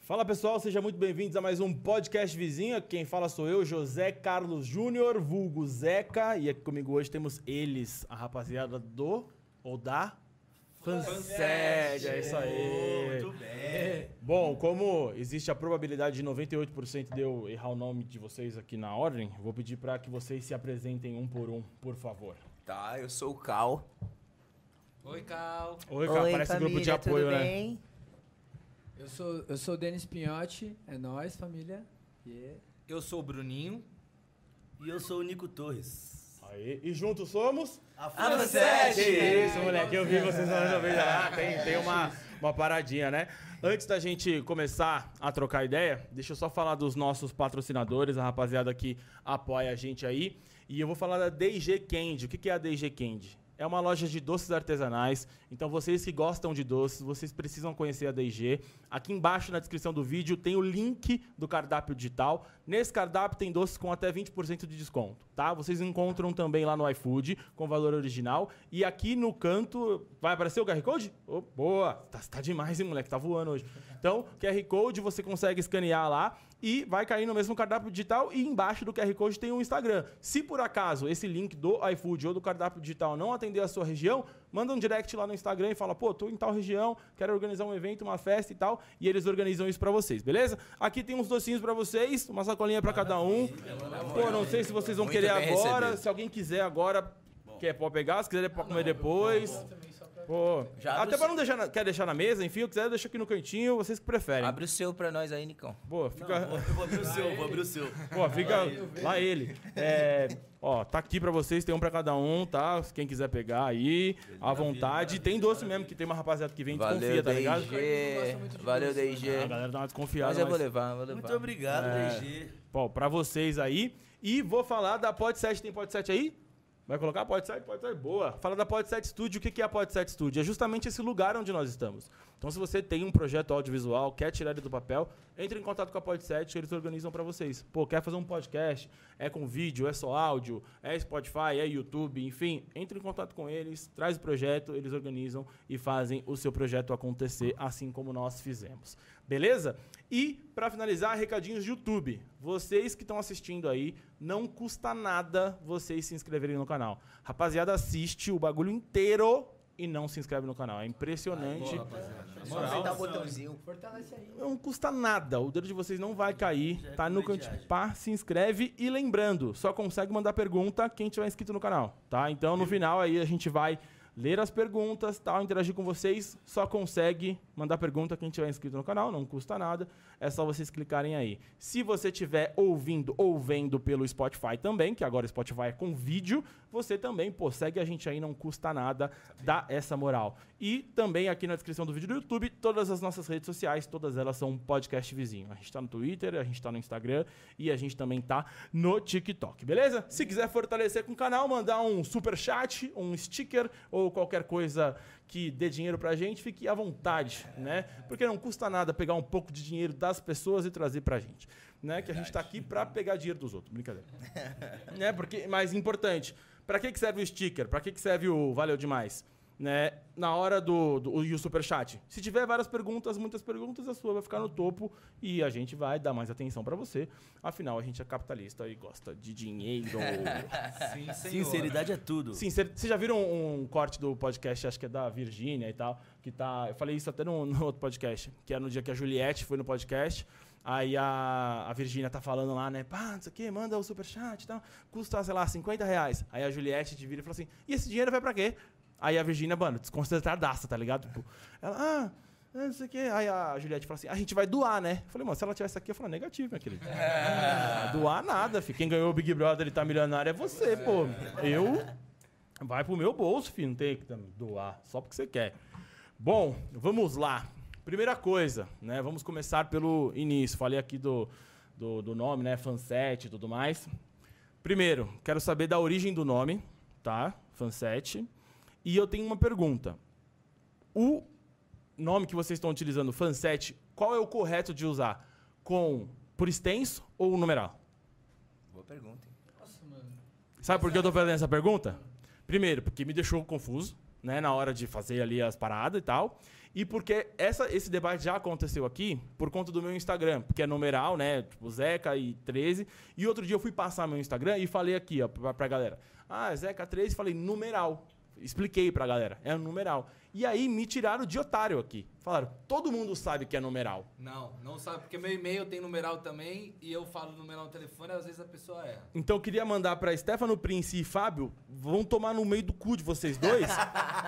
Fala pessoal, sejam muito bem-vindos a mais um podcast vizinha. Quem fala sou eu, José Carlos Júnior, vulgo Zeca. E aqui comigo hoje temos eles, a rapaziada do ou da Fansede. É isso aí. Muito bem. Bom, como existe a probabilidade de 98% de eu errar o nome de vocês aqui na ordem, vou pedir para que vocês se apresentem um por um, por favor. Tá, eu sou o Cal. Oi, Cal. Oi, cara, parece família, grupo de apoio, tudo né? bem? Eu sou, eu sou o Denis Pinhotti. É nóis, família. Eu sou o Bruninho. E eu sou o Nico Torres. Aí, e juntos somos? A Que isso, moleque. Eu vi vocês falando da vez lá. Tem, tem uma, uma paradinha, né? Antes da gente começar a trocar ideia, deixa eu só falar dos nossos patrocinadores, a rapaziada que apoia a gente aí. E eu vou falar da DG Candy. O que que é a DG Candy? É uma loja de doces artesanais. Então, vocês que gostam de doces, vocês precisam conhecer a DG. Aqui embaixo na descrição do vídeo tem o link do cardápio digital. Nesse cardápio tem doces com até 20% de desconto, tá? Vocês encontram também lá no iFood com valor original. E aqui no canto vai aparecer o QR Code? Ô, boa! Tá, tá demais, hein, moleque? Tá voando hoje. Então, QR Code você consegue escanear lá e vai cair no mesmo cardápio digital e embaixo do QR Code tem um Instagram. Se por acaso esse link do iFood ou do cardápio digital não atender a sua região, manda um direct lá no Instagram e fala: "Pô, tô em tal região, quero organizar um evento, uma festa e tal", e eles organizam isso pra vocês, beleza? Aqui tem uns docinhos pra vocês, uma sacolinha pra cada um. Pô, não sei se vocês vão Muito querer bem agora, recebido. se alguém quiser agora, quer pode pegar, se quiser pode comer depois. Pô, Já até abre o pra não deixar, na, quer deixar na mesa, enfim, eu quiser, deixa aqui no cantinho, vocês que preferem. Abre o seu pra nós aí, Nicão. Boa, fica Eu vou abrir o seu, vou abrir o seu. Pô, fica lá ele. É, ó, tá aqui pra vocês, tem um pra cada um, tá? Quem quiser pegar aí, à vontade. Tem doce mesmo, que tem uma rapaziada que vem e desconfia, Valeu, tá ligado? DG. Valeu, DG. A galera dá uma desconfiada. Mas é eu vou mas- levar, vou levar. Muito obrigado, DG. Bom, pra vocês aí. E vou falar da Pod 7. Tem Pod 7 aí? Vai colocar Pod 7? Pod 7, boa. Fala da Pod 7 Studio. O que que é a Pod 7 Studio? É justamente esse lugar onde nós estamos. Então, se você tem um projeto audiovisual, quer tirar ele do papel, entre em contato com a Pod 7, que eles organizam pra vocês. Pô, quer fazer um podcast? É com vídeo, é só áudio, é Spotify, é YouTube, enfim. Entre em contato com eles, traz o projeto, eles organizam e fazem o seu projeto acontecer, assim como nós fizemos. Beleza? E, pra finalizar, recadinhos de YouTube. Vocês que estão assistindo aí, não custa nada vocês se inscreverem no canal. Rapaziada, assiste o bagulho inteiro e não se inscreve no canal. É impressionante. Só apertar o botãozinho. Não custa nada, o dedo de vocês não vai cair, tá no cantinho. Pá, se inscreve e lembrando, só consegue mandar pergunta quem tiver inscrito no canal, tá? Então no final aí a gente vai ler as perguntas, tal, interagir com vocês, só consegue mandar pergunta quem tiver inscrito no canal, não custa nada, é só vocês clicarem aí. Se você estiver ouvindo ou vendo pelo Spotify também, que agora o Spotify é com vídeo, você também, pô, segue a gente aí, não custa nada, dá essa moral. E também aqui na descrição do vídeo do YouTube, todas as nossas redes sociais, todas elas são um podcast vizinho. A gente tá no Twitter, a gente tá no Instagram e a gente também tá no TikTok, beleza? Se quiser fortalecer com o canal, mandar um super chat, um sticker ou qualquer coisa que dê dinheiro pra gente, fique à vontade, né? Porque não custa nada pegar um pouco de dinheiro das pessoas e trazer pra gente, né? Que a gente tá aqui pra pegar dinheiro dos outros, brincadeira né? Porque, mas importante, pra que, que serve o sticker? Pra que, que serve o valeu demais? Né? Na hora do, do e o superchat. Se tiver várias perguntas, muitas perguntas, a sua vai ficar no topo e a gente vai dar mais atenção pra você. Afinal, a gente é capitalista e gosta de dinheiro. Sim, Sinceridade é tudo. Sim, cê- vocês já viram um corte do podcast, acho que é da Virgínia e tal, que tá. Eu falei isso até no, no outro podcast, que é no dia que a Juliette foi no podcast. Aí a, a Virgínia tá falando lá, né? Pá, não sei o quê, manda o superchat e tal. Custa, sei lá, 50 reais. Aí a Juliette te vira e fala assim: e esse dinheiro vai pra quê? Aí a Virgínia, mano, desconcentradaça, tá ligado? Tipo, ela, ah, não sei o quê. Aí a Juliette fala assim: a gente vai doar, né? Eu falei, mano, se ela tivesse aqui, eu falei, negativo, meu querido. Doar nada, filho. Quem ganhou o Big Brother e tá milionário é você, pô. Eu Vai pro meu bolso, filho. Não tem que doar. Só porque você quer. Bom, vamos lá. Primeira coisa, né? Vamos começar pelo início. Falei aqui do, do, do nome, né? Fanset e tudo mais. Primeiro, quero saber da origem do nome, tá? Fanset. E eu tenho uma pergunta. O nome que vocês estão utilizando, Fanset, qual é o correto de usar? Com por extenso ou numeral? Boa pergunta. hein? Sabe por que eu tô fazendo essa pergunta? Primeiro, porque me deixou confuso, né, na hora de fazer ali as paradas e tal. E porque essa, esse debate já aconteceu aqui por conta do meu Instagram, que é numeral, né? Tipo, Zeca e 13. E outro dia eu fui passar meu Instagram e falei aqui, ó, pra, pra galera. Ah, Zeca 13, falei numeral. Expliquei pra galera, é um numeral. E aí me tiraram de otário aqui. Falaram, todo mundo sabe que é numeral. Não, não sabe, porque meu e-mail tem numeral também e eu falo numeral no telefone, às vezes a pessoa erra. Então eu queria mandar pra Stefano Prince e Fábio, vão tomar no meio do cu de vocês dois,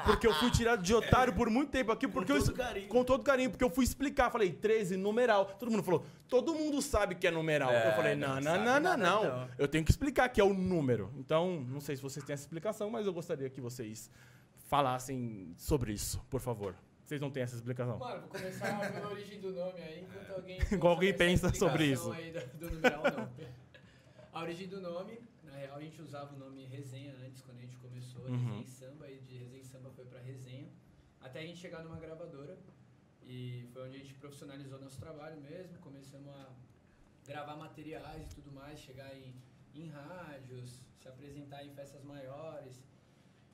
porque eu fui tirado de otário por muito tempo aqui, porque eu, todo es- carinho. com todo carinho, porque eu fui explicar, falei 13 numeral, todo mundo falou, todo mundo sabe que é numeral. É, eu falei, não não, não, sabe não, não, nada, não, não. Eu tenho que explicar que é o número. Então, não sei se vocês têm essa explicação, mas eu gostaria que vocês falassem sobre isso, por favor. Vocês não têm essa explicação. Mano, vou começar pela origem do nome aí, enquanto alguém. Igual alguém essa pensa explicação sobre isso. Aí do, do numeral, não. A origem do nome, na real, a gente usava o nome resenha antes, quando a gente começou, Uhum. resenha e samba, e de resenha e samba foi pra resenha, até a gente chegar numa gravadora, e foi onde a gente profissionalizou nosso trabalho mesmo, começamos a gravar materiais e tudo mais, chegar em, em rádios, se apresentar em festas maiores.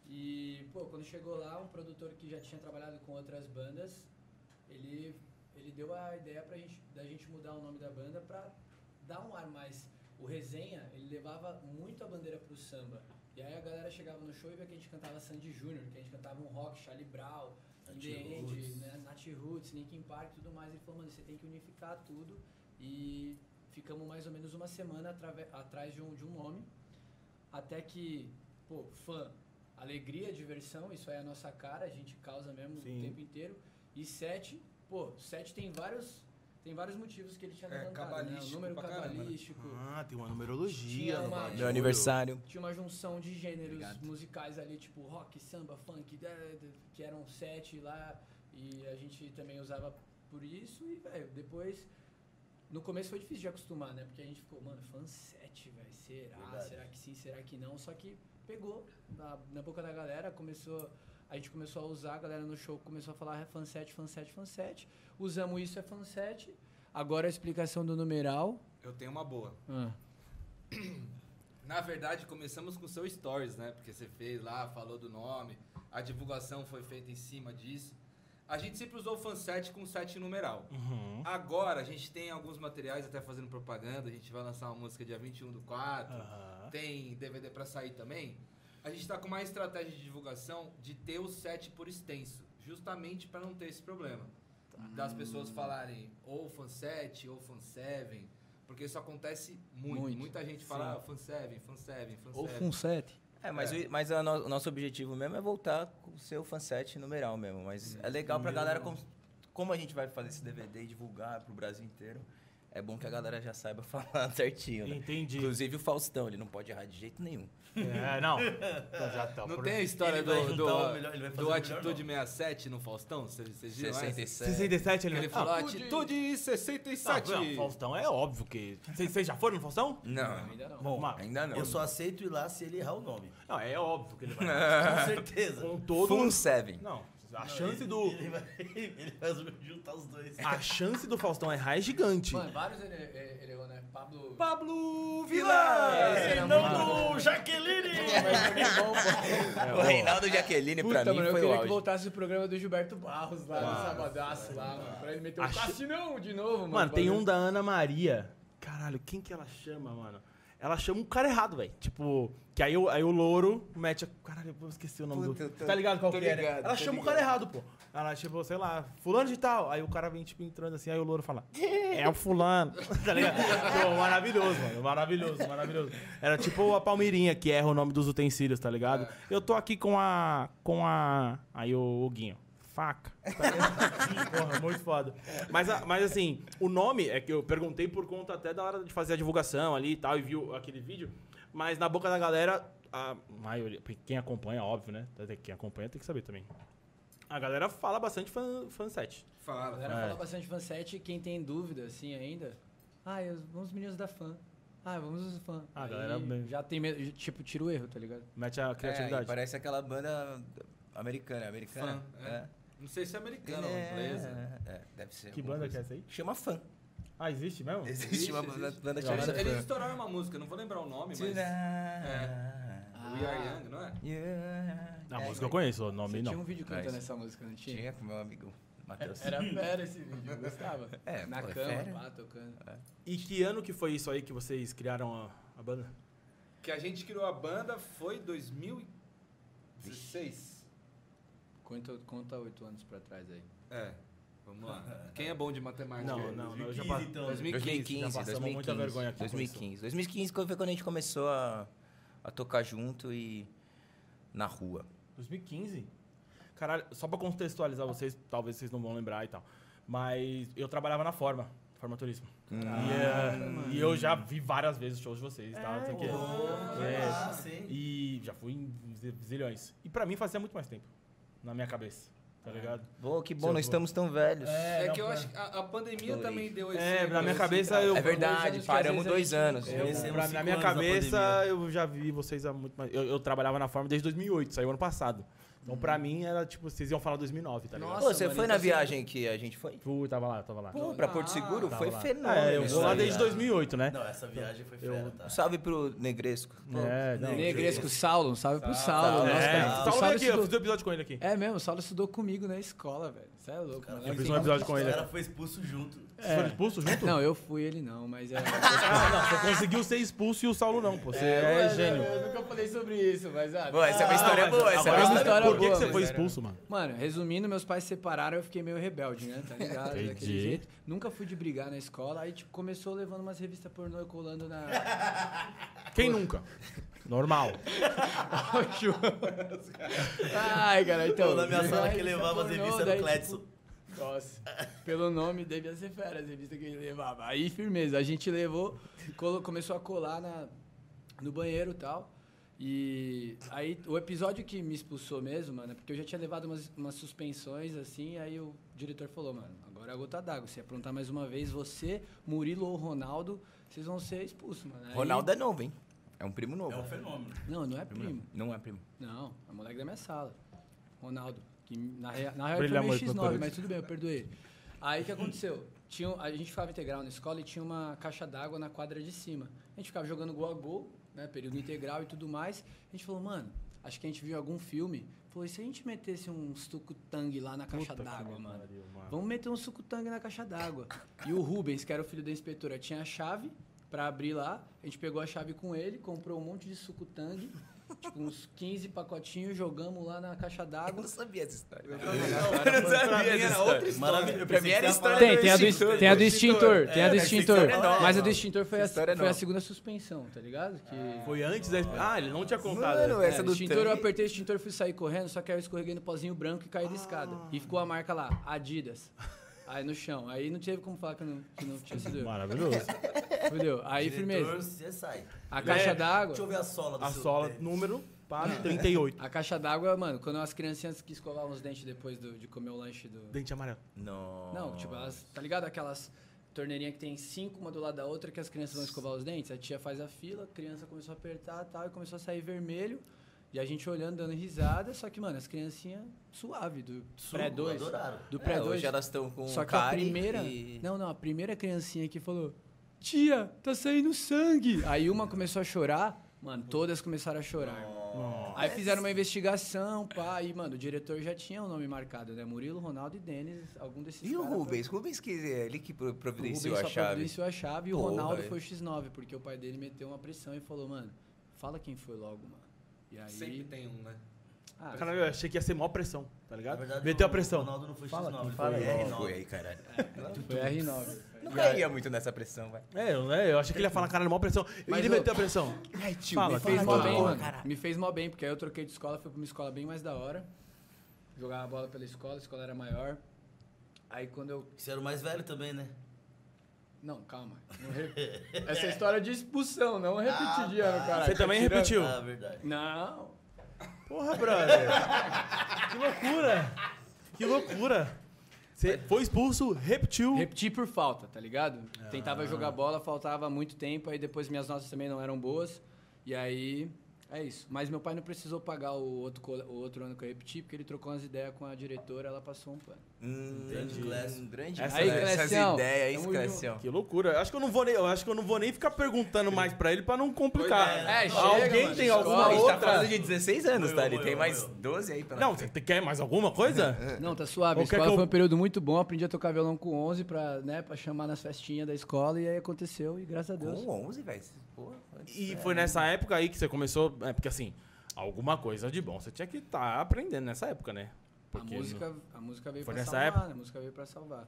E, pô, quando chegou lá, um produtor que já tinha trabalhado com outras bandas, ele, ele deu a ideia pra gente, da gente mudar o nome da banda pra dar um ar mais. O resenha, ele levava muito a bandeira pro samba. E aí a galera chegava no show e via que a gente cantava Sandy Júnior, que a gente cantava um rock, Charlie Brown, In The End, né, Nat Roots, Linkin Park e tudo mais. Ele falou, mano, você tem que unificar tudo. E ficamos mais ou menos uma semana atrave- atrás de um, de um nome. Até que, pô, fã, alegria, diversão, isso aí é a nossa cara, a gente causa mesmo Sim. o tempo inteiro. E sete, pô, sete tem vários, tem vários motivos que ele tinha É, levantado, né? O cabalístico número pra caramba, né? cabalístico. Ah, tem uma Tinha numerologia. no uma- bagulho. Meu aniversário. Tinha uma junção de gêneros Obrigado. musicais ali, tipo rock, samba, funk, da- da- que eram sete lá, e a gente também usava por isso, e, velho, depois. No começo foi difícil de acostumar, né? Porque a gente ficou, mano, fã 7, velho, será? Verdade. Será que sim? Será que não? Só que pegou na, na boca da galera, começou. A gente começou a usar, a galera no show começou a falar, é fan 7, fan 7, fan 7. Usamos isso, é fan 7. Agora a explicação do numeral. Eu tenho uma boa. Na verdade, começamos com seu stories, né? Porque você fez lá, falou do nome, a divulgação foi feita em cima disso. A gente sempre usou o fanset com sete numeral. Uhum. Agora, a gente tem alguns materiais até fazendo propaganda, a gente vai lançar uma música dia 21 do 4, Aham. tem DVD pra sair também. A gente tá com uma estratégia de divulgação de ter o set por extenso, justamente pra não ter esse problema. Das pessoas falarem ou fan 7 ou fan 7, porque isso acontece muito. Muito. Muita gente fala ah, fan 7, fan 7, fan 7. Ou fan 7. É, mas, o, mas a no- o nosso objetivo mesmo é voltar com o seu fanset numeral mesmo. Mas é legal pra galera, como, como a gente vai fazer esse DVD e divulgar pro Brasil inteiro, é bom que a galera já saiba falar certinho, né? Entendi. Inclusive o Faustão, ele não pode errar de jeito nenhum. É, não. Então já tá. Não tem a história Ele vai do, juntar do, o melhor- ele do vai fazer o melhor Atitude nome. 67 no Faustão? Vocês vocês viram? essa? 67. 67 Ele ele falou ah, Atitude ah, 67. não, Faustão é óbvio que. Vocês vocês já foram no Faustão? Não, Ainda não. Bom, ainda não. Eu só aceito ir lá se ele errar o nome. não, é óbvio que ele vai. Com certeza. Com todo. Fun Seven. Não, a chance do. Ele vai, ele vai juntar os dois. A chance do Faustão errar é gigante. Mano, vários ele, ele, ele errou, né? Pablo. É, Pablo Esse Ei, era Ah, não do Jaqueline! O Reinaldo Jaqueline, pra Puta, mim, mano, eu foi o queria que auge. voltasse o programa do Gilberto Barros lá, no Sabadaço lá, mano. Pra ele meter o Achei- cassinão de novo, mano. Mano, tem bagulho. um da Ana Maria. Caralho, quem que ela chama, mano? Ela chama o cara errado, velho. Tipo, que aí, o- aí o louro mete. a- Caralho, eu esqueci o nome do. Puta, eu tô- tá ligado qual tô que é, né? ligado, Ela tô chama o cara errado, pô. Ela, tipo, sei lá, fulano de tal. Aí o cara vem, tipo, entrando assim, aí o louro fala, é o fulano. tá ligado? Pô, maravilhoso, mano. Maravilhoso, maravilhoso. Era tipo a Palmeirinha que erra o nome dos utensílios, tá ligado? É. Eu tô aqui com a. com a. Aí o Guinho. Faca. Porra, muito foda. Mas, a- mas assim, o nome é que eu perguntei por conta até da hora de fazer a divulgação ali e tal, e viu aquele vídeo. Mas na boca da galera, a maioria. Quem acompanha, óbvio, né? Até Quem acompanha tem que saber também. A galera fala bastante fan, fanset. A Fala. galera É. fala bastante fan 7 quem tem dúvida, assim, ainda. Ah, eu- vamos os meninos da fã. Ah, vamos os fã. Ah, Aí galera, bem. Já tem medo, tipo, tira o erro, tá ligado? Mete a É, e criatividade. parece aquela banda americana, americana. Fã, É. Não sei se é americano ou É, inglesa. é, é, deve ser. que alguma banda que é coisa. assim. essa aí? Chama fã. Ah, existe mesmo? Existe uma banda, Não, banda chamada Eles, eles fã. estouraram uma música, não vou lembrar o nome, mas. né? É. Tonight. We Are Young, não é? Yeah. A Ah, música eu conheço, o é, Você nome tinha um não. vídeo cantando Mas- essa música, não tinha? Tinha com meu amigo. Matheus. Era fera esse vídeo, eu gostava. É, Na pô, é cama, fera. pá, tocando. E que ano que foi isso aí que vocês criaram a, a banda? Que a gente criou a banda foi 2016. Conta, conta oito anos pra trás aí. É, vamos lá. Quem é bom de matemática? Não, não, não, eu já passei. então. 2015, já passamos 2015. muita vergonha aqui com 2015. 2015 foi quando a gente começou a, a tocar junto e na rua. 2015? Caralho, só pra contextualizar vocês, talvez vocês não vão lembrar e tal. Mas eu trabalhava na Forma, Forma Turismo. Ah. e, eh, e eu já vi várias vezes os shows de vocês e tal, não sei o quê. É. Ah, sim. E já fui em zi- zilhões. E pra mim fazia muito mais tempo, na minha cabeça, É. tá ligado? Pô, que Seu bom, nós vô. estamos tão velhos. É, É não, que eu pra- acho que a, a pandemia Adorei. também deu esse... assim, É, na minha esse- cabeça eu. é verdade, anos que às paramos vezes a dois gente não anos. Eu- Esse é pra- uns na cinco minha anos da cabeça, pandemia. eu já vi vocês há muito mais. Eu, eu trabalhava na Forma desde 2008, saiu ano passado. Então, Hum. pra mim, era tipo, vocês iam falar 2009, tá ligado? Pô, Nossa, você mano, foi então na você- viagem que a gente foi? Fui, tava lá, tava lá. Pô, pra Porto Ah, Seguro? tava Foi lá. fenômeno. É, eu isso vou lá aí. desde 2008, né? Não, essa viagem foi fera, tá? Um salve pro Negresco. É, não. Negresco, Saulo, um salve pro Saulo. Saulo. É, Nossa, É, cara, o Saulo Saulo veio aqui, eu estudou- fiz um episódio com ele aqui. É mesmo, o Saulo estudou comigo na escola, velho. Você é louco, mano. Eu Ele fiz tem- um episódio com O ele. cara foi expulso junto. Vocês foram expulsos junto? Não, eu fui ele não, mas é. Ah, não, você conseguiu ser expulso e o Saulo não, pô. Você é, Ué, gênio. Eu, eu nunca falei sobre isso, mas. Ah, Pô, essa é uma história boa, essa Agora, é uma Agora história história por que, boa, que você mas foi era- expulso, mano? Mano, resumindo, meus pais se separaram, eu fiquei meio rebelde, né? Tá ligado? Daquele Entendi. jeito. Nunca fui de brigar na escola, aí tipo, começou levando umas revistas pornô e colando na. Quem nunca? Normal. Ai, João. Ai, cara, então. Então, na minha sala aí que ele levava as pornô, revistas daí, era o Cledson. tipo, Nossa, pelo nome devia ser fera as revistas que ele levava. Aí, firmeza, a gente levou, colo- começou a colar na, no banheiro e tal. E aí, o episódio que me expulsou mesmo, mano, é porque eu já tinha levado umas, umas suspensões assim. Aí o diretor falou, mano, agora é a gota d'água. Se aprontar mais uma vez, você, Murilo ou Ronaldo, vocês vão ser expulsos, mano. Aí- Ronaldo é novo, hein? É um primo É novo. um fenômeno. Não, não é primo. Não é primo. Não, é o moleque da minha sala. Ronaldo. Que na, rea, na real ele Brilha foi meio muito no X9, Corinthians. mas tudo bem, eu perdoei ele. Aí o que aconteceu? Tinha, um- a gente ficava integral na escola e tinha uma caixa d'água na quadra de cima. A gente ficava jogando gol a gol, né? Período integral e tudo mais. A gente falou, mano, acho que a gente viu algum filme. Falou, e se a gente metesse um suco-tangue lá na caixa Puta que d'água, me mano? pariu, mano. Vamos meter um sucutangue na caixa d'água. E o Rubens, que era o filho da inspetora, tinha a chave pra abrir lá. A gente pegou a chave com ele, comprou um monte de sucutangue, tipo uns 15 pacotinhos, jogamos lá na caixa Eu d'água. não sabia essa história. Não sabia dessa história. né? Maravilha. Eu Pra mim é pensei era que história tava Tem, tem a, do, falando tem a do extintor, tem a do É, essa extintor. história é nova, Mas a do mano. extintor foi a, Essa história é foi a nova. segunda suspensão, tá ligado? Que... Foi antes da. Ah, ele não tinha contado. Mano, né? essa É, do extintor, eu tanque- apertei o extintor, fui sair correndo, só que aí eu escorreguei no pozinho branco e caí da escada. E ficou a marca lá, Adidas. Aí no chão. Aí não teve como falar que não, que não tinha né? sido eu. Maravilhoso. Fudeu. Aí Diretor, firmeza. você sai. A caixa Deixa eu d'água. ver a sola do A seu sola, tênis. número, para 38. A caixa d'água, mano, quando as criancinhas que escovavam os dentes depois do- de comer o lanche do. Dente amarelo. Não. Não, tipo, elas. Tá ligado? Aquelas torneirinhas que tem cinco, uma do lado da outra, que as crianças vão escovar os dentes. A tia faz a fila, a criança começou a apertar e tal, e começou a sair vermelho. E a gente olhando, dando risada. Só que, mano, as criancinhas suave, do Suco, pré-2. adoraram. Do É, pré-2. hoje elas estão com Só que a cárie primeira. e- Não, não, a primeira criancinha que falou: Tia, tá saindo sangue. Aí uma começou a chorar, mano, todas começaram a chorar. é Aí fizeram uma investigação, pá, e, mano, o diretor já tinha o nome marcado, né? Murilo, Ronaldo e Denis, algum desses E o caras Rubens? Rubens que é ele que pro- foi- O Rubens providenciou só a chave. providenciou a chave e o Porra, Ronaldo velho. foi o X9, porque o pai dele meteu uma pressão e falou, mano, fala quem foi logo, mano. E aí. Sempre tem um, né? Ah, Caralho, eu achei que ia ser maior pressão, tá Na ligado? verdade, Meteu a o pressão. Ronaldo não foi Fala, X9, quem ele fala foi aí. R9. É, Foi aí, caralho. foi R9. Não caía muito nessa pressão, vai. É, eu, é, eu achei que ele ia falar, caralho, maior pressão. E Mas, ele ô, meteu a pressão. Ai, tio, Fala, me quem fez fez mal fala? bem, bem, Porra, mano. mano. Me fez mal bem, porque aí eu troquei de escola, fui pra uma escola bem mais da hora. Jogava bola pela escola, a escola era maior. Aí quando eu. Você era o mais velho também, né? Não, calma. não re- Essa é história de expulsão, não Ah, repetir de ano, caralho. Você também Tá tirando- repetiu. Ah, verdade. Não. Porra, brother. que loucura. Que loucura. Você foi expulso, repetiu. Repeti por falta, tá ligado? Ah. Tentava jogar bola, faltava muito tempo, aí depois minhas notas também não eram boas. E aí É isso. Mas meu pai não precisou pagar o outro, co- o outro ano que eu repeti, porque ele trocou umas ideias com a diretora, ela passou um pano. Hum, Entendi. Um grande Essa- Aí, essas Clecião. ideias, Tamo hein, junto. Clecião. Que loucura. Eu acho que eu não vou nem, eu acho que eu não vou nem ficar perguntando mais pra ele pra não complicar. Pois é, né? É, Alguém chega, mano, tem chega. alguma a gente tá outra? falando de 16 anos, Moeu, tá? Ele moeu, tem mais moeu. 12 aí pra É. Não, você quer mais alguma coisa? Não, tá suave. A Qualquer escola que eu- foi um período muito bom. Aprendi a tocar violão com 11 pra, né, pra chamar nas festinhas da escola. E aí aconteceu, e graças a Deus. Com 11, velho. Pô, E é. foi nessa época aí que você começou, é, porque assim, alguma coisa de bom você tinha que estar aprendendo nessa época, né? Porque a, música, a música veio Foi pra nessa salvar, época? né? A música veio pra salvar.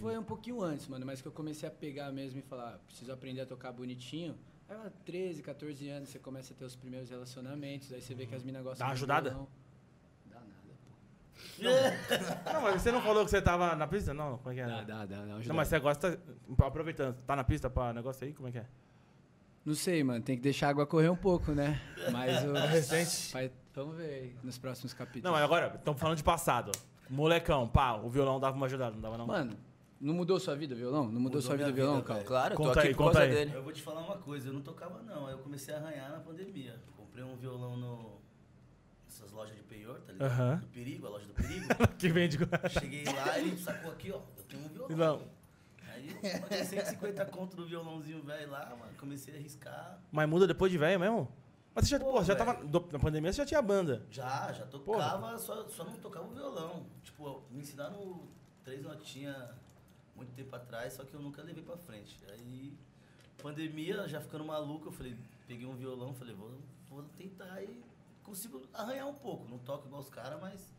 Foi um pouquinho antes, mano, mas que eu comecei a pegar mesmo e falar, "Ah, preciso aprender a tocar bonitinho. Aí, lá, 13, 14 anos, você começa a ter os primeiros relacionamentos, aí você vê que as minas gostam Uhum. Dá uma de ajudada? violão. Dá nada, pô. Não, mas você não falou que você tava na pista? Não, como é que é? Dá, dá, dá, dá uma Não, ajudada. mas você gosta. Aproveitando, tá na pista pra negócio aí? Como é que é? Não sei, mano, tem que deixar a água correr um pouco, né? Mas o... Vai- Vamos ver aí nos próximos capítulos. É Não, mas agora, estamos falando de passado. Molecão, pá, o violão dava uma ajudada, não dava não? Mano, não mudou sua vida o violão? Não mudou, Mudou sua vida o minha violão, vida, Cal? velho. Claro, eu tô Conta aqui aí, por conta causa aí. dele. Eu vou te falar uma coisa, eu não tocava não. Aí eu comecei a arranhar na pandemia. Comprei um violão no. Essas lojas de penhor, tá ligado? Aham. Do perigo, a loja do perigo. que vende. Cheguei lá, ele sacou aqui, ó. Eu tenho um violão. Não. Aí eu paguei 150 conto no violãozinho velho lá, mano. Comecei a riscar. Mas muda depois de velho mesmo? Mas você já, Pô, pô, já velho. tava. do- Na pandemia você já tinha banda. Já, já tocava, só, só não tocava o violão. Tipo, me ensinaram três notinhas muito tempo atrás, só que eu nunca levei pra frente. Aí, pandemia, já ficando maluco, eu falei, peguei um violão, falei, vou, vou tentar e consigo arranhar um pouco. Não toco igual os caras, mas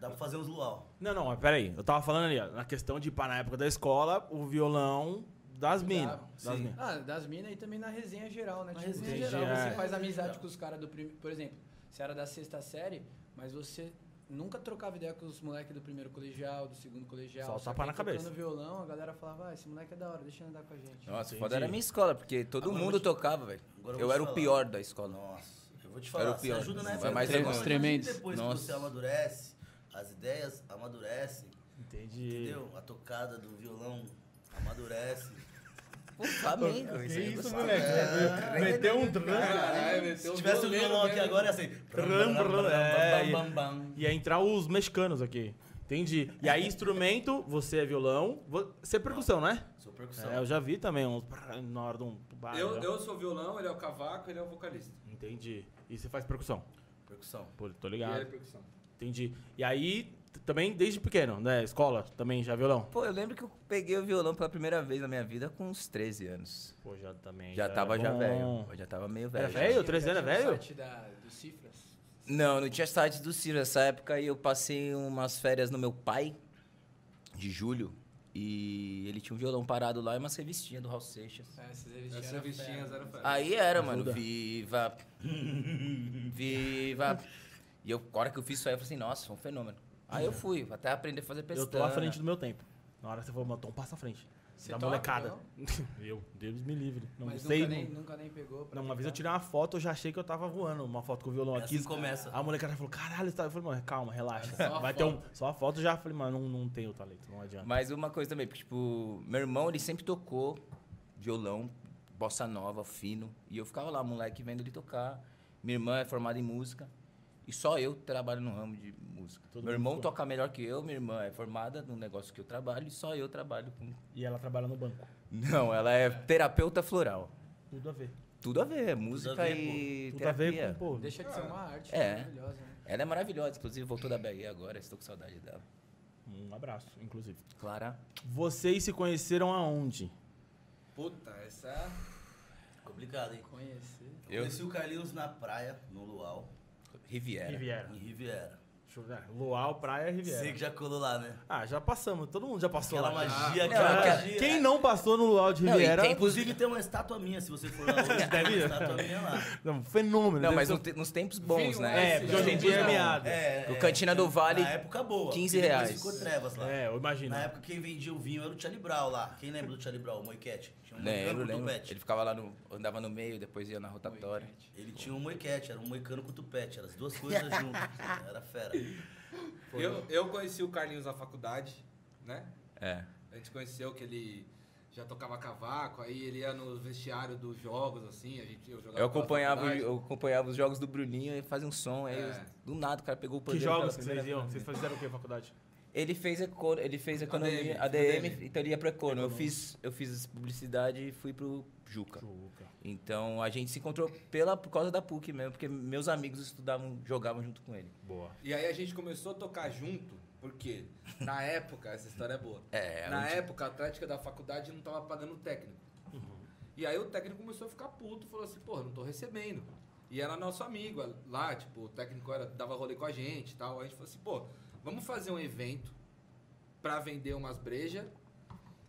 dá pra fazer uns luau. Não, não, mas peraí. Eu tava falando ali, ó, na questão de, pá, na época da escola, o violão das minas. Das sim. minas. Ah, das minas e também na resenha geral, né? Na tipo, resenha resenha geral, geral, é. você faz amizade Geral. com os caras do primeiro. Por exemplo, você era da sexta série, mas você nunca trocava ideia com os moleques do primeiro colegial, do segundo colegial. Só o Só tapa que na aí, tocando cabeça. violão, a galera falava, ah, esse moleque é da hora, deixa ele andar com a gente. Nossa, Entendi. foda era a minha escola, porque todo Agora eu mundo vou te- tocava, velho. agora eu Eu vou te era o falar. pior da escola. Nossa, eu vou te Era falar, o você pior. ajuda na Vai época. mais agora, tremendos. imagina Tremendos. Depois Nossa. que você amadurece, as ideias amadurecem, Entendi. entendeu? A tocada do violão amadurece. Pô, Flamengo, Que isso aí eu isso, gostava. É, moleque? É. Meteu um drama. Caralho, um Se tivesse o violão aqui agora, ia ser. né? Ram, ram, é, Bam, bam, bam. Ia entrar os mexicanos aqui. Entendi. E aí, instrumento, você é violão. Você é percussão, né? Sou percussão. É, eu já vi também uns prrr na hora de um bar. Eu, né? eu sou violão, ele é o cavaco, ele é o vocalista. Entendi. E você faz percussão. Percussão. Pô, tô E ele é ligado. percussão. Entendi. E aí, t- também desde pequeno, né? Escola, também já violão. Pô, eu lembro que eu peguei o violão pela primeira vez na minha vida com uns 13 anos. Pô, já também. Já é tava já bom. velho. Eu já tava meio velho. Era já. velho? 13 Já anos, é tinha o velho? site da- do Cifras. Não, não tinha site do Ciro nessa época e eu passei umas férias no meu pai, de julho, e ele tinha um violão parado lá e umas revistinhas do Raul Seixas. É, Essas revistinhas Essa eram revistinha fera. zero fera. Aí era, mano. Viva! Viva! E eu, a hora que eu fiz isso aí, eu falei assim, nossa, foi um fenômeno. Aí eu fui, até aprender a fazer Eu pestana. tô à frente do meu tempo. Na hora que você for, meu tom passa à frente. Você da toca molecada. eu, Deus me livre. Não Mas sei. nunca nem, não- nunca nem pegou. pra Não, uma vez eu tocar. tirei uma foto, eu já achei que eu tava voando. Uma foto com o violão É aqui. assim que começa. É A molecada falou, caralho, você tá... Eu falei, mano, calma, relaxa. Só a Vai ter um... Só a foto já. Falei, mano, não, não tenho talento, não adianta. Mas uma coisa também, porque, tipo, meu irmão, ele sempre tocou violão, bossa nova, fino. E eu ficava lá, moleque, vendo ele tocar. Minha irmã é formada em música. E só eu trabalho no ramo de música. Todo meu mundo irmão fora. toca melhor que eu, minha irmã é formada no negócio que eu trabalho, e só eu trabalho com. E ela trabalha no banco. Não, ela é terapeuta floral. Tudo a ver. Tudo a ver, música ver, e Tudo terapia. a ver com, pô... Deixa de ser uma arte É. maravilhosa, né? Ela é maravilhosa, inclusive voltou da Bahia agora, estou com saudade dela. Um abraço, inclusive. Clara, Vocês se conheceram aonde? Puta, essa. é Complicado, hein? Conhecer. Eu conheci o Carlinhos na praia, no Luau, Riviera. Riviera. em Riviera. Deixa eu ver. Luau, praia, Riviera. Você que já colou lá, né? Ah, já passamos. Todo mundo já passou Aquela lá. magia, Não, aquela Cara, magia. quem não passou no Luau de Não, e Riviera... tem- Inclusive tem uma estátua minha, se você for lá hoje, tem Deve ir. uma estátua minha lá. Não, é um fenômeno. né? Não, deve mas ser- um- no te- nos tempos bons, Vinho, né? É, porque hoje em dia é meado. É, O é, Cantina do Vale, Na época boa. 15 Depois reais. Ficou trevas lá. É, eu imagino. Na época quem vendia o vinho era o Charlie Brown lá. Quem lembra do Charlie Brown? O Moiquete. Tinha um moicano Lembro, com lembro. tupete. Ele ficava lá no. andava no meio, depois ia na rotatória. Ele tinha um moiquete, era um moicano com tupete, era as duas coisas juntas. Era fera. Eu, eu conheci o Carlinhos na faculdade, né? É. A gente conheceu que ele já tocava cavaco, aí ele ia no vestiário dos jogos, assim, a gente, eu jogava Eu pela acompanhava, faculdade. eu acompanhava os jogos do Bruninho, ele fazia um som, aí É. eu- do nada o cara pegou o Que pandeiro. pela jogos que vocês primeira iam? vez. Vocês fizeram o que na faculdade? Ele fez, eco- ele fez economia, ADM, ADM. então ele ia para economia. Eu fiz, eu fiz publicidade e fui pro Juca. Então a gente se encontrou pela, por causa da PUC mesmo, porque meus amigos estudavam, jogavam junto com ele. Boa. E aí a gente começou a tocar junto, porque na época, essa história é boa. É, na época, a Atlética da faculdade não tava pagando o técnico. E aí o técnico começou a ficar puto, falou assim, pô, não tô recebendo. E era nosso amigo lá, tipo, o técnico era, dava rolê com a gente e tal. Aí a gente falou assim, pô, vamos fazer um evento pra vender umas brejas.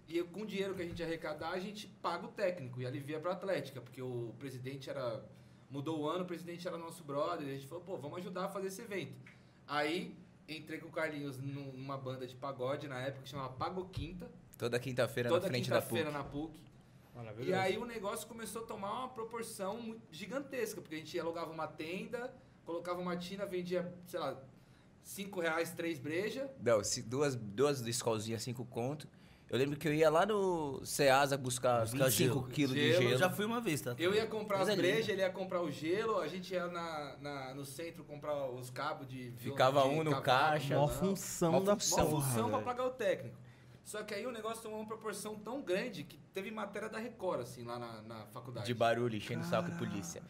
E com o dinheiro que a gente arrecadar, a gente paga o técnico e alivia pra Atlética, porque o presidente era. Mudou o ano, o presidente era nosso brother. E a gente falou, pô, vamos ajudar a fazer esse evento. Aí entrei com o Carlinhos num- numa banda de pagode na época que chamava Pago Quinta, toda quinta-feira na toda frente da quinta-feira PUC. na PUC. Maravilhoso. E aí o negócio começou a tomar uma proporção muito gigantesca, porque a gente alugava uma tenda, colocava uma tina, vendia, sei lá, 5 reais, três breja. Não, se- duas, duas escolzinhas, cinco conto. Eu lembro que eu ia lá no Ceasa buscar, Buscar 25 gelo. quilos de Gelo, gelo. Eu já fui uma vez, tá? Eu ia comprar Coisa as brejas, linda. ele ia comprar o gelo, a gente ia na, na- no centro comprar os cabos de. Ficava de um no cavaco, caixa. Mó não. função Mó da função. porra, Mó função pra velho. pagar o técnico. Só que aí o negócio tomou uma proporção tão grande que teve matéria da Record, assim, lá na, na faculdade. De barulho, enchendo o saco de polícia.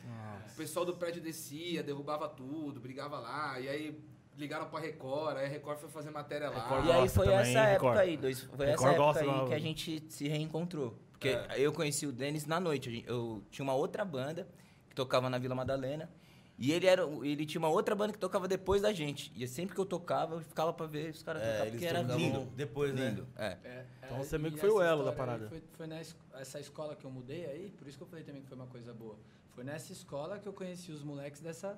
O pessoal do prédio descia, derrubava tudo, brigava lá, e aí ligaram pra Record, aí a Record foi fazer matéria lá. Record E aí Gosta foi também, essa época Record. aí, dois, foi essa Record época gosta aí lá, que a mano. gente se reencontrou. Porque É. eu conheci o Denis na noite. a gente- Eu tinha uma outra banda que tocava na Vila Madalena. E ele, era, o- ele tinha uma outra banda que tocava depois da gente. E sempre que eu tocava, eu ficava pra ver os caras tocar, É, porque eles era tocavam lindo. depois, Lindo, né? é. É, Então é, você meio e que foi o essa elo da história aí parada. Foi, foi na es- essa escola que eu mudei aí, por isso que eu falei também que foi uma coisa boa. Foi nessa escola que eu conheci os moleques dessa,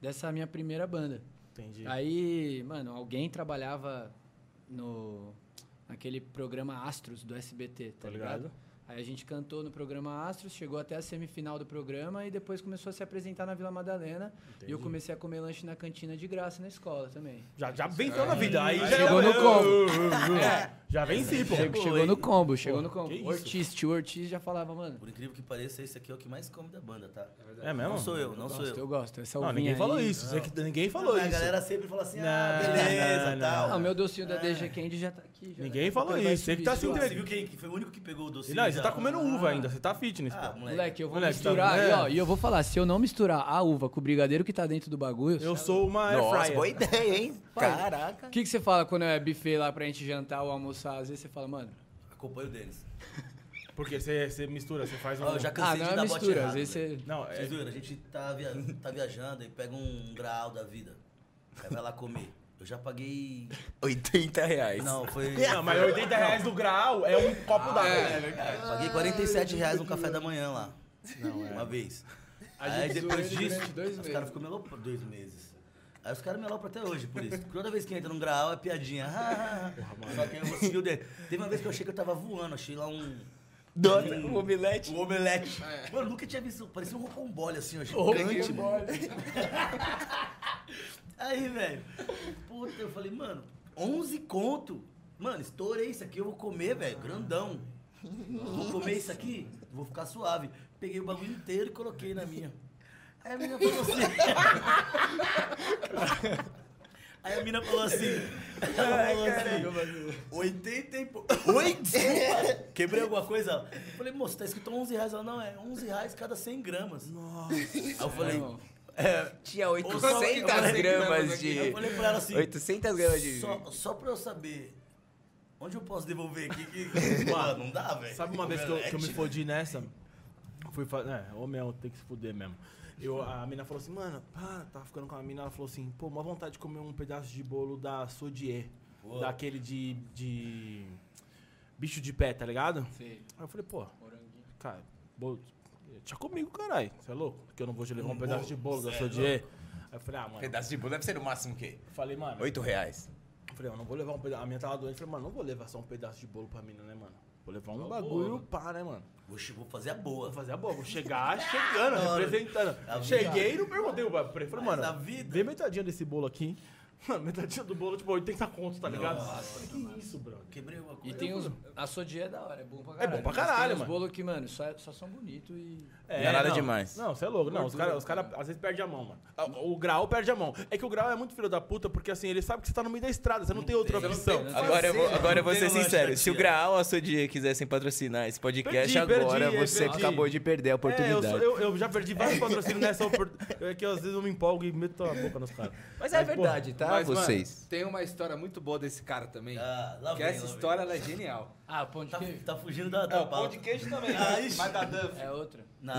dessa minha primeira banda. Entendi. Aí, mano, alguém trabalhava no naquele programa Astros do SBT, tá Tô ligado? ligado. Aí a gente cantou no programa Astros, chegou até a semifinal do programa e depois começou a se apresentar na Vila Madalena. E eu Entendi. comecei a comer lanche na cantina de graça na escola também. Já, já venceu na vida. Aí Aí já chegou no combo. Já venci, É, pô. Chegou, boa, chegou hein? no combo, chegou Pô, no combo. que isso? Ortiz, tio Ortiz já falava, mano. Por incrível que pareça, esse aqui é o que mais come da banda, tá? É mesmo? Não sou eu, não Eu sou gosto, eu eu. gosto. Essa Não, uvinha ninguém aí- falou né? isso. Você que- Ninguém falou a isso. galera sempre fala assim, ah, Não, beleza, não, tal. Ah, o meu docinho da É. DG Candy já tá aqui. já Ninguém tá falou ficando mais isso, ele que tá difícil. se Você viu quem que foi o único que pegou o docinho? Não, você já? tá comendo uva ainda. Você tá fitness, assim, Ah, pô. Moleque, eu vou Moleque, tá misturar. vendo? e, ó, e eu vou falar, se eu não misturar a uva com o brigadeiro que tá dentro do bagulho. Eu sou uma Nossa, airfryer. boa ideia, hein? Caraca. O que, que você fala quando é buffet lá pra gente jantar ou almoçar? Às vezes você fala, mano. Acompanho deles. Porque você você mistura, você faz um... Ó, eu já Ah, cansei não de é dar bote mistura. errado, Às vezes velho. você. Não, é... Vocês viram? A gente tá, via- tá viajando e pega um grau da vida. Aí vai lá comer. Eu já paguei. 80 reais. Não, foi. Não, É, mas 80 reais do grau é um copo d'água. É, Eu Paguei 47 reais no café da manhã lá. Uma vez. A Aí gente depois zoou ele disso, durante dois os meses. caras ficam melou por dois meses. Aí os caras me alopram até hoje por isso. Porque Toda vez que entra num grau é piadinha. Ah, Só que eu vou seguir o dedo. Teve uma vez que eu achei que eu tava voando, achei lá um. Nossa, o omelete. Um omelete. É. Mano, nunca tinha visto. Parecia um rocombole assim, ó, gigante. Aí, velho. Puta, eu falei, mano, 11 conto. Mano, estourei isso aqui, eu vou comer, velho, grandão. Vou comer isso aqui, vou ficar suave. Peguei o bagulho inteiro e coloquei na minha. Aí a mina falou assim. Aí a mina falou assim. Ela falou assim. 80 e pouco. Oi? Desculpa. Quebrei alguma coisa? Eu falei, moço, tá escrito 11 reais. Ela, não, é 11 reais cada 100 gramas. Nossa. Aí eu falei, irmão. é, Tá Tinha Ou só- 800 eu falei que tá gramas não, de... eu falei pra ela assim. 800 gramas de... Só, só pra eu saber. Onde eu posso devolver aqui? Que, que- Mano, não dá, velho. Sabe uma vez que eu, que eu me fodi nessa? Fui fazer. É, ô meu, tem que se fuder mesmo. Eu, a mina falou assim, mano, pá, tava ficando com a mina, ela falou assim, pô, mó vontade de comer um pedaço de bolo da Sodier. Boa. Daquele de. de. bicho de pé, tá ligado? Sei, Aí eu falei, pô, moranguinho. cara, bolo. Tinha comigo, caralho. Você é louco? Porque eu não vou te levar um, Um pedaço bolo, de bolo da cê é Sodier. Aí eu falei, ah, mano. Pedaço de bolo deve ser no máximo o quê? Eu falei, mano. 8 reais. Eu falei, eu não vou levar um pedaço. A minha tava doente. Eu falei, mano, não vou levar só um pedaço de bolo pra mina, né, mano? Vou levar um bagulho pá, né, mano? Vou, che- vou fazer a boa. Vou fazer a boa, vou chegar chegando, Não, representando. a vida. Cheguei e não perguntei o bagulho. Falei, Mas mano, a vida. dê metadinha desse bolo aqui. Mano, metadinha do bolo, tipo, 80 contos, tá ligado? Nossa. Falei, que isso, brother? Quebrei uma coisa. E tem uns. A sodier é da hora, é bom pra É caralho. bom pra mas caralho, tem uns mano. bolos que, mano, só, é, só são bonitos e. É, Não é nada não. demais. Não, você é louco. Não, os caras os cara, às vezes perdem a mão, mano. Ah, O, o grau perde a mão. É que o grau é muito filho da puta, porque assim, ele sabe que você tá no meio da estrada, você não tem outra tem, você opção. não É, tem, né? Agora, é eu vou, Fazer, agora eu vou não ser tem lanche sincero. da Se o tia. Graal a Sodia quisessem patrocinar esse podcast Perdi, agora, perdi, você perdi. acabou de perder a É, eu, oportunidade. sou- eu, eu já perdi vários patrocínios nessa oportunidade. É que às vezes eu me empolgo e meto a boca nos caras. Mas é verdade, tá? Mas, Vocês. mano, tem uma história muito boa desse cara também. Ah, lá que vem, essa lá vem. história ela é genial. Ah, pão de Tá, queijo? tá fugindo da, É, da pauta. queijo também. Ai, mas da Duff. É outra. Não.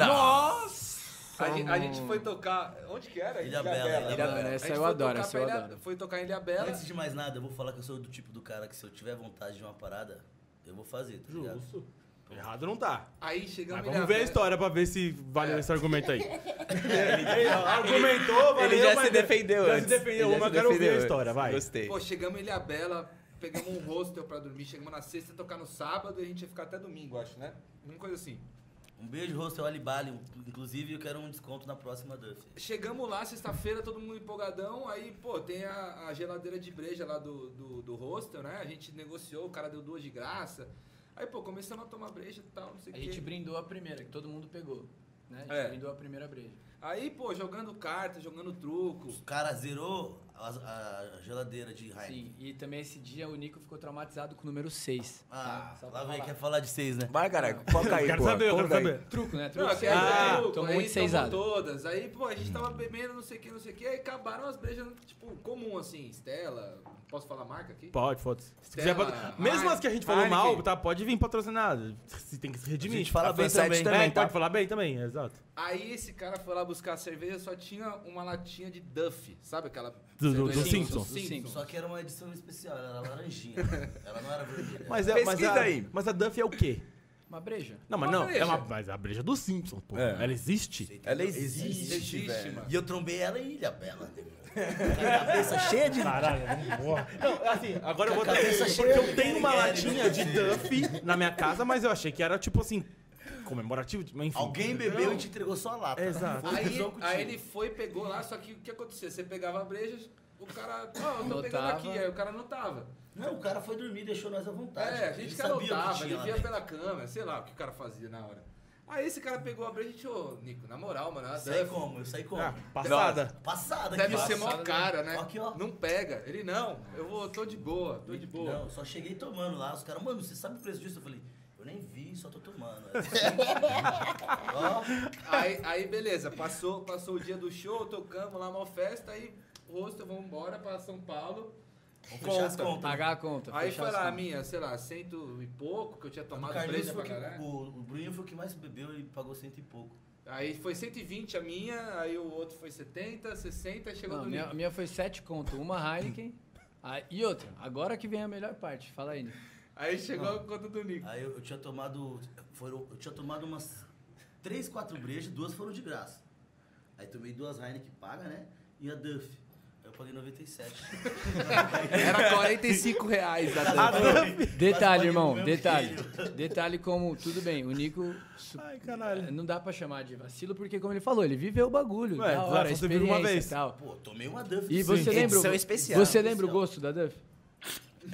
A, gen- a gente foi tocar. Onde que era? Ilhabela, Ilhabela. Tá A gente Essa foi eu adoro, tocar essa pra eu Ilha- adoro. Foi tocar em Ilhabela. Antes de mais nada, eu vou falar que eu sou do tipo do cara que se eu tiver vontade de uma parada, eu vou fazer, tá ligado? Justo. Errado não tá. Aí chegamos Mas em vamos ver É. a Ilhabela. história pra ver se valeu esse argumento aí. Ele argumentou, valeu. Ele já mas é, se defendeu Já antes. se defendeu, Ele mas já se eu quero ouvir a defendeu história, antes. vai. É. Gostei. Pô, chegamos em Ilhabela, pegamos um hostel pra dormir, chegamos na sexta, tocar no sábado e a gente ia ficar até domingo, acho, né? Uma coisa assim. Um beijo, rosto, Alibali. Inclusive, eu quero um desconto na próxima Duff. Chegamos lá, sexta-feira, todo mundo empolgadão. Aí, pô, tem a, a geladeira de breja lá do, do, do hostel, né? A gente negociou, o cara deu duas de graça. Aí, pô, começamos a tomar breja e tal, não sei o A quê. gente brindou a primeira, que todo mundo pegou. Né? A gente É. brindou a primeira breja. Aí, pô, jogando carta, jogando truco. O cara zerou a, a geladeira de Heineken. Sim, e também esse dia o Nico ficou traumatizado com o número Tá? 6. Tá, Ah, lá vem, quer falar de seis, né? Vai, cara. Foca aí, Eu quero pô. saber, eu quero Conta aí. saber. Truco, né? Não, Truco. aqui é Ah, truco, tomou aí muito seisado. todas. Aí, pô, a gente tava bebendo, não sei o que, não sei o que. Aí acabaram as brejas, tipo, comum, assim. Estela, posso falar marca aqui? Pode, foda-se. Se Stella, quiser patro- Mesmo Heineken. as que a gente falou mal, Heineken. tá? Pode vir patrocinado. Se tem que se redimir. A gente fala Tá bem falando também. É, tá? pode falar bem também, exato. Aí esse cara foi lá buscar a cerveja, só tinha uma latinha de Duff, sabe aquela... Do- do- cerveja do Simpson. Do Simpson. Só que era uma edição especial, ela era laranjinha. ela não era vermelha. Mas, é, mas, Pesquisa a, aí. mas a Duff é o quê? Uma breja. Não, mas Uma não. É breja. uma, mas a breja do Simpsons, pô. É. Ela existe? Ela Existe, existe, velho. velho. E eu trombei ela em Ilha Bela. né? cabeça Tá cheia de. Caralho, porra. Não, assim, agora eu vou dar. Cabeça Porque cheia de eu tenho uma LL. latinha de Duff na minha casa, mas eu achei que era tipo assim, comemorativo, mas enfim. Alguém bebeu e te entregou só a lata. Exato. Foi Aí, visão contigo. aí ele foi, pegou lá, só que o que acontecia? Você pegava a breja, o cara... Ó, eu tô Não pegando tava. aqui, aí o cara não tava. Não, o cara foi dormir e deixou nós à vontade. É, a gente Tá, Ele sabia o que garotava, tinha ele lá via dentro. pela câmera, sei lá o que o cara fazia na hora. Aí esse cara pegou a breja e disse, ô, Nico, na moral, mano, a Eu é saí Duff como? Eu saí como? Ah, passada. Passada deve aqui, ser ó. mó cara, né? Aqui, ó. Não pega. Ele, não, eu vou, tô de boa, tô de boa. Não, só cheguei tomando lá. Os caras, mano, você sabe o preço disso? Eu falei, eu nem vi, só tô tomando. Ó, Aí, aí, beleza, passou, passou o dia do show, tocamos lá, uma festa, aí rosto, vamos embora pra São Paulo. vamos fechar as Conta. contas. Pagar a Tá conta. aí fechar foi as assim. lá a contas. minha, sei lá, cento e pouco, que eu tinha O tomado Carlinhos preço foi pra o que- caralho. o, o Bruninho foi o que mais bebeu e pagou cento e pouco. Aí foi 120 a minha, aí o outro foi 70, 60, chegou Não, no minha, a minha foi 7 conto, uma Heineken. ah, e outra, agora que vem a melhor parte. Fala aí, Nico. Aí chegou a conta do Nico. Aí eu, eu tinha tomado. Foram, eu tinha tomado umas três, quatro brejas, duas foram de graça. Aí tomei duas Heineken paga, né? E a Duff. Aí eu paguei 97. Era 45 reais da Ah, A Duff! Detalhe, paguei irmão, o meu detalhe. filho. Detalhe como, tudo bem, o Nico. su- eh, Ai, caralho. É, Não dá pra chamar de vacilo, porque como ele falou, ele viveu o bagulho. Ué, da claro, hora, a você vive uma experiência vez. e tal. Pô, tomei uma Duff. E Sim. você lembra, Edição o- especial. você lembra o Especial. gosto da Duff?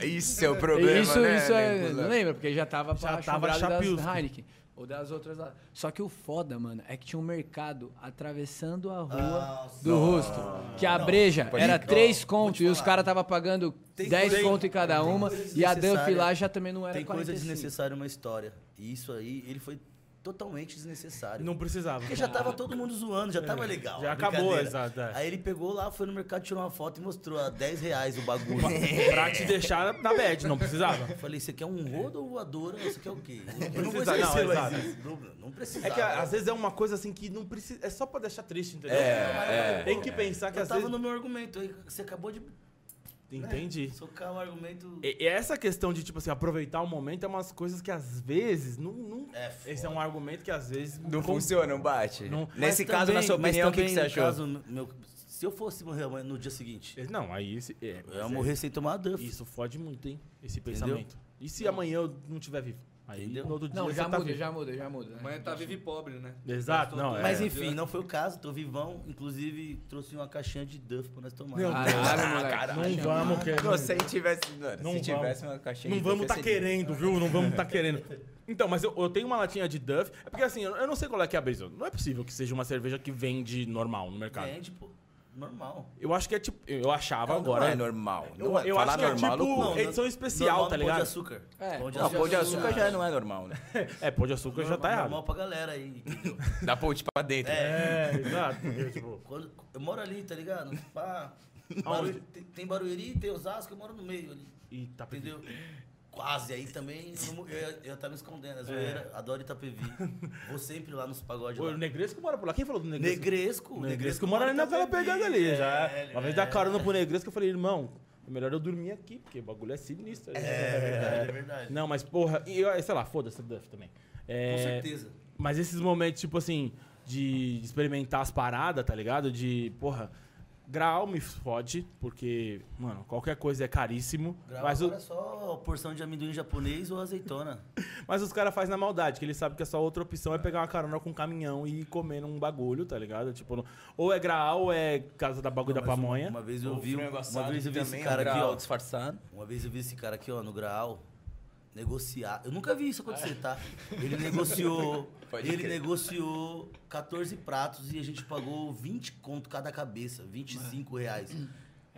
Isso é o problema, isso, né? isso é, Nicolas? não lembra, porque já tava Já pra tava chumbrado chapiusco. das Heineken. Ou das outras lá. Só que o foda, mano, é que tinha um mercado atravessando a rua Ah, Nossa. do rosto. Que a Não, breja pode era crer. três Ó, vou conto te e os falar. caras tava pagando Tem 10 coisa- conto em cada tem uma. coisa E a Duff desnecessária. lá já também não era Tem coisa 45. desnecessária uma história. E isso aí, ele foi totalmente desnecessário. Não precisava. é, Porque já tava todo mundo zoando, já É, tava legal. Já a acabou, brincadeira. exato, é. Aí ele pegou lá, foi no mercado, tirou uma foto e mostrou a 10 reais o bagulho. Pra te deixar na bad, não precisava. Eu falei, você quer um rodo ou voadora? Você quer o quê? Eu Não vou É. precisa, esquecer não, mais exato. isso. Não, não precisa. É que às vezes é uma coisa assim que não precisa. É só pra deixar triste, entendeu? É, é. Tem que pensar que eu às tava vezes. no meu argumento. aí Você acabou de né, Entendi. socar o argumento. E e essa questão de, tipo assim, aproveitar o momento é umas coisas que às vezes não. não- É foda. Esse é um argumento que às vezes. Não funciona, não bate? Não. Nesse Mas caso, na também- sua mas opinião, o que, que também, você no achou? caso, meu- se eu fosse morrer amanhã- no dia seguinte, Não, aí esse. é, eu ia morrer sem tomar Duff. Isso fode muito, hein? Esse pensamento. E se amanhã eu não estiver vivo? Aí Entendeu? no outro dia Não, você já tá muda, vivo. já muda, já muda. né? Amanhã tá vivo e pobre, né? Exato, não, é. Mas enfim, não foi o caso, tô vivão. Inclusive, trouxe uma caixinha de Duff pra nós tomar. Ah, Meu Deus. Caralho, moleque. Ah, Não vamos querer. Não, se a gente tivesse. mano, Não se tivesse vamos. uma caixinha Não de vamos tá café, seria- querendo, viu? Não vamos tá querendo. Então, mas eu, eu tenho uma latinha de Duff. É porque assim, eu, eu não sei qual é que é a brisa. Não é possível que seja uma cerveja que vende normal no mercado. é, Vende, pô. Normal. Eu acho que é tipo. Eu achava Não, agora. Não é normal. Eu- Não é- eu falar acho que é normal, tipo- loucura. Pô, edição especial, normal tá no Pão ligado? de açúcar. É, Pão de Não, pão de açúcar. açúcar já não é normal, né? É, pão de açúcar já tá Normal errado. pra galera aí. entendeu? Dá ponte pra dentro. né? É, exato. porque, tipo, Quando- eu moro ali, tá ligado? Pá. Barueri- tem, tem Barueri, tem Osasco, eu moro no meio ali. Eita, pedido. Entendeu? Quase, aí também não- eu, eu tava É. me escondendo. A zoeira, adoro Itapevi. Vou sempre lá nos pagodes. O Lá. Negresco mora por lá. Quem falou do Negresco? Negresco. O Negresco mora ali naquela Itapevi. pegada ali. Já. É, Uma vez da carona pro Negresco, eu falei, irmão, é melhor eu dormir aqui, porque o bagulho é sinistro. É verdade, é verdade. Não, mas porra, e eu, sei lá, foda-se Duff também. É, Com certeza. Mas esses momentos, tipo assim, de experimentar as paradas, tá ligado? De, porra, grau me fode, porque, mano, qualquer coisa é caríssimo. Grau Mas, o- agora é só porção de amendoim japonês ou azeitona. mas os caras fazem na maldade, que eles sabem que a sua outra opção é pegar uma carona com um caminhão e comer num bagulho, tá ligado? Tipo, não- ou é grau, ou é casa da bagulho da Mas uma- pamonha. Uma, vez eu vi, frango uma assado vez eu vi também esse é um cara aqui, grau ó. Disfarçado. Uma vez eu vi esse cara aqui, ó, no Graal, negociar. Eu nunca vi isso acontecer, tá? Ele negociou. Pode ele crer. negociou 14 pratos e a gente pagou 20 conto cada cabeça, 25 reais.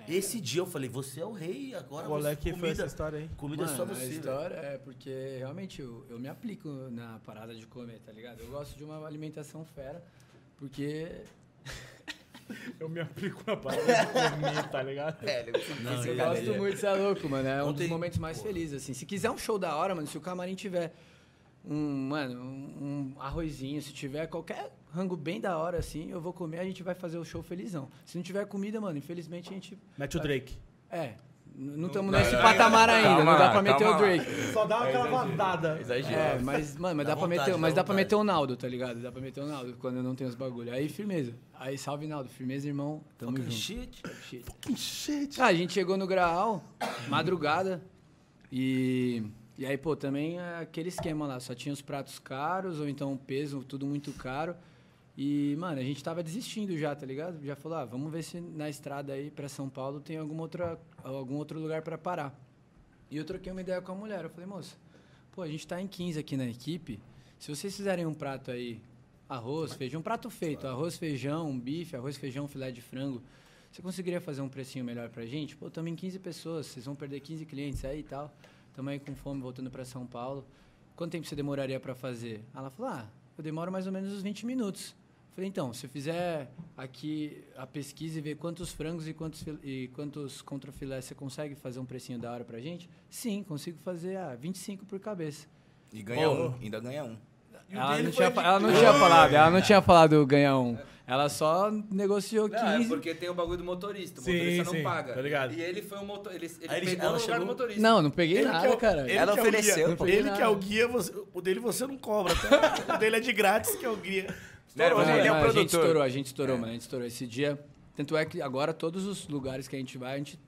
Esse dia eu falei, você é o rei agora. Qual você, é que foi essa história aí? Comida é só Mano, você. A velho. história é porque realmente eu, eu me aplico na parada de comer, tá ligado? Eu gosto de uma alimentação fera, porque. Eu me aplico na parada de comer, tá ligado? É, ele eu gosto muito, você é louco, mano. É um dos Ontem- momentos mais felizes, assim. Se quiser um show da hora, mano, se o camarim tiver um, mano, um, um arrozinho, se tiver qualquer rango bem da hora, assim, eu vou comer, a gente vai fazer o show felizão. Se não tiver comida, mano, infelizmente a gente. Mete o Drake. É. n- Não Não, estamos nesse não, patamar não, ainda, calma não dá lá, pra meter calma o lá. Tá Drake. Só dá aquela vazada. É, Exagero. mas, mano, mas, Dá dá, pra vontade, meter, mas dá dá pra vontade. meter o Naldo, tá ligado? Dá pra meter o Naldo quando eu não tenho os bagulho. Aí, firmeza. Aí, salve, Naldo. Firmeza, irmão. Tamo Fucking junto. shit. Shit. Que shit. Ah, a gente chegou no Graal, madrugada, e... E aí, pô, também é aquele esquema lá. Só tinha os pratos caros, ou então o peso, tudo muito caro. E, mano, a gente tava desistindo já, tá ligado? Já falou, ah, vamos ver se na estrada aí pra São Paulo tem alguma outra, algum outro lugar pra parar. E eu troquei uma ideia com a mulher. Eu falei, moça, pô, a gente tá em 15 aqui na equipe. Se vocês fizerem um prato aí, arroz, feijão, um prato feito, arroz, feijão, um bife, arroz, feijão, filé de frango, você conseguiria fazer um precinho melhor pra gente? Pô, estamos em 15 pessoas, vocês vão perder 15 clientes aí e tal. Estamos aí com fome voltando pra São Paulo. Quanto tempo você demoraria pra fazer? Ela falou, ah, eu demoro mais ou menos uns 20 minutos. Eu Falei, então, se eu fizer aqui a pesquisa e ver quantos frangos e quantos, fil- e quantos contrafilés você consegue fazer um precinho da hora pra gente? Sim, consigo fazer ah, 25 por cabeça. E ganha um, ainda ganha um. Ela não, tinha, fa- ela não tinha falado, ela não tinha falado ganhar um. Ela só negociou Não, é 15. porque tem o bagulho do motorista. O Sim, motorista sim, não paga. tá ligado. E ele foi o motor. Ele, ele Aí ele- pegou ela o lugar do chegou- motorista. Não, não peguei Ele que é o- nada, cara. ele Ela que é o ofereceu, guia. pô. Ele que é o guia, você- o dele você não cobra. tá? o dele é de grátis, que é o guia. Não, né? Mano, ele é o mano, A gente produtor. É. estourou, a gente estourou, mano. A gente estourou esse dia. Tanto é que agora todos os lugares que a gente vai, a gente.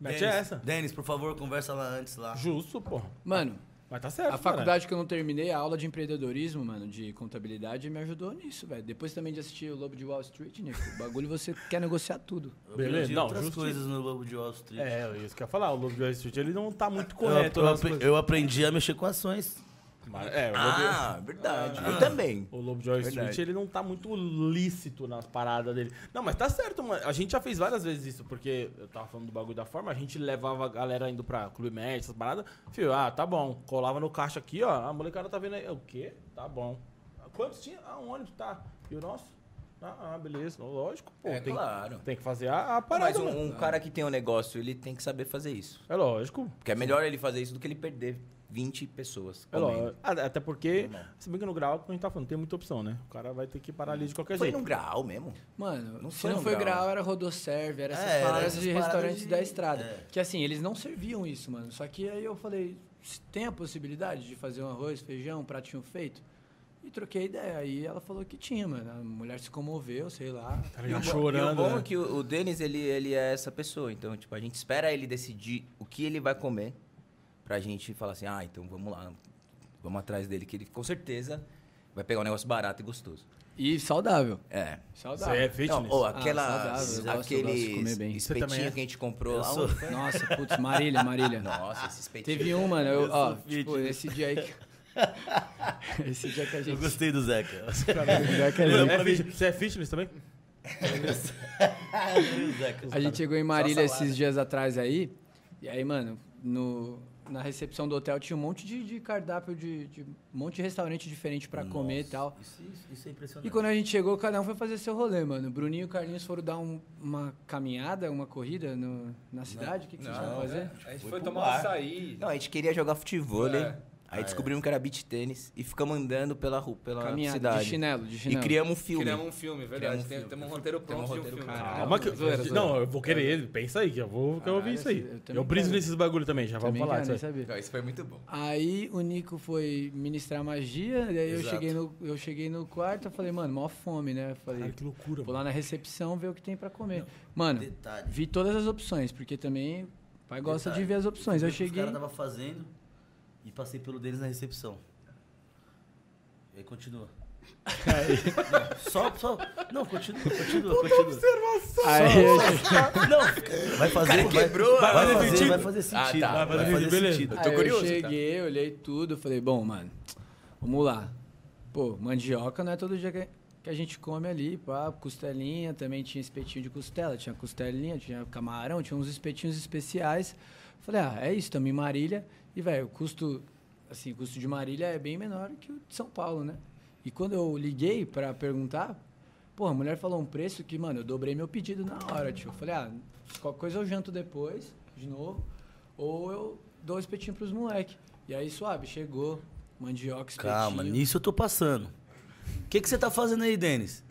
Mete Denis, é essa. Denis, por favor, conversa lá antes lá. Justo, porra. Mano, Mas tá certo, a faculdade que eu não terminei, a aula de empreendedorismo, mano, de contabilidade, me ajudou nisso, velho. Depois também de assistir o Lobo de Wall Street, Nico. O bagulho você quer negociar tudo. Eu Beleza, aprendi não, outras justo. coisas no Lobo de Wall Street. É, isso que eu ia falar. O Lobo de Wall Street, ele não tá muito Eu, correto. eu nas apre- coisas. eu aprendi a mexer com ações. Mas, é, o Lobo, Ah, verdade. Eu também. o Lobo de Wall Street, Verdade. ele não tá muito lícito nas paradas dele. Não, mas tá certo, mano. A gente já fez várias vezes isso, porque eu tava falando do bagulho da forma, a gente levava a galera indo pra Clube Med, essas paradas. Fio, ah, tá bom. Colava no caixa aqui, ó. A molecada tá vendo aí. O quê? Tá bom. Quantos tinha? Ah, um ônibus, tá. E o nosso? Ah, ah, beleza. Lógico, pô. É, tem, claro. tem que fazer a, a parada. Mas mano. um, um cara que tem um negócio, ele tem que saber fazer isso. É lógico. Porque é melhor ele fazer isso do que ele perder 20 pessoas. É comendo. lógico. Ah, Até porque, Normal. se bem que no grau, como a gente tá falando, não tem muita opção, né? O cara vai ter que parar ali de qualquer Foi jeito. num grau mesmo. Mano, Não se foi não um foi grau. grau, era rodosserve, era essas É, era paradas essas de paradas restaurantes de- da estrada. é. Que assim, eles não serviam isso, mano. Só que aí eu falei, "Se tem a possibilidade de fazer um arroz, feijão, um pratinho feito? E troquei a ideia. Aí ela falou que tinha, mano. A mulher se comoveu, sei lá. Tá E o ligado? bom- E o Chorando. bom né? é que o, o Denis, ele, ele é essa pessoa. Então, tipo, a gente espera ele decidir o que ele vai comer pra gente falar assim, ah, então vamos lá. Vamos atrás dele, que ele com certeza vai pegar um negócio barato e gostoso. E saudável. Você É. é Saudável. fitness? Não, ou Ah, aquelas, saudável, eu gosto- eu gosto de comer aqueles bem. Você espetinho também é? que a gente comprou lá. um sou. Nossa, putz, Marília, Marília. Nossa, esse espetinho. Teve um, mano, eu, ó, sou tipo, esse dia aí que... esse dia que a Eu gente... gostei do Zeca. Já que a Você gente- é fit- Você é fitness também? Adorei o Zeca. A gente chegou em Marília salada. esses dias atrás aí. E aí, mano, no, na recepção do hotel tinha um monte de, de cardápio, de, de um monte de restaurante diferente pra comer e tal. Isso, isso- isso é impressionante. E quando a gente chegou, cada um foi fazer seu rolê, mano. O Bruninho e o Carlinhos foram dar um- uma caminhada, uma corrida no- na cidade. O que, que vocês Não, foram fazer? A gente Foi É, tipo, foi, pro tomar um bar. açaí. Não, a gente queria jogar futebol, É. hein? Aí descobrimos que era beach tênis e ficamos andando pela, rua, pela Caminhada, cidade. de chinelo, de chinelo. E criamos um filme. Criamos um filme, é verdade. Criamos um Tem- filme. Temos um roteiro Temos um pronto de um roteiro, Ah, filme. cara. Calma Ah, que. Zoeira, zoeira. Não, eu vou querer. Pensa aí, que eu vou que eu ouvi Caralho, isso aí. Ah, eu Eu, também briso quero. nesses bagulho também, já vamos Também falar quero, nem disso aí. sabia. Não, isso foi muito bom. Tá Aí o Nico foi ministrar magia, e aí eu Exato. cheguei, no, eu cheguei no quarto, eu falei, mano, mó fome, né? Eu Falei, Cara, que loucura, Vou mano. lá na recepção ver o que tem pra comer. Mano, Detalhe. vi todas as opções, porque também o pai gosta Detalhe. de ver as opções. Eu vi o que cheguei. Os tá- caras tava fazendo e passei pelo deles na recepção. E aí continua. Não, só, só. Não, continua, continua, continua. Aí eu- Não, vai fazer. vai- quebrou, vai, vai fazer fazer, sentido. vai fazer sentido. Ah, tá. Vai Beleza, fazer beleza. sentido. Ah, aí eu curioso, cara. cheguei, olhei tudo, falei, bom, mano, vamos lá. Pô, mandioca não é todo dia que que a gente come ali, pá, costelinha, também tinha espetinho de costela, tinha costelinha, tinha camarão, tinha uns espetinhos especiais. Falei, ah, é isso, também Marília. E, velho, o custo, assim, o custo de Marília é bem menor que o de São Paulo, né? E quando eu liguei pra perguntar, pô, a mulher falou um preço que, mano, eu dobrei meu pedido na hora, tio. Eu Falei, ah, qualquer coisa eu janto depois, de novo, ou eu dou um espetinho pros moleques. E aí, suave, chegou, mandioca, espetinho. Calma, nisso eu tô passando. O que, que você tá fazendo aí, Denis?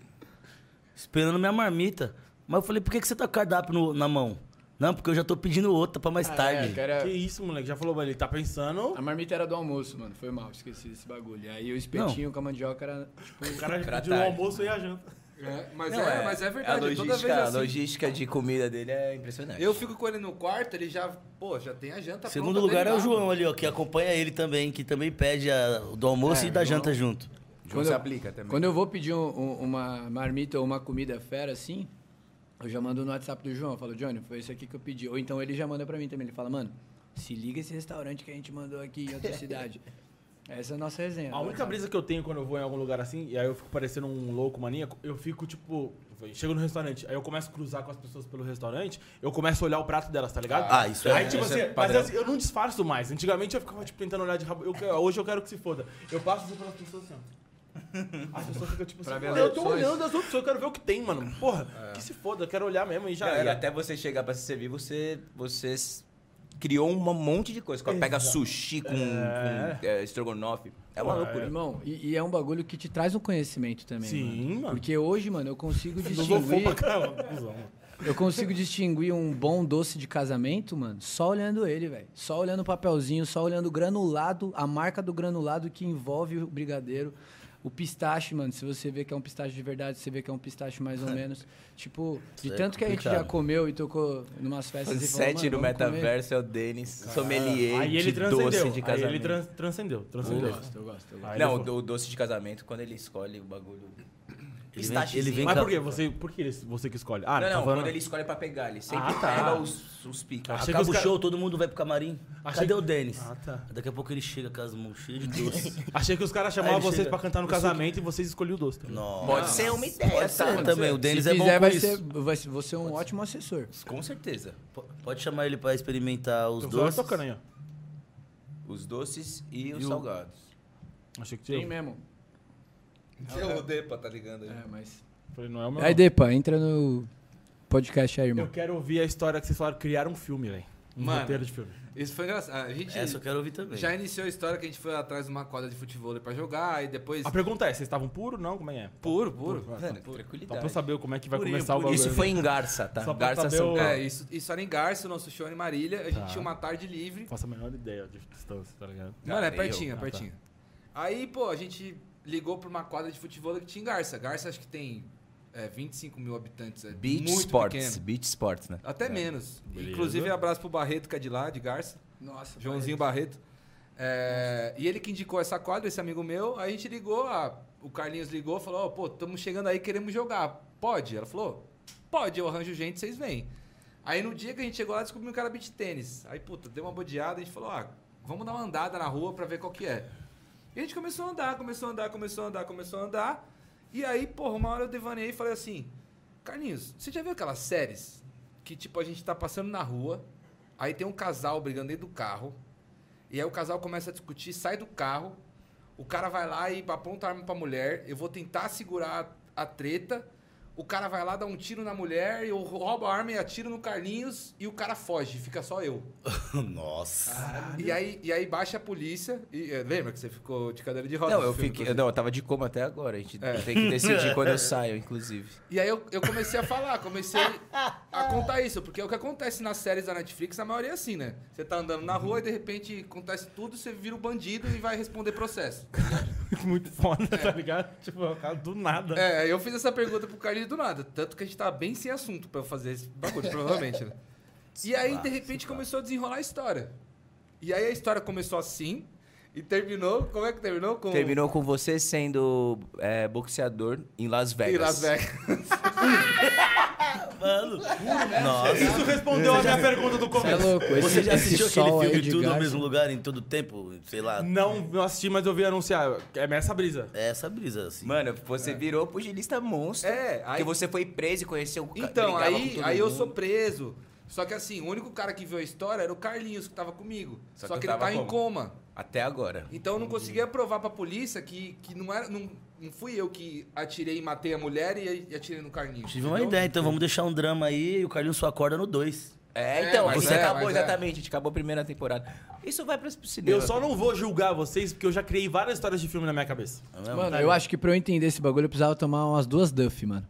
Esperando minha marmita. Mas eu falei, por que, que você tá com o cardápio no- na mão? Não, porque eu já tô pedindo outra pra mais Ah, é, tarde. que era- Que isso, moleque. Já falou, mano, ele tá pensando. A marmita era do almoço, mano. Foi mal, esqueci desse bagulho. E aí o espetinho com a mandioca era. Tipo, O cara Pra pediu o tarde. almoço e a janta. É, mas, Não, é, mas é verdade. A logística, toda vez a assim. logística de comida dele é impressionante. Eu fico com ele no quarto, ele já, pô, já tem a Tá janta Segundo pronta lugar dele é o lá, João mano. ali, ó, que acompanha ele também, que também pede a- o do É, almoço e da janta junto. João Quando se eu- aplica também. Quando eu vou pedir um- um- uma marmita ou uma comida fera assim, eu já mando no WhatsApp do João. Eu falo, Johnny, foi isso aqui que eu pedi. Ou então ele já manda pra mim também. Ele fala, mano, se liga esse restaurante que a gente mandou aqui em outra cidade. Essa é a nossa resenha. A única brisa que eu tenho quando eu vou em algum lugar assim, e aí eu fico parecendo um louco maníaco, eu fico tipo. Chego no restaurante, aí eu começo a cruzar com as pessoas pelo restaurante, eu começo a olhar o prato delas, tá ligado? Ah, isso é- Aí, tipo isso assim, é mas padrão. assim, eu não disfarço mais. Antigamente eu ficava, tipo, tentando olhar de rabo. eu- hoje eu quero que se foda. Eu passo assim pelas pessoas assim, ó. As pessoas ficam tipo assim, ver "Mano, as eu tô opções." olhando as opções, eu quero ver o que tem, mano. Porra, que se foda, eu quero olhar mesmo e já Galera, era. até você chegar pra se servir, você, você s- criou um monte de coisa. Pega sushi com, com, é, estrogonofe. É Ah, uma loucura. Irmão, e, e é um bagulho que te traz um conhecimento também. Sim, mano. Porque hoje, mano, eu consigo Não vou distinguir. fome pra caramba, cuzão. Eu consigo distinguir um bom doce de casamento, mano, só olhando ele, velho. Só olhando o papelzinho, só olhando o granulado, a marca do granulado que envolve o brigadeiro. O pistache, mano, se você vê que é um pistache de verdade, você vê que é um pistache mais ou menos. Tipo, de Isso é tanto que a gente já complicado. comeu e tocou em umas festas e falou, Sete mano, no vamos comer. metaverso é o Denis, sommelier Aí ele de doce de transcendeu. Aí casamento. ele tran- transcendeu, Eu transcendeu. gosto, eu gosto, eu gosto. Aí ele Não, o foi- do- o doce de casamento, quando ele escolhe o bagulho... Ele vem, ele vem Mas com a- por quê? Você, por que ele- você que escolhe? Ah, Não, tá não, falando- quando ele escolhe pra pegar, ele sempre Ah, tá. pega os, os picos. Achei Acaba que o os show, todo mundo vai pro camarim. Achei que- Cadê o Denis? Ah, tá. Daqui a pouco ele chega com as mãos cheias de doce. Achei que os caras chamavam Aí ele vocês chega. pra cantar no casamento e vocês escolhiam o doce. tá ligado? Nossa. Pode ser uma ideia, Pode ser também, o Denis tá? Se é bom quiser, com vai isso. ser, vai ser, você é um ótimo assessor. Com certeza. Po- Pode chamar ele pra experimentar os Então, só doces. tocando aí, ó. Os doces e os salgados. Achei que Tem tinha. mesmo. É o Depa, tá ligando aí. É, mas... Falei, não é o meu. Aí, não. Depa, entra no podcast aí, irmão. Eu quero ouvir a história que vocês falaram, criar um filme, velho. Um Mano. roteiro de filme. Isso foi engraçado. A gente Essa eu quero ouvir também. já iniciou a história que a gente foi atrás de uma quadra de futebol pra jogar, e depois... A pergunta é, vocês estavam puro? Não, como é que é? Puro, puro. Mano, Só pra tranquilidade. eu saber como é que vai começar o bagulho. Isso foi em Garça, tá? Só pra Garça, saber São o- Paulo. É, isso, isso era em Garça, o nosso show em Marília. A gente Tá. tinha uma tarde livre. Faço a menor ideia de distância, tá ligado? Mano, é Cara, eu- pertinho, é Ah, tá. pertinho. Aí, pô, a gente ligou pra uma quadra de futebol que tinha em Garça. Garça acho que tem é, 25 mil habitantes. É Beach muito Sports. pequeno. Beach Sports, né? Até É. menos. Beleza. Inclusive, abraço pro Barreto, que é de lá, de Garça. Nossa, Joãozinho Barreto. É, e ele que indicou essa quadra, esse amigo meu, aí a gente ligou, ah, o Carlinhos ligou, falou, ó, pô, estamos chegando aí, queremos jogar, pode? Ela falou, pode, eu arranjo gente, vocês vêm. Aí no dia que a gente chegou lá, descobrimos que era beat tênis. Aí, puta, deu uma bodeada, a gente falou, ah, vamos dar uma andada na rua pra ver qual que é. E a gente começou a andar, começou a andar, começou a andar, começou a andar. E aí, porra, uma hora eu devaneei e falei assim, Carlinhos, você já viu aquelas séries que, tipo, a gente tá passando na rua, aí tem um casal brigando dentro do carro, e aí o casal começa a discutir, sai do carro, o cara vai lá e aponta a arma pra mulher, eu vou tentar segurar a a treta, o cara vai lá, dá um tiro na mulher, eu roubo a arma e atiro no Carlinhos, e o cara foge, fica só eu. Nossa. E aí, e aí baixa a polícia, e, eh, lembra que você ficou de cadeira de rodas? Não, no eu filme, fiquei. inclusive? Não, eu tava de coma até agora. A gente É. tem que decidir quando eu saio, inclusive. E aí eu, eu comecei a falar, comecei a contar isso, porque é o que acontece nas séries da Netflix, a maioria é assim, né? Você tá andando na rua e de repente acontece tudo, você vira o bandido e vai responder processo. Muito foda, tá ligado? Tipo, é um cara do nada. É, aí eu fiz essa pergunta pro Carlinhos do nada, tanto que a gente tava bem sem assunto pra eu fazer esse bagulho, provavelmente, né? E aí, de repente, começou a desenrolar a história. E aí a história começou assim e terminou. Como é que terminou? Com Terminou com você sendo é, boxeador em Las Vegas. em Las Vegas. Mano. Nossa. Isso respondeu a minha pergunta do Você é começo. louco. Esse, Você já esse assistiu sol aquele aí filme de tudo no Garfield. mesmo lugar, em todo tempo? Sei lá. Não, não assisti, mas eu vi anunciar. É essa brisa. É essa brisa, assim. Mano, você virou pugilista monstro. É, aí- Porque você foi preso e conheceu o ca- Então, brigava com aí, todo aí eu mundo. sou preso. Só que assim, o único cara que viu a história era o Carlinhos, que tava comigo. Só, Só que, que ele tava tá em como? coma. Até agora. Então eu não conseguia provar pra polícia que, que não era. Não, não fui eu que atirei e matei a mulher e, e atirei no Carlinhos. Tive uma entendeu? ideia, então vamos deixar um drama aí e o Carlinhos só acorda no 2. É, É, então, mas você é, acabou mas é. exatamente, a gente acabou a primeira temporada. Isso vai pra cinema. Eu só não vou julgar vocês, porque eu já criei várias histórias de filme na minha cabeça. é Tá Mano, eu acho que pra eu entender esse bagulho, eu precisava tomar umas duas Duff, mano.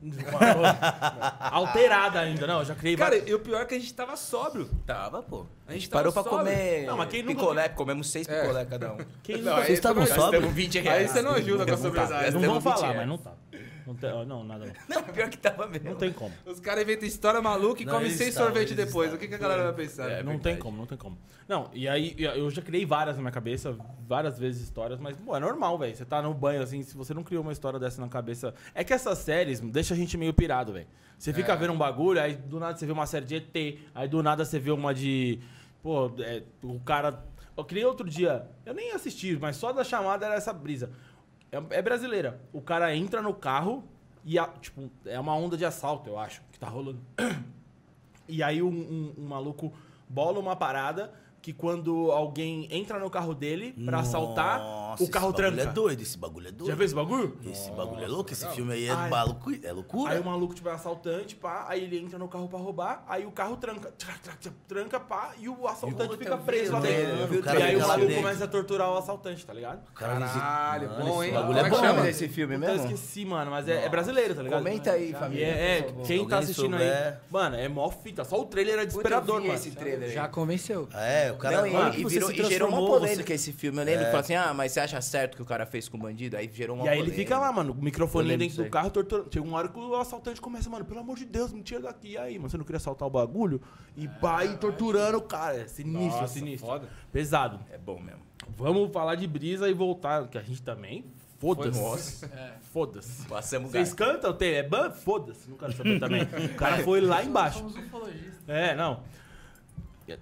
Alterada ainda, não, eu já criei Cara, várias. e o pior é que a gente tava sóbrio. Tava, pô. A A gente gente, tava parou pra sóbrio. comer Não, mas quem nunca- picolé, comemos seis É. picolé cada um. Quem Não, nunca- aí Vocês estavam também- sóbrios? Gastamos 20 Aí reais. você não ajuda com a Não sobriedade. vão falar, é. mas não tá. Não, tem- não, nada não. Não, pior que tava mesmo. Não tem como. Os caras inventam história maluca e Não, comem eles seis estavam, sorvete eles depois. estavam. O que, que a galera vai pensar? É, não tem verdade. como, não tem como. Não, e aí eu já criei várias na minha cabeça, várias vezes histórias, mas, pô, é normal, velho. Você tá no banho, assim, se você não criou uma história dessa na cabeça. É que essas séries deixa a gente meio pirado, velho. Você É. fica vendo um bagulho, aí do nada você vê uma série de ET, aí do nada você vê uma de. Pô, é, o cara. Eu criei outro dia, eu nem assisti, mas só da chamada era essa brisa. É, é brasileira. O cara entra no carro e, a- tipo, é uma onda de assalto, eu acho, que tá rolando. E aí um, um- um maluco bola uma parada que quando alguém entra no carro dele pra assaltar, tá, Nossa, o carro esse bagulho tranca. é doido, esse bagulho é doido. Já viu esse bagulho? Esse bagulho é louco, esse filme aí é, Ai. maluco, é loucura. Aí o maluco, tipo, é assaltante, pá, aí ele entra no carro pra roubar, aí o carro tranca, tra- tra- tra- tranca, pá, e o assaltante Puta, fica eu vi preso lá o trailer, eu dentro. e vi o aí trailer o lá maluco dentro. começa a torturar o assaltante, tá ligado? Cara, esse- Caralho, Mano, bom, esse hein? bagulho Como é é que bom, chama mano. desse filme Puta, eu esqueci, mano, mas é, é brasileiro, tá ligado? Comenta aí, E família. é, é, quem tá Alguém assistindo souber. aí, mano, é mó fita. Só o trailer é Puta, eu desesperador, vi mano. esse trailer aí. Já convenceu. Ah, É, o cara não, e- mano, e, você virou- se e gerou uma transformou, polêmica você- esse filme. Eu lembro que falou assim: ah, mas você acha certo que o cara fez com o bandido? Aí gerou uma E aí ele polêmica. fica lá, mano, o Eu microfone lembro dentro disso do aí. carro torturando. Chega uma hora que o assaltante começa, mano, pelo amor de Deus, me tira daqui. E aí, mano, você não queria assaltar o bagulho? E vai torturando o cara. É sinistro, Nossa, sinistro. foda. Pesado. É bom mesmo. Vamos falar de brisa e voltar, que a gente também. Foda-se. Foda-se. Passamos o Vocês gás. cantam? Tem, é ban? Foda-se, não quero saber também. O cara foi lá embaixo. Somos ufologistas. É, não.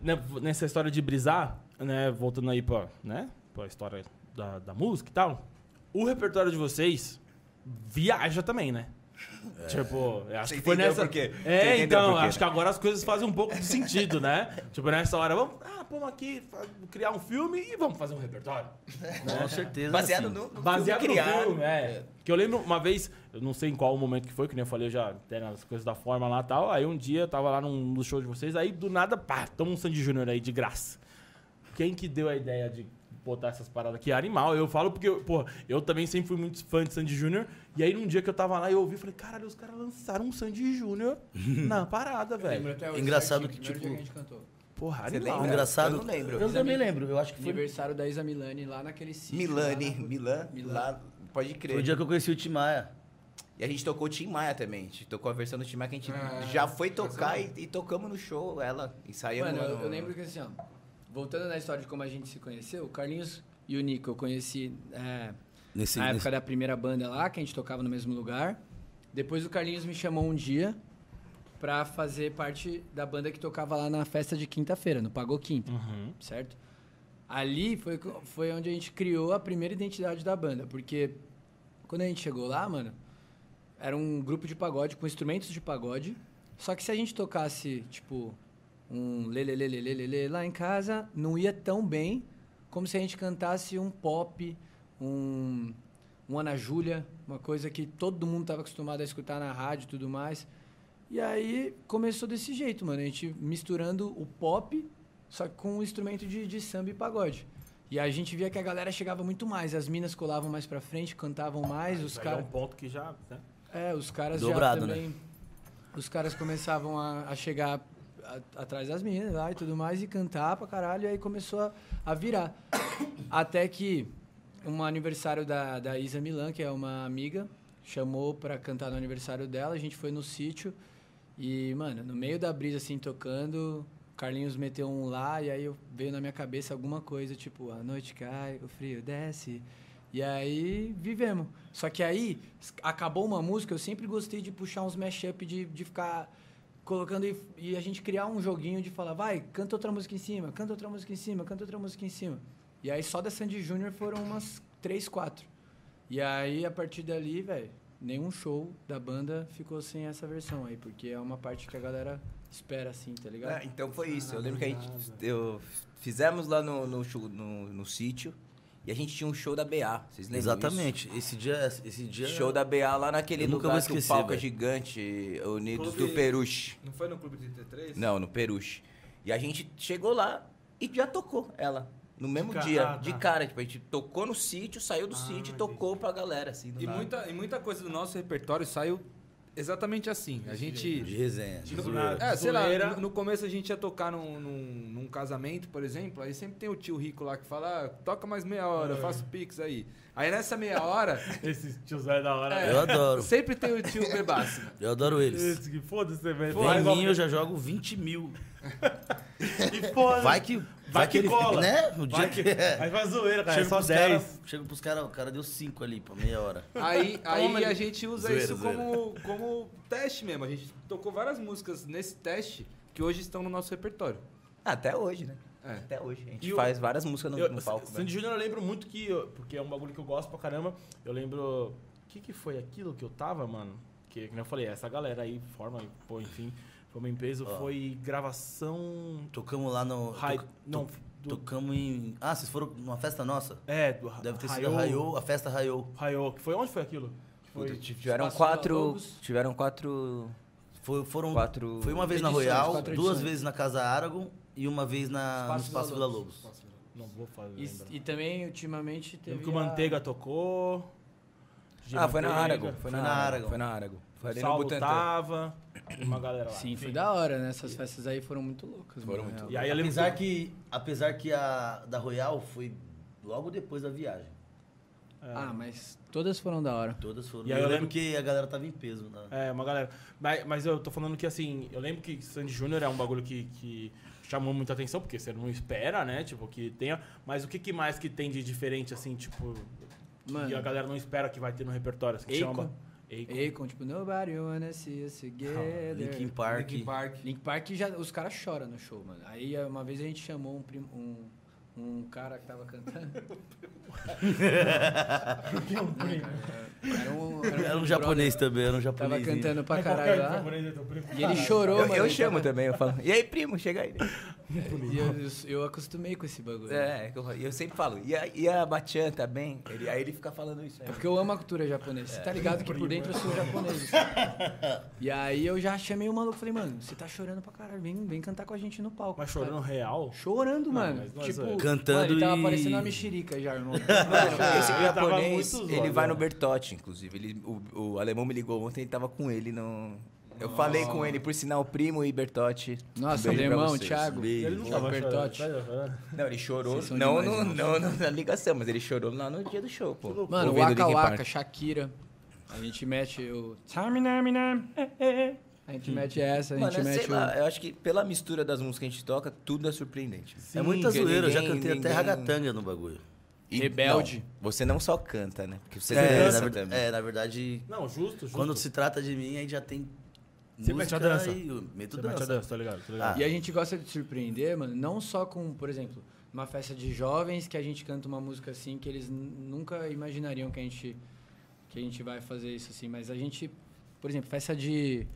Né, Nessa história de brisar, né, voltando aí pra, né, pra história da, da música e tal, o repertório de vocês viaja também, né? Tipo, eu acho É. Você que foi entendeu nessa. por quê? Você É, entendeu então, por quê, acho que agora as coisas fazem um pouco de sentido, né? tipo, nessa hora, vamos, ah, vamos aqui fa- criar um filme e vamos fazer um repertório. Com certeza. Baseado assim. no, no Baseado filme no criado. filme, Um é. Que eu lembro uma vez, eu não sei em qual momento que foi, que nem eu falei já, até nas coisas da forma lá e tal. Aí um dia eu tava lá num, no show de vocês, aí do nada, pá, toma um Sandy Júnior aí de graça. Quem que deu a ideia de botar essas paradas aqui? Animal, eu falo porque, eu- pô, eu também sempre fui muito fã de Sandy Júnior. E aí num dia que eu tava lá, eu ouvi e falei, caralho, os caras lançaram um Sandy Júnior na parada, Lembro velho. até hoje, Engraçado certinho, que, primeiro tipo, dia que a gente cantou. Porra, Você animal. né? lembra? Engraçado- Eu não lembro. Eu também lembro, eu acho que foi, Aniversário da Isa Milani lá naquele sítio. Milani, lá na- Milan, Milan. lá, pode crer. foi o dia que eu conheci o Tim Maia. E a gente tocou o Tim Maia também. A gente tocou a versão do Tim Maia que a gente Ah, já foi tocar e, e tocamos no show, ela, ensaiamos. Mano, lá eu, no- eu lembro que assim, ó. Voltando na história de como a gente se conheceu, o Carlinhos e o Nico eu conheci é, Nesse, na nesse- época da primeira banda lá, que a gente tocava no mesmo lugar. Depois o Carlinhos me chamou um dia pra fazer parte da banda que tocava lá na festa de quinta-feira, no Pagou Quinta, Uhum. certo? Ali foi, co- foi onde a gente criou a primeira identidade da banda, porque quando a gente chegou lá, mano, era um grupo de pagode com instrumentos de pagode. Só que se a gente tocasse, tipo, um lelelelelelele lá em casa, não ia tão bem como se a gente cantasse um pop, um, um Ana Júlia, uma coisa que todo mundo estava acostumado a escutar na rádio e tudo mais. E aí começou desse jeito, mano. A gente misturando o pop, só que com um instrumento de, de samba e pagode. E a gente via que a galera chegava muito mais, as minas colavam mais pra frente, cantavam mais, os Isso aí é caras. um ponto que já. né? É, os caras Dobrado, já também. Os caras começavam a, a chegar a- atrás das meninas lá e tudo mais e cantar pra caralho, e aí começou a, a virar. Até que um aniversário da, da Isa Milan, que é uma amiga, chamou pra cantar no aniversário dela, a gente foi no sítio e, mano, no meio da brisa assim tocando. Carlinhos meteu um lá e aí eu- veio na minha cabeça alguma coisa, tipo, a noite cai, o frio desce, e aí vivemos. Só que aí s- acabou uma música, eu sempre gostei de puxar uns mashup, de, de ficar colocando e, e a gente criar um joguinho de falar, vai, canta outra música em cima, canta outra música em cima, canta outra música em cima. E aí só da Sandy Júnior foram umas três, quatro. E aí a partir dali, velho, nenhum show da banda ficou sem essa versão aí, porque é uma parte que a galera espera assim, tá ligado? Ah, então foi isso. Eu lembro que a gente eu, fizemos lá no, no, show- no, no sítio e a gente tinha um show da BA. Vocês lembram? Exatamente. Esse dia, esse dia. Disso? Show da BA lá naquele Eu nunca lugar vou esquecer, que o palco velho. é gigante, Unidos Clube- do Peruche. Não foi no Clube 33? Não, no Peruche. E a gente chegou lá e já tocou ela. No mesmo cara- dia, ah, de tá. cara. Tipo, a gente tocou no sítio, saiu do sítio e tocou pra galera, assim. do E nada. muita, e muita coisa do nosso repertório saiu exatamente assim. A De gente. resenha. de Do zoeira. nada. É, sei lá, Zoeira. no- no começo a gente ia tocar num, num, num casamento, por exemplo, aí sempre tem o tio rico lá que fala, ah, toca mais meia hora, eu É. faço pix aí. Aí nessa meia hora, Esse tiozão é da hora. É. né? Eu adoro. sempre tem o tio bebaço. Eu adoro eles. Esse que foda-se, velho. Vem Faz mim, eu qualquer- já jogo 20 mil. E foda-se. Vai que. Vai que cola. Né? No dia Vai que. que... Aí faz zoeira, cara. É Chego só pros 10. caras, chego pros caras, o cara deu 5 ali, pra meia hora. Aí, Toma aí ali. a gente usa Zoeira, isso zoeira. como, como teste mesmo. A gente tocou várias músicas nesse teste que hoje estão no nosso repertório. Até hoje, né? É. Até hoje. A gente E o- faz várias músicas no, Eu, no palco. né? Sandy Júnior eu lembro muito que. eu- porque é um bagulho que eu gosto pra caramba. Eu lembro. O que, que foi aquilo que eu tava, mano? Que, como eu falei, essa galera aí, forma, pô, enfim, foi uma empresa, Ó. foi gravação. Tocamos lá no. Hi, toc- não, toc- do- Tocamos em. Ah, vocês foram numa festa nossa? é, do Deve ter sido a Raiô, a festa Raiô. Raiô, que foi onde foi aquilo? Que foi- Puta, tipo, tipo, tiveram Espaço quatro. Diálogos. Tiveram quatro. Foi, foram, Quatro. foi uma vez na edições, Royal, quatro duas edições. vezes na Casa Aragon e uma vez na, no Espaço Vila Lobos. Não vou fazer. E, lembrar. e também ultimamente teve. Lembro que o a- Manteiga tocou. G Ah, foi na Manteiga, Aragon. Foi na Aragon. Foi na Aragon. Foi O ali no Salvo tá. Butantã. tava. e Uma galera lá. Sim, foi Enfim. da hora, né? Essas festas aí foram muito loucas. Foram mano. muito E aí eu lembro. Apesar que, apesar que a da Royal foi logo depois da viagem. é. Ah, mas todas foram da hora. Todas foram. E aí eu eu lembro lembro- que a galera tava em peso. Né? É, uma galera. Mas, mas eu tô falando que assim, eu lembro que Sandy Júnior é um bagulho que, que chamou muita atenção, porque você não espera, né? Tipo, que tenha. Mas o que, que mais que tem de diferente, assim, tipo. Que Mano. a galera não espera que vai ter no repertório, assim, que Akon. chama. Akon. Akon, tipo, nobody wanna see Ah, us together. Linkin Park. Linkin Park. Link É, Park, já, os caras choram no show, mano. Aí uma vez a gente chamou um, prim- um, um cara que tava cantando. Um era um, era um, Era um brother, japonês também, era um Tava japonês. cantando É pra caralho né? lá. E ele chorou, Eu, mano. eu ele chamo tava- também, eu falo. E aí, primo, chega aí. E eu, eu acostumei com esse bagulho. É, é que eu, eu sempre falo. E a, e a Bachan tá bem? Ele, aí ele fica falando isso. Aí. É porque eu amo a cultura japonesa. Você tá ligado que por dentro eu sou japonês. assim. E aí eu já chamei o maluco e falei, mano, você tá chorando pra caralho, vem, vem cantar com a gente no palco. Mas cara." chorando real? Chorando, mano. mas não é Tipo, zoeira. Cantando mano, ele tava e- parecendo uma mexerica já, irmão. Mano, esse ele tava japonês, muito ele zoado, vai né? no Bertotti, inclusive. Ele, o, o alemão me ligou ontem, ele tava com ele no... Eu falei com ele, por sinal, primo e Bertotti. Nossa, beijo pra alemão, vocês. Thiago. Ele não tava chorando. Albertotti. sabe? Não, ele chorou. Vocês são Não, demais, no- não, não na ligação, mas ele chorou lá no dia do show, pô. Mano, Ouvindo Waka Linkin Waka, Park. Shakira. A gente mete o. Taminamina, eh, eh, eh. A gente mete essa, a Mano, gente é, sei mete o... lá, eu acho que pela mistura das músicas que a gente toca, tudo é surpreendente. é muita Porque zoeira, eu já ninguém- cantei até ninguém- ragatanga no bagulho. E- Rebelde. não, você não só canta, né? Porque você É, dança na verdade- também. é, na verdade, Não, justo, justo. quando se trata de mim, aí já tem Você mete música a dança. e eu meto Você dança. mete a dança, tá ligado? Tá ligado? Ah. E a gente gosta de surpreender, mano, não só com, por exemplo, uma festa de jovens que a gente canta uma música assim que eles n- nunca imaginariam que a gente que a gente vai fazer isso assim, mas a gente, por exemplo, festa de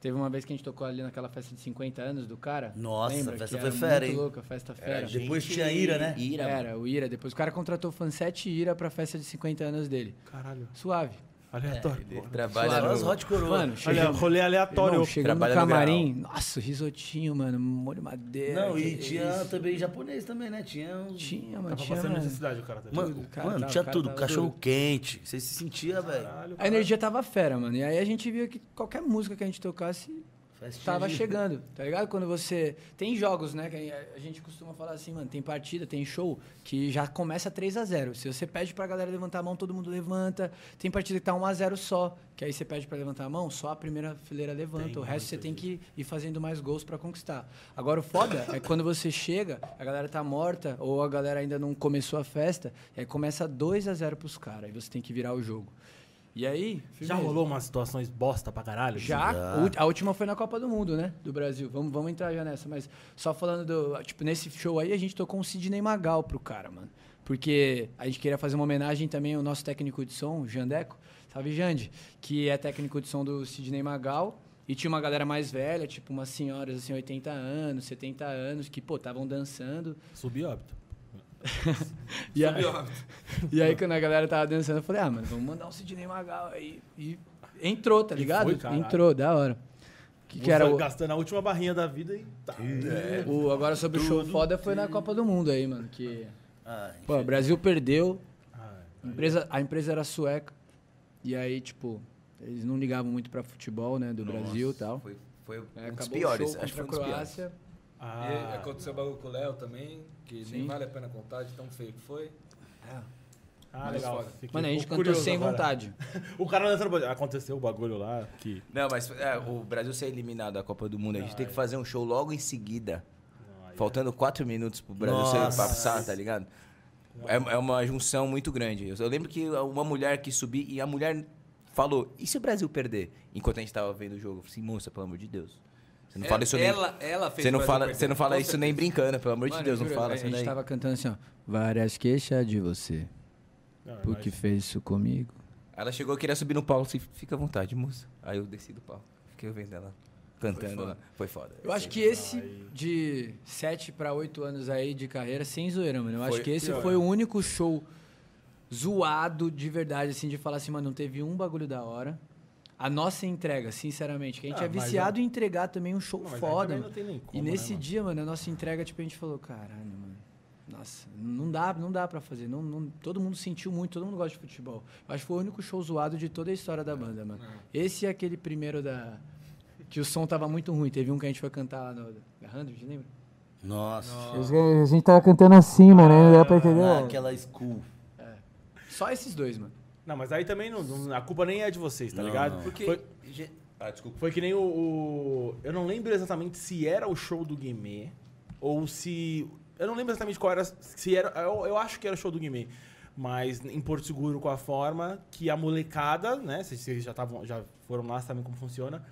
teve uma vez que a gente tocou ali naquela festa de 50 anos do cara. Nossa, lembra? festa que foi era fera, muito hein? É, louca, festa fera. Era gente Depois tinha ira, né? Ira, mano. Era, o É, Ira, depois o cara contratou Fansete e Ira pra festa de 50 anos dele. Ah, Caralho, Suave. aleatório. Ele pô. trabalha Suave. no... As hot coroa. Mano, chegou, Olha, rolê aleatório. Irmão, chegando no Trabalha no camarim, nossa, risotinho, mano, molho madeira. Não, e que tinha é, isso. também japonês também, né? Tinha uns... Tinha, Tava mano, tinha, Tá passando mano. necessidade o cara. Tá Mano, tudo, cara, mano, tava- tinha cara tudo. tava Cachorro tudo. quente. Você se sentia, velho. Caralho, A energia tava fera, mano. E aí a gente via que qualquer música que a gente tocasse Festinha tava de- chegando, tá ligado? Quando você. Tem jogos, né? Que a gente costuma falar assim, mano, tem partida, tem show, que já começa 3 a 0 Se você pede pra galera levantar a mão, todo mundo levanta. Tem partida que tá 1 a 0 só, que aí você pede pra levantar a mão, só a primeira fileira levanta. o resto você tem que ir fazendo mais gols pra conquistar. Agora o foda é quando você chega, a galera tá morta, ou a galera ainda não começou a festa, e aí começa 2 a 0 pros caras, aí você tem que virar o jogo. E aí. Já firmeza. rolou umas situações bosta pra caralho? Já, U- a última foi na Copa do Mundo, né? Do Brasil. Vamos, vamos entrar já nessa, mas só falando do. Tipo, nesse show aí a gente tocou um Sidney Magal pro cara, mano. Porque a gente queria fazer uma homenagem também ao nosso técnico de som, o Jandeco. Salve, Jande. Que é técnico de som do Sidney Magal. E tinha uma galera mais velha, tipo umas senhoras, assim, 80 anos, 70 anos, que, pô, estavam dançando. Subi óbito. E aí, e aí, quando a galera tava dançando, eu falei, ah, mano, vamos mandar um Sidney Magal aí. E entrou, tá E ligado? foi, caralho. entrou, da hora. Que, que era o... Gastando a última barrinha da vida e... Tá. O, agora sobre o show foda foi na Copa do Mundo aí, mano. Que. Ah, Pô, o Brasil perdeu. Ah, a empresa- a empresa era sueca. E aí, tipo, eles não ligavam muito pra futebol, né? Do Brasil e tal. Foi, foi um É, dos acabou o piores, show acho que foi contra a um dos piores. Croácia. E ah, aconteceu o bagulho com o Léo também, que nem Sim. vale a pena contar de tão feio que foi. É. ah, legal. Mano, Fiquei Mano, a um gente pouco cantou curioso sem agora. vontade. O cara lançando... Aconteceu o bagulho lá que... Não, mas é, o Brasil ser eliminado da Copa do Mundo, a gente tem que fazer um show logo em seguida. Faltando quatro minutos pro Brasil ser Nossa. passar, tá ligado? É, é uma junção muito grande. Eu, eu lembro que uma mulher que subi e a mulher falou: e se o Brasil perder? Enquanto a gente tava vendo o jogo, eu falei assim, moça, pelo amor de Deus. Você não fala isso nem. É, ela, ela fez Você não o Brasil fala, perder, você não fala com isso certeza. nem brincando, pelo amor de Mano, Deus, não juro, fala A isso gente daí. tava cantando assim, ó. Várias queixas de você. Não, Por que fez isso comigo? Ela chegou, eu queria subir no palco, assim, fica à vontade, moça. Aí eu desci do palco, fiquei vendo ela cantando lá. Foi foda. Eu acho é que esse de 7 pra 8 anos aí de carreira, sem zoeira, mano. Eu acho Foi que esse pior. né? foi o único show zoado de verdade, assim, de falar assim, mano, não teve um bagulho da hora. A nossa entrega, sinceramente, que a gente Ah, é mas viciado em entregar também um show Não, mas aí foda. também mano. não tem nem e como, né, nesse mano? dia, mano, a nossa entrega, tipo, a gente falou, caralho, mano. Nossa, não dá, não dá pra fazer. Não, não- todo mundo sentiu muito, todo mundo gosta de futebol. Eu acho que foi o único show zoado de toda a história É, da banda, mano. Esse é aquele primeiro da. Que o som tava muito ruim. Teve um que a gente foi cantar lá no. Na 100, lembra? Nossa. A gente tava cantando assim, mano. Não dá pra Ah, aquela school. Só esses dois, mano. Não, mas aí também não- não- a culpa nem é de vocês, tá ligado? Porque. Foi, ge- Ah, desculpa. foi que nem o, o- Eu não lembro exatamente se era o show do Guimê ou se. Eu não lembro exatamente qual era. Se era eu, eu acho que era o show do Guimê. Mas em Porto Seguro, com a forma que a molecada, né? Vocês vocês já, tavam, já foram lá, sabem como funciona.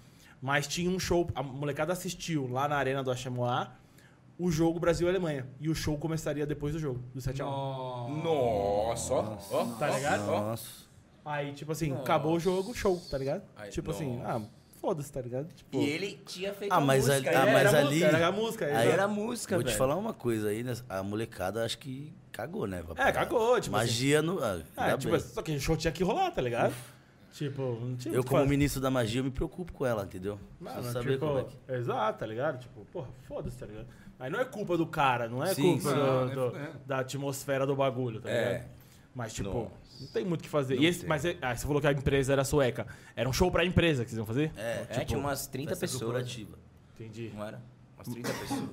Mas tinha um show. A molecada assistiu lá na Arena do Achamoá o jogo Brasil-Alemanha. E o shox começaria depois do jogo, do 7x1. Nossa, ó. ó, Tá ó, ligado? ó. Nossa. Aí, tipo assim, acabou o jogo, show, tá ligado? Ai, tipo assim, ah, nossa. foda-se, tá ligado? Tipo, E ele tinha feito Ah, a mas música. ali- ele ah, era- mas a ali- música, era a música. aí exato. Era a música, Vou velho. te falar uma coisa aí, né? A molecada acho que cagou, né? É, cagou, tipo Magia no. Ah, É, ainda tipo, bem. só que o show tinha que rolar, tá ligado? Tipo, não tinha Eu, o que como fazer. ministro da magia, eu me preocupo com ela, entendeu? Mano, Preciso é tipo, Exato, tá ligado? Tipo, porra, foda-se, tá ligado? Aí não é culpa do cara, não é Sim, culpa sim. do- Não, do- é- é. da atmosfera do bagulho, tá É. ligado? Mas, tipo, Nossa. não tem muito o que fazer. Não E esse- tem. mas é- ah, você falou que a empresa era sueca. Era um show pra empresa que vocês iam fazer? É, É, tinha umas 30 festa pessoas. corporativa. Entendi. Não era? Umas 30 pessoas.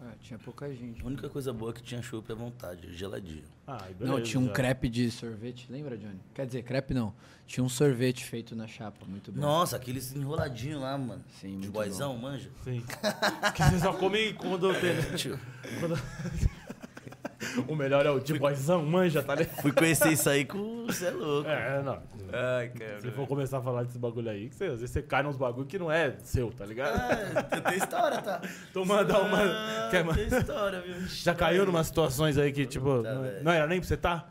É, tinha pouca gente. A única coisa boa é que tinha chopp à vontade, geladinho. Ah, e beleza, Não, tinha um já. crepe de sorvete, lembra, Johnny? Quer dizer, crepe não. Tinha um sorvete feito na chapa, muito bom. Nossa, aqueles enroladinho lá, mano. Sim, de muito boizão, manja. Sim. que vocês só comem quando tem. Tio, O melhor é o de boyzão, manja, tá ligado? fui conhecer isso aí com. Você é louco. É, não. Ai, Se cara. for começar a falar desse bagulho aí, que você, às vezes você cai nos bagulho que não é seu, tá ligado? Ah, tem- tem história, tá? Então manda uma. Ah, Quer mandar? Tem história, viu? Já caiu numas situações aí que, tipo, Puta, não- velho. não era nem pra você tá?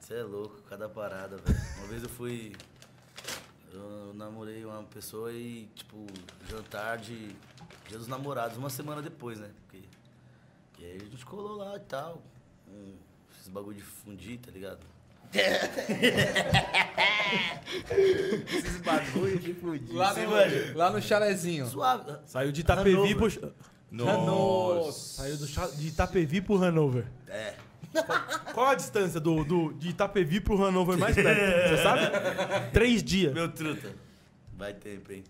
Você é louco, cada parada, velho. Uma vez eu fui. Eu namorei uma pessoa e, tipo, jantar de Dia dos Namorados, uma semana depois, né? Porque, e aí a gente colou lá e tal. Um, esses bagulho de fundir, tá ligado? Esses bagulho de fudido. Lá no, lá no chalezinho. Suave. Saiu de Itapevi pro. Nossa. Saiu do cha- de Itapevi pro Hanover. É. Qual a distância do, do, de Itapevi pro Hanover mais perto? Você sabe? Três dias. Meu truta. Vai tempo, hein?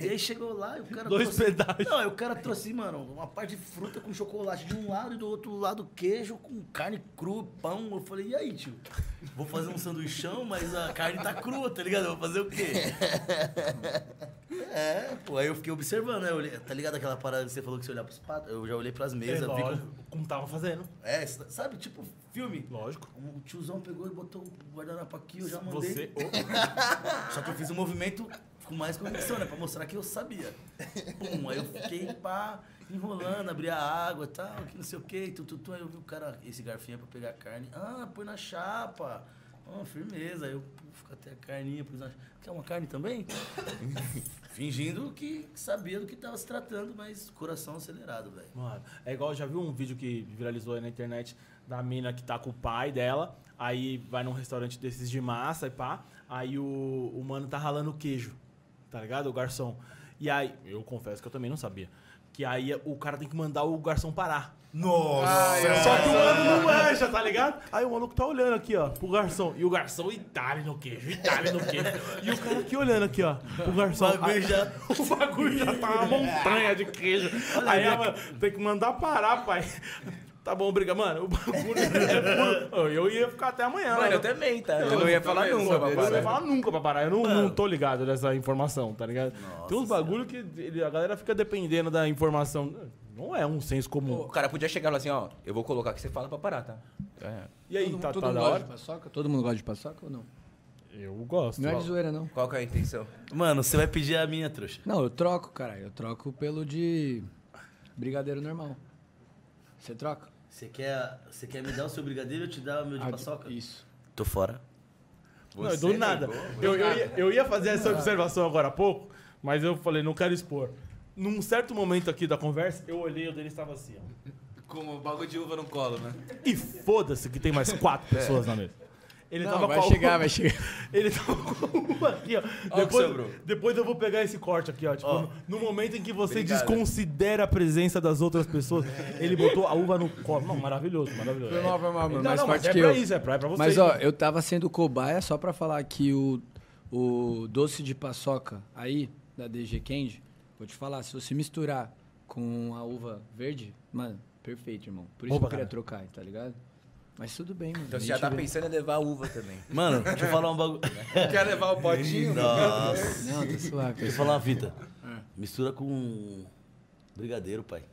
E aí chegou lá e o cara Dois pedaços. Não, aí o cara trouxe, mano, uma parte de fruta com chocolate de um lado e do outro lado queijo com carne crua, pão. Eu falei, e aí, tio? Vou fazer um sanduichão, mas a carne tá crua, tá ligado? Eu Vou fazer o quê? É, pô, aí eu fiquei observando, né? Eu olhei- tá ligado aquela parada que você falou que você olhar pros patos? Eu já olhei pras mesas, vi como... Lógico, como tava fazendo. É, sabe, tipo, filme. Lógico. O tiozão pegou e botou o guardanapo aqui, eu já mandei. Você. Só que eu fiz um movimento com mais convicção, né? Pra mostrar que eu sabia. Pum, aí eu fiquei pá, enrolando, abri a água e tal, que não sei o que, tututu. Aí eu vi o cara, esse garfinho é pra pegar a carne. Ah, põe na chapa. Ah, firmeza. Aí eu fico até a carninha, pus na chapa. Quer uma carne também? Fingindo que sabia do que tava se tratando, mas coração acelerado, velho. Mano, é igual, já viu um vídeo que viralizou aí na internet da mina que tá com o pai dela, aí vai num restaurante desses de massa e pá, aí o, o mano tá ralando queijo, tá ligado? O garçom. E aí, eu confesso que eu também não sabia, que aí o cara tem que mandar o garçom parar. Só que o mano não manja, tá ligado? Aí o maluco tá olhando aqui, ó, pro garçom. E o garçom, e dá-lhe no queijo, e dá-lhe no queijo. E o cara aqui olhando aqui, ó, pro garçom. O bagulho já- o bagulho já tá uma montanha de queijo. Aí ela tem que mandar parar, pai. Tá bom, briga. Mano, o bagulho é puro. Eu ia ficar até amanhã. Mano, né? eu também, tá? Eu não ia falar nunca, Eu não ia papai. falar nunca pra parar. Eu não, não tô ligado nessa informação, tá ligado? Tem uns bagulho que ele- a galera fica dependendo da informação. Não é um senso comum. O cara podia chegar e falar assim, ó, eu vou colocar que você fala pra parar, tá? É. E aí, todo, tá, todo tá mundo da gosta de hora? paçoca? Todo mundo gosta de paçoca ou não? Eu gosto. Não é de zoeira, não. Qual que é a intenção? Mano, você vai pedir a minha, trouxa. Não, eu troco, caralho. Eu troco pelo de brigadeiro normal. Você troca? Você quer, você quer me dar o seu brigadeiro ou te dar o meu de Ah, paçoca? Isso. Tô fora. Não, do nada. Eu, eu ia, eu ia fazer essa observação agora há pouco, mas eu falei, não quero expor. Num certo momento aqui da conversa, eu olhei e o Denis estava assim, ó. Com o bagulho de uva no colo, né? E foda-se que tem mais quatro pessoas na mesa. Ele Não, tava vai com a chegar, uva- vai chegar. Ele tava com a uva aqui, ó. que sobrou. Depois, depois eu vou pegar esse corte aqui, ó. Tipo, no- no momento em que você desconsidera a presença das outras pessoas, ele botou a uva no colo. Não, maravilhoso, maravilhoso. Foi mal, foi mal, mano. Não, Mais não, mas forte é que pra eu. isso, é pra, é pra você. Mas ó, eu tava sendo cobaia só pra falar que o, o doce de paçoca aí, da DG Candy, vou te falar, se você misturar com a uva verde, mano, perfeito, irmão. Por isso Opa, que eu queria cara. trocar, tá ligado? Mas tudo bem, mano. Então a você já gente tá vê. pensando em levar a uva também. Mano, deixa eu falar um bagulho. Quer levar o potinho? Nossa. Não, tá suave. Deixa eu falar uma fita. Mistura com brigadeiro, pai.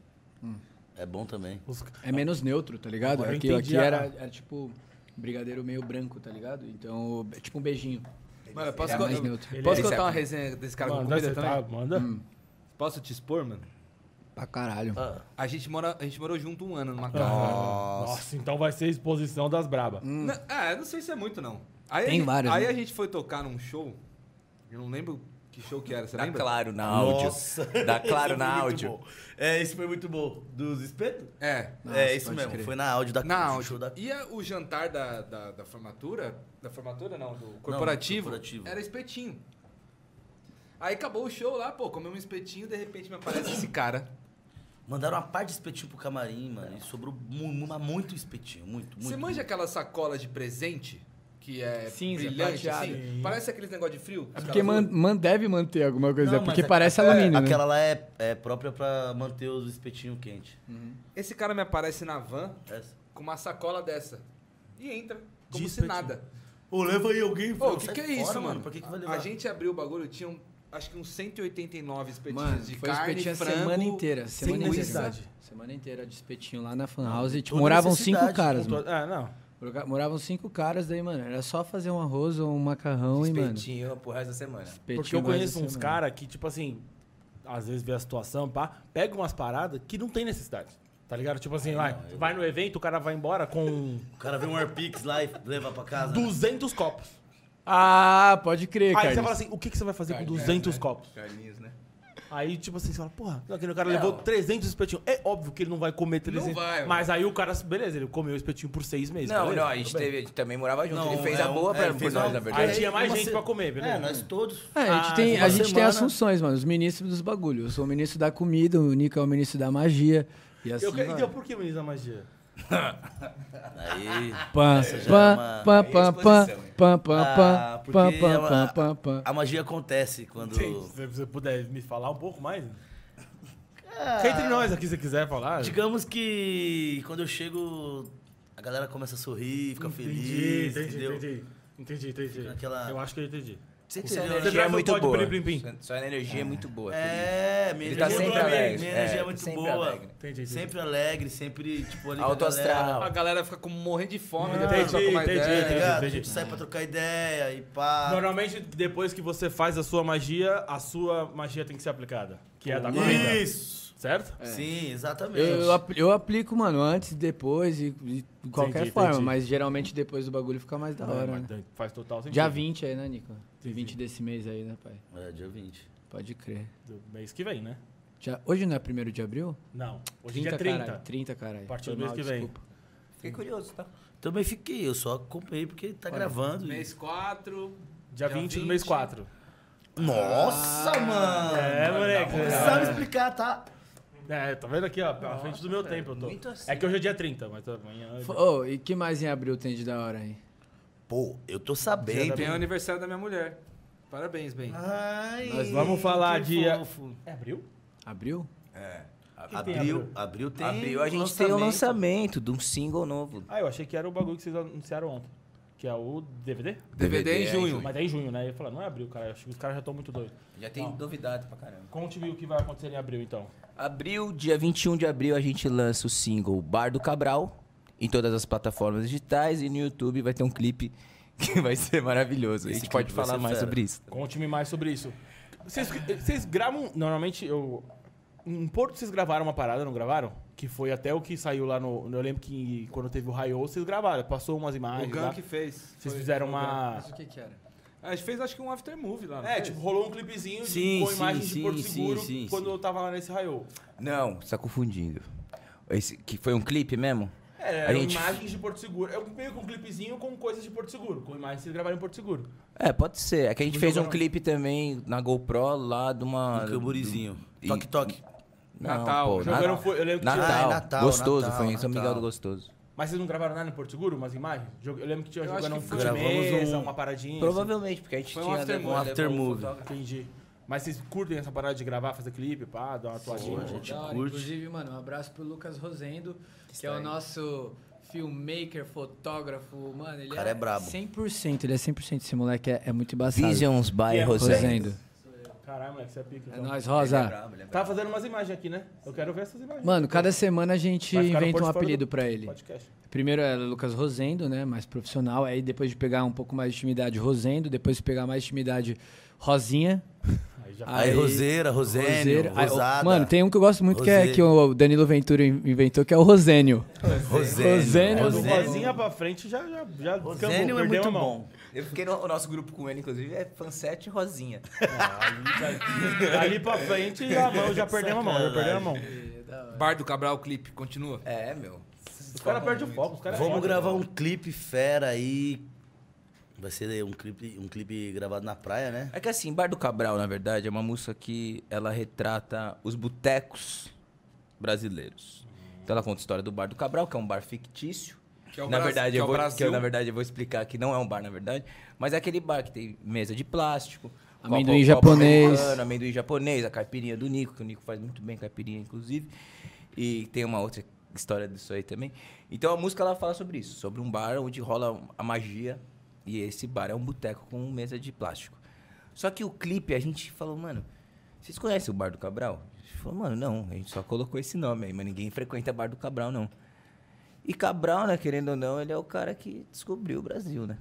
É bom também. Os- É menos neutro, tá ligado? Agora eu Aqui, aqui entendi a- era, era tipo brigadeiro meio branco, tá ligado? Então, é tipo um beijinho. Mano, eu posso, Ele é co- mais eu- neutro. posso Ele é- contar uma resenha desse cara com Manda, comida você também? tá, manda. Hum. Posso te expor, mano? Pra caralho. A gente, mora, a gente morou junto um ano numa casa. Ah, Nossa. então vai ser exposição das braba. Hum. Não, é, eu não sei se é muito, não. Aí Tem a gente, várias, Aí né? a gente foi tocar num show. Eu não lembro que show que era, você Dá lembra? Tá claro na áudio. Dá claro na áudio. É, isso foi muito bom. Dos espetos? É. Nossa, é, isso pode mesmo. crer. Foi na áudio da Na do áudio. show da E a- o jantar da, da, da formatura. Da formatura, não, do do corporativo, corporativo. Era espetinho. Aí acabou o show lá, pô, comeu um espetinho, de repente me aparece esse cara. Mandaram uma parte de espetinho pro camarim, mano. E sobrou mu- mu- mas muito espetinho. Muito, muito. Você manja aquela sacola de presente? que é Cinza, brilhante, prateado. É assim, parece aqueles negócio de frio. que os Porque caras man, usam. man- deve manter alguma coisa, Não, mas porque a- parece é, alumínio, né? Aquela lá é, é própria pra manter os espetinhos quentes. Esse cara me aparece na van Essa. com uma sacola dessa e entra como De se espetinho. nada. Ô, leva aí alguém. Pô, o que, sai que é fora, isso, mano. mano? Pra que que vai A levar? gente abriu o bagulho, tinham acho que uns 189 espetinhos Mano, de foi carne, espetinho a frango, semana inteira. Semana inteira. necessidade. Semana inteira de espetinho lá na fan house. E, tipo, toda moravam necessidade, cinco caras, Pontua- mano. É, não. Mora- Moravam cinco caras, daí, mano, era só fazer um arroz ou um macarrão, hein, mano. Espetinho pro resto da semana. Porque eu mais né? conheço essa uns semana. caras que, tipo assim, às vezes vê a situação, pá, pega umas paradas que não tem necessidade. Tá ligado? Tipo assim, vai, vai no evento, o cara vai embora com O cara vê um Airpix lá e leva pra casa. 200 copos. Ah, pode crer, Aí você cara. fala assim, o que, que você vai fazer com 200 copos? Carlinhos, né? Aí, tipo assim, você fala, porra, aquele cara Não. levou 300 espetinhos. É óbvio que ele não vai comer 300. vai, mas aí o cara, beleza, ele comeu espetinho por seis meses. Não, beleza, não, a gente tudo bem. teve, a gente também morava junto. Não, ele fez é a um- boa é, pra, ele por fez nós, uma- na Ah, Aí verdade. é. tinha mais Uma gente se- pra comer, beleza. É, nós todos. É, a gente, Ah, tem, uma a gente tem semana. assunções, mano. Os ministros dos bagulhos. Eu sou o ministro da comida, o Nico é o ministro da magia. E assim. Eu que- vai. então, por que menino da magia? Aí. Pã, já é pã, uma- pã, é pã, pã, exposição, hein? pã, pã, Ah, pã, porque pã, é pã, uma- pã, pã, pã. A magia acontece quando. Se você puder me falar um pouco mais. Fica entre nós aqui se você quiser falar. Digamos que quando eu chego, a galera começa a sorrir, fica feliz, entendeu? entendi. Entendi, entendi. Aquela- Eu acho que eu entendi. Você Sua entendeu? né? energia é traz um muito pode boa. plim, plim, plim. Sua- Sua energia é muito boa. Felipe. É, minha Ele tá energia é sempre boa, alegre, Minha energia é, é, muito sempre boa. alegre. Entendi, entendi. Sempre alegre, sempre, tipo, ali com a Alto galera, A astral. galera fica com, morrendo de fome, Não, depois troca uma Ah, entendi, Tá ideia. né? entendi. ligado? A gente sai pra trocar ideia e pá. Normalmente, depois que você faz a sua magia, a sua magia tem que ser aplicada. Que é a da comida. Isso! Certo? É. Sim, exatamente. Eu, eu apl- eu aplico, mano, antes, depois e e de qualquer Entendi, forma, entendi. mas geralmente depois do bagulho fica mais da hora, né? Faz total sentido. Dia 20 aí, né, Nico? Entendi. 20 desse mês aí, né, pai? É, dia 20. Pode crer. Do mês que vem, né? Já, hoje não é 1 de abril? Não. Hoje é dia 30. Caralho, 30, caralho. A partir Foi do mês mal, que vem. desculpa. Fiquei curioso, tá? Também fiquei, eu só acompanhei porque tá gravando. e- Mês 4. Dia 20, do mês 4. Nossa, mano! É, moleque. Você sabe explicar, tá? É, tá vendo aqui, ó, à frente do meu tempo eu tô. muito assim. É que hoje é dia 30, mas amanhã... F- Ô, e que mais em abril tem de da hora aí? Pô, eu tô sabendo. Tem o aniversário da minha mulher. Parabéns, bem. Ai, Nós vamos falar que dia- fofo. É abril? Abril? É. Abril, abril tem. Abril a gente tem o lançamento de um single novo. Ah, eu achei que era o bagulho que vocês anunciaram ontem. Que é o DVD? DVD, em junho. Mas é em junho, né? Eu falei, não é abril, cara. Acho que os caras já estão muito doidos. Já tem novidade pra caramba. Conte-me o que vai acontecer em abril, então. Abril, dia 21 de abril, a gente lança o single Bar do Cabral em todas as plataformas digitais e no YouTube vai ter um clipe que vai ser maravilhoso. a Esse gente pode clipe vai falar ser mais fera. sobre isso. Conte-me mais sobre isso. Vocês, vocês gravam. Normalmente, eu. Em Porto, vocês gravaram uma parada, não gravaram? Que foi até o que saiu lá no. Eu lembro que quando teve o Raio, vocês gravaram. Passou umas O imagens. Gan Lá. que fez. Vocês Foi- fizeram foi o Gan. uma. o que que era? A gente fez acho que um after movie lá. não É, fez? tipo, rolou um clipezinho de- Sim, com sim, imagens de sim, Porto sim, Seguro sim, quando sim. eu tava lá nesse Raio. Não, você tá confundindo. Esse que foi um clipe mesmo? É, A eram gente- imagens de Porto Seguro. É meio que um clipezinho com coisas de Porto Seguro. Com imagens que vocês gravaram em Porto Seguro. É, pode ser. É que a gente Não fez um jogaram. clipe também na GoPro lá de uma. Um camburizinho. E- Toque, toque. Não, Natal. pô, Jogaram Natal. um foi- eu lembro que tinha- Natal. Ah, é Natal, Gostoso, Natal, foi em São Natal. Miguel do Gostoso. Mas vocês não gravaram nada em Porto Seguro? Umas imagens? Jog- Eu lembro que tinha Eu jogando um acho que fute foi. Gravamos mesa, um- uma paradinha. Provavelmente, porque a gente Foi um tinha after levou- movie. levou After o movie. fotógrafo. assim. Entendi. Mas vocês curtem essa parada de gravar, fazer clipe, pá, dar uma atuadinha? a gente É Da hora. curte. Inclusive, mano, um abraço pro Lucas Rosendo, que, é o aí. nosso filmmaker, fotógrafo, mano. Ele O cara é brabo. 100%, ele é 100%. Esse moleque é, é muito embaçado. Visions by Yeah. Rosendo. Rosendo. Caralho, moleque, você é pica. É então. nóis, Ele é Rosa. brabo, ele é brabo. Tá fazendo umas imagens aqui, né? Eu quero ver essas imagens. Mano, cada semana a gente Vai ficar no inventa um portfólio apelido do pra ele. Podcast. Primeiro é Lucas Rosendo, né? Mais profissional. Aí depois de pegar um pouco mais de intimidade, Rosendo. Depois de pegar mais intimidade, Rosinha. Aí já Aí, Roseira, Rosênio, Aí, ó, Rosada. mano, tem um que eu gosto muito que, é, Rosê. que o Danilo Ventura in- inventou, que é o Rosênio. Rosênio. Rosênio. Quando Rosênio. cozinha pra frente, já, já, já Rosênio é perdeu muito a mão. bom. Eu fiquei no o nosso grupo com ele, inclusive, é Fansete e Rosinha. Ali pra frente, já, a mão, já perdeu a mão, já perdeu a mão. Bar do Cabral clipe, continua. É, meu. Os caras perdem o foco, os caras... Vamos gravar um clipe fera aí. Vai ser um clipe, um clipe gravado na praia, né? É que assim, Bar do Cabral, na verdade, é uma música que ela retrata os botecos brasileiros. Então ela conta a história do Bar do Cabral, que é um bar fictício, Que é o na Bras- verdade, que é eu o vou, Brasil. que eu, na verdade, eu vou explicar que não é um bar, na verdade, mas é aquele bar que tem mesa de plástico, copo- Amendoim copo japonês. americano, amendoim japonês, a caipirinha do Nico, que o Nico faz muito bem caipirinha, inclusive. E tem uma outra história disso aí também. Então a música ela fala sobre isso, sobre um bar onde rola a magia. E esse bar é um boteco com mesa de plástico. Só que o clipe a gente falou, mano, vocês conhecem o Bar do Cabral? A gente falou, mano, não, a gente só colocou esse nome aí, mas ninguém frequenta Bar do Cabral, não. E Cabral, né, querendo ou não, ele é o cara que descobriu o Brasil, né?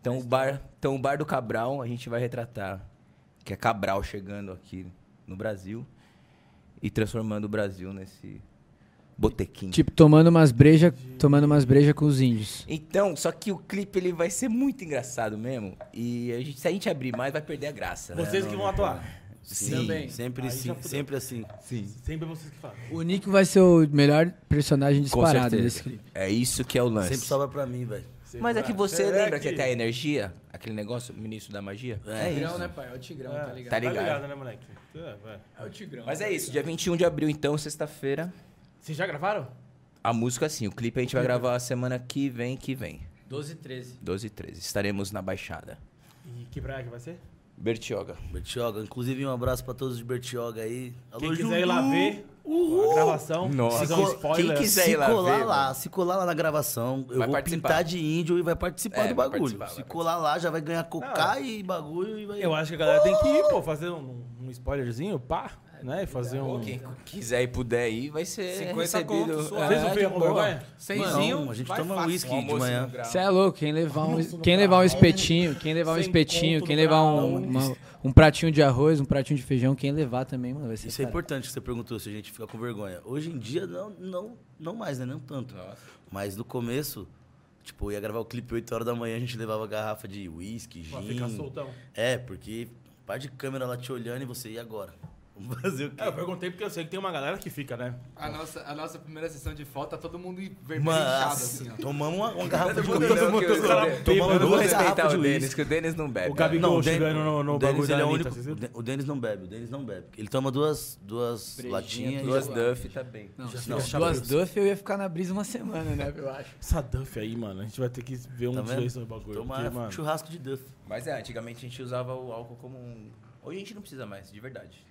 Então o bar, então o bar do Cabral a gente vai retratar, que é Cabral chegando aqui no Brasil e transformando o Brasil nesse botequinho. Tipo, tomando umas breja, tomando umas breja com os índios. Então, só que o clipe ele vai ser muito engraçado mesmo e a gente- se a gente abrir mais vai perder a um- graça, né? Vocês que Não- vão atuar. Sim, Também. sempre Aí já sim, fudeu. sempre assim. Sim. Sempre é vocês que falam. O Nico vai ser o melhor personagem Com disparado certeza. desse clipe. É isso que é o lance. Sempre sobra pra mim, velho. Mas é que você Será lembra que até a energia, aquele negócio, o ministro da magia? É Tigrão, né, pai? É o Tigrão, tá ligado? Tá Tá ligado. ligado, né, moleque? É, vai. É o Tigrão. Mas é isso, dia 21 de abril, então, sexta-feira. Vocês já gravaram? A música, sim, o clipe a gente vai gravar semana que vem, que vem. 12 e 13. 12 e 13. Estaremos na Baixada. E que praia que vai ser? Bertioga. Bertioga, inclusive um abraço pra todos de Bertioga aí. Alô, Quem Juju! quiser ir lá ver a gravação, Nossa. fazer Se um co- spoiler. quem quiser se ir lá colar ver, lá, mano. se colar lá na gravação, eu Vai vou participar. pintar de índio e vai participar É, do vai bagulho. participar, se vai colar lá, já vai ganhar cocá e bagulho e vai. Eu acho que a galera tem que ir, pô, fazer um, um spoilerzinho, pá, né? E fazer um... Quem quiser e puder ir, vai ser 50 recebido. conto, suave. Vocês É, não de ficam com boa. vergonha? Seizinho, Não, a gente vai toma fácil. uísque Um de almoço manhã. no grau. Você é louco, quem levar um, quem levar um espetinho, quem levar um Sem espetinho, conto quem no levar grau. um, uma- um pratinho de arroz, um pratinho de feijão, quem levar também, mano, vai ser Isso é cara. importante que você perguntou se a gente fica com vergonha. Hoje em dia, não, não, não mais, né? Não tanto. Mas no começo, tipo, eu ia gravar o clipe 8 horas da manhã, a gente levava garrafa de uísque, Pra gin. ficar soltão. É, porque par de câmera lá te olhando e você, e agora? Vamos fazer o quê? É, eu perguntei porque eu sei que tem uma galera que fica, né? A nossa, a nossa primeira sessão de foto, tá todo mundo vermelho inchado, Mas, assim, ó. tomamos uma, uma garrafa de Todo mundo uísque. não, que eu- Tomamos eu vou Eu vou duas respeitar garrafas de o Denis, uísque. que o Denis não bebe. O Gabi- né? Não, o Den- chegando no- no o Denis, bagulho ele da é o Anitta, único- vocês viram? o Den- O Denis não bebe, o Denis não bebe. Ele toma duas, duas latinhas. É. Duas e- Duff tá bem. Não, se não, fosse já duas viu. Duff eu ia ficar na brisa uma semana, né, eu acho. Essa Duff aí, mano, a gente vai ter que ver um Tá dia isso no vendo? bagulho. Tomar porque, mano, churrasco de Duff. Mas é, antigamente a gente usava o álcool como um... Hoje a gente não precisa mais, de verdade.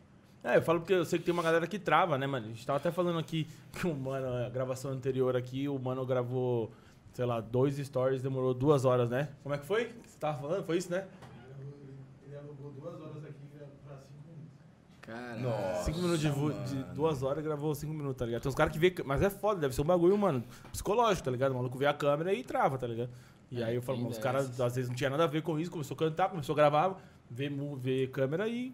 É, eu falo porque eu sei que tem uma galera que trava, né, mano? A gente tava até falando aqui que o mano, a gravação anterior aqui, o mano gravou, sei lá, dois stories, demorou duas horas, né? Como é que foi? Você tava falando? Foi isso, né? Cinco minutos de, vo- de duas horas gravou cinco minutos, tá ligado? Tem uns caras que vê. Mas é foda, deve ser um bagulho, mano, psicológico, tá ligado? O maluco vê a câmera e trava, tá ligado? E aí eu falo, mano, os caras às vezes não tinha nada a ver com isso, começou a cantar, começou a gravar, vê, mu- vê câmera e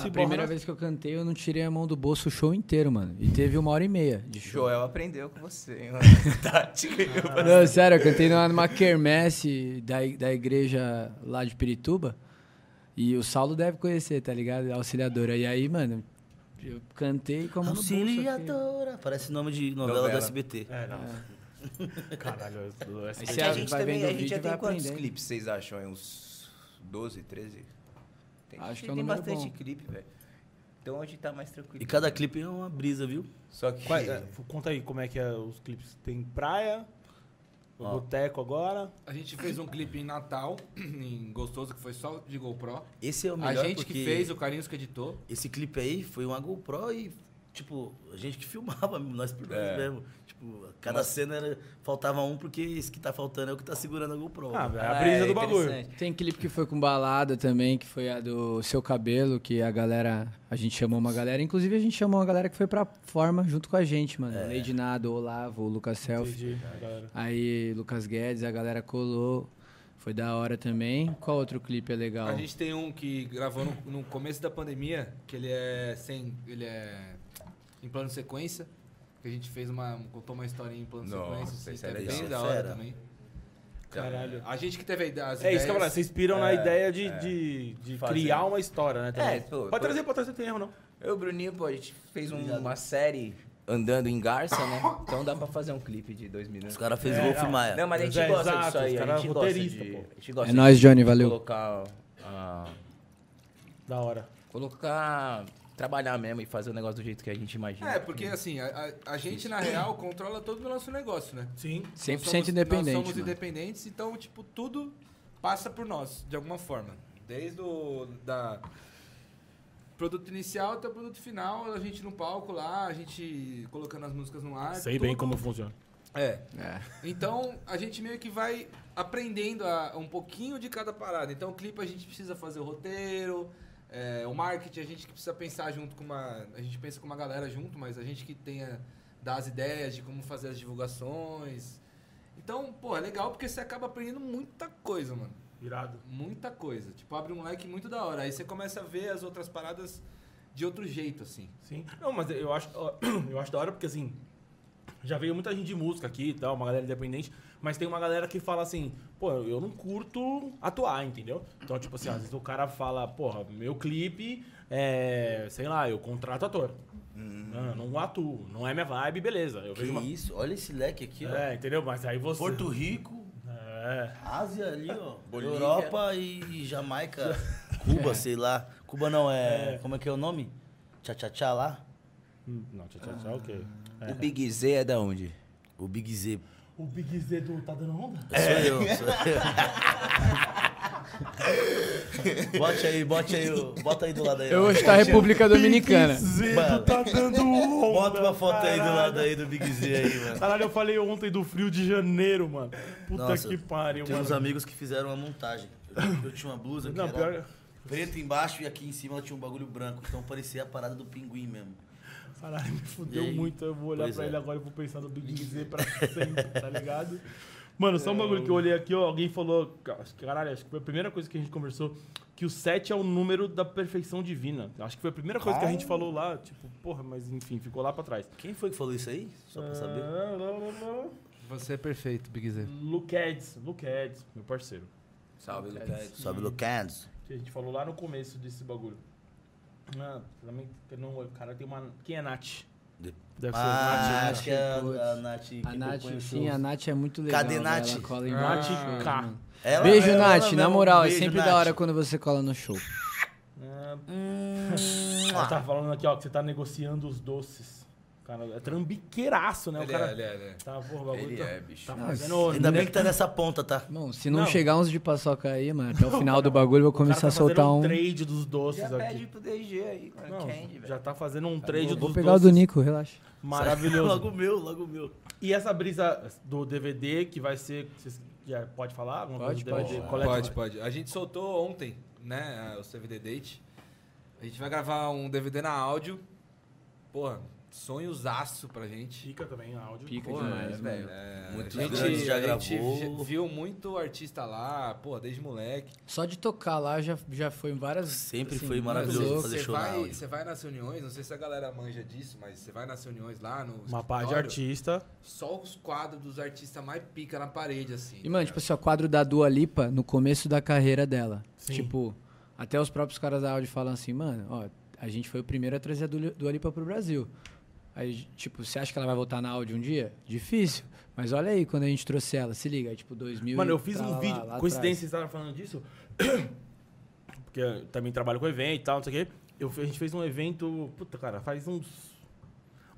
se A primeira borra. vez que eu cantei, eu não tirei a mão do bolso o show inteiro, mano. E teve uma hora e meia de show. Joel aprendeu com você, hein? mano? Tática. Não, sério, eu cantei numa, numa quermesse da, i- da igreja lá de Pirituba. E o Saulo deve conhecer, tá ligado? A auxiliadora. E aí, mano, eu cantei como no bolso, assim. Auxiliadora. Parece nome de novela, Novela. do SBT. É, não. Caralho, eu- Aí É você que a gente vai também, vendo a o gente vídeo já e vai tem quantos aprendendo. clipes vocês acham aí? Uns 12, 13? Tem, Acho que é um tem número bastante bom. clipe, velho. Então a gente tá mais tranquilo. E cada clipe é uma brisa, viu? Só que. Quais- é, f- conta aí como é que é os clipes. Tem praia, o Ó. boteco agora. A gente fez um clipe em Natal, em Gostoso, que foi só de GoPro. Esse é o A melhor gente porque que fez, o Carinhos que editou. Esse clipe aí foi uma GoPro e, tipo, a gente que filmava, nós por nós É. mesmo. Tipo, cada cena era, faltava um porque esse que tá faltando é o que tá segurando a GoPro. Ah, né? é a brisa é do bagulho. interessante. Tem clipe que foi com balada também, que foi a do Seu Cabelo, que a galera. A gente chamou uma galera. Inclusive, a gente chamou uma galera que foi pra forma junto com a gente, mano. Lady Nado, Olavo, É o Lucas Self. Entendi, galera. Aí, Lucas Guedes, a galera colou. Foi da hora também. Qual outro clipe é legal? A gente tem um que gravou no, no começo da pandemia, que ele é sem. ele é em plano sequência. Que a gente fez uma. contou uma historinha em plano Nossa, sequência. isso assim, é que legal. é bem Isso da é hora fera. também. Caralho. A gente que teve a ideia. É isso que eu ia falar, vocês inspiram na É, ideia de, é. de, de Fazer. criar uma história, né? também. É, pô, pode por- trazer, pode trazer, tem erro não. Eu e o Bruninho, pô, a gente fez um- uma série andando em Garça, né? Então dá pra fazer um clipe de dois minutos. Os caras fez Wolf Maia. É, Não, mas a gente É, gosta exato, disso os aí. cara A gente gosta roteirista, de. pô. A gente gosta É nóis, de Johnny, valeu. Colocar. ah, Da hora. colocar trabalhar mesmo e fazer o negócio do jeito que a gente imagina. É, porque assim, a, a- a gente, na real, controla todo o nosso negócio, né? Sim. 100% Nós somos- independente. Nós somos mano. independentes, então, tipo, tudo passa por nós, de alguma forma. Desde o da produto inicial até o produto final, a gente no palco lá, a gente colocando as músicas no ar. Ah, Sei bem tudo. como funciona. É. É. Então, a gente meio que vai aprendendo a- um pouquinho de cada parada. Então, o clipe a gente precisa fazer o roteiro, é, o marketing a gente que precisa pensar junto com uma... A gente pensa com uma galera junto, mas a gente que tenha... Dá as ideias de como fazer as divulgações. Então, pô, é legal porque você acaba aprendendo muita coisa, mano. Irado. Muita coisa. Tipo, abre um leque muito da hora. Aí você começa a ver as outras paradas de outro jeito, assim. Sim. Não, mas eu acho, eu acho da hora porque assim. Já veio muita gente de música aqui e tal, uma galera independente, mas tem uma galera que fala assim, pô, eu não curto atuar, entendeu? Então, tipo assim, às vezes o cara fala, porra, meu clipe é, sei lá, eu contrato ator. Não, não atuo, não é minha vibe, beleza. Eu Hum. Que vejo uma. isso? Olha esse leque aqui, ó. É, entendeu? Mas aí você. Porto Rico, É. Ásia ali, ó. Bolívia. Europa e Jamaica. Cuba, sei lá. Cuba não, é... Como é que é o nome? Tchá-tchá-tchá lá. Hum, Não, tchau, tchau, tchau, ok. É. O Big Z é da onde? O Big Z. O Big Z do Tá Dando Onda? É. Sou eu, sou eu. bote aí, bote aí. o- Bota aí do lado aí. Eu ó. hoje tá a República Dominicana. Mano, Tá dando onda. Bota uma foto aí do caralho. lado aí do Big Z aí, mano. Caralho, eu falei ontem do frio de janeiro, mano. Puta Nossa, que pariu, Tem mano. uns amigos que fizeram uma montagem. Eu, eu tinha uma blusa que Não, era pior. preta embaixo e aqui em cima ela tinha um bagulho branco. Então parecia a parada do pinguim mesmo. Caralho, me E fudeu aí? muito. Eu vou olhar Pois pra é. ele agora e vou pensar no Big Z pra sempre, tá ligado? Mano, só um bagulho que eu olhei aqui, ó. Alguém falou. ca- acho que, Caralho, acho que foi a primeira coisa que a gente conversou. Que o 7 é o número da perfeição divina. Acho que foi a primeira coisa que a gente falou lá. Tipo, porra, mas enfim, ficou lá pra trás. Ah, Quem foi que falou isso aí? Só pra saber. Você é perfeito, Big Z. Luquedes, Luquedes, meu parceiro. Salve, Lucas. Sobe Lucas. que a gente falou lá no começo desse bagulho. Ah, pra mim, que não, o cara tem uma. Quem é Nath? De- Deve Ah, ser né? acho que é a, a Nath. que A Nath, propõe os sim, shows. a Nath é muito legal. Cadê velho, Nath? Ela cola em Nath. Nath vários shows, K. mano. Ela- Beijo, ela Nath. mesmo, Na moral, beijo, é sempre Nath. da hora quando você cola no show. Ah, ela tá falando aqui, ó, que você tá negociando os doces. Cara, é trambiqueiraço, né? O Ele cara. é, ele é, ele é. Tá, porra, o bagulho Ele tá, é, bicho. tá Nossa. fazendo. Ainda né? bem que tá nessa ponta, tá? Bom, se não, Não. chegar uns de paçoca aí, mano, até o final do bagulho eu vou o cara começar tá a soltar fazendo um. trade dos doces Já pede aqui. pro DG aí, mano. Não, Candy, velho. já tá fazendo um trade Vou dos pegar o do doces. Nico, relaxa. Maravilhoso. logo o meu, logo o meu. E essa brisa do DVD que vai ser. Vocês já pode falar? Alguma coisa Pode, do pode. DVD? Qual é que Pode, vai? pode. A gente soltou ontem, né, a- o CVD Date. A gente vai gravar um DVD na áudio. Porra, sonhozaço pra gente. Chica também, áudio. Pica Porra, demais, é, velho. É, Muitos a gente, grandes já a gente gravou. vi- viu muito artista lá, porra, desde moleque. Só de tocar lá já, já foi em várias. Sempre foi maravilhoso muito louco. fazer Você show na vai, áudio. você vai nas reuniões, não sei se a galera manja disso, mas você vai nas reuniões lá no Uma pá de escritório, artista. Só os quadros dos artistas mais pica na parede, assim. E, mano, tipo assim, o quadro da Dua Lipa no começo da carreira dela. Sim. Tipo, até os próprios caras da áudio falam assim, mano, ó, a gente foi o primeiro a trazer a Dua Dua Lipa pro Brasil. Aí, tipo, você acha que ela vai voltar na áudio um dia? Difícil. Mas olha aí quando a gente trouxe ela, se liga, é tipo 2000 Mano, e eu fiz pra um lá, vídeo. lá coincidência, vocês estavam falando disso? Porque eu também trabalho com evento e tal, não sei o quê. Eu, fe- a gente fez um evento, puta, cara, faz uns.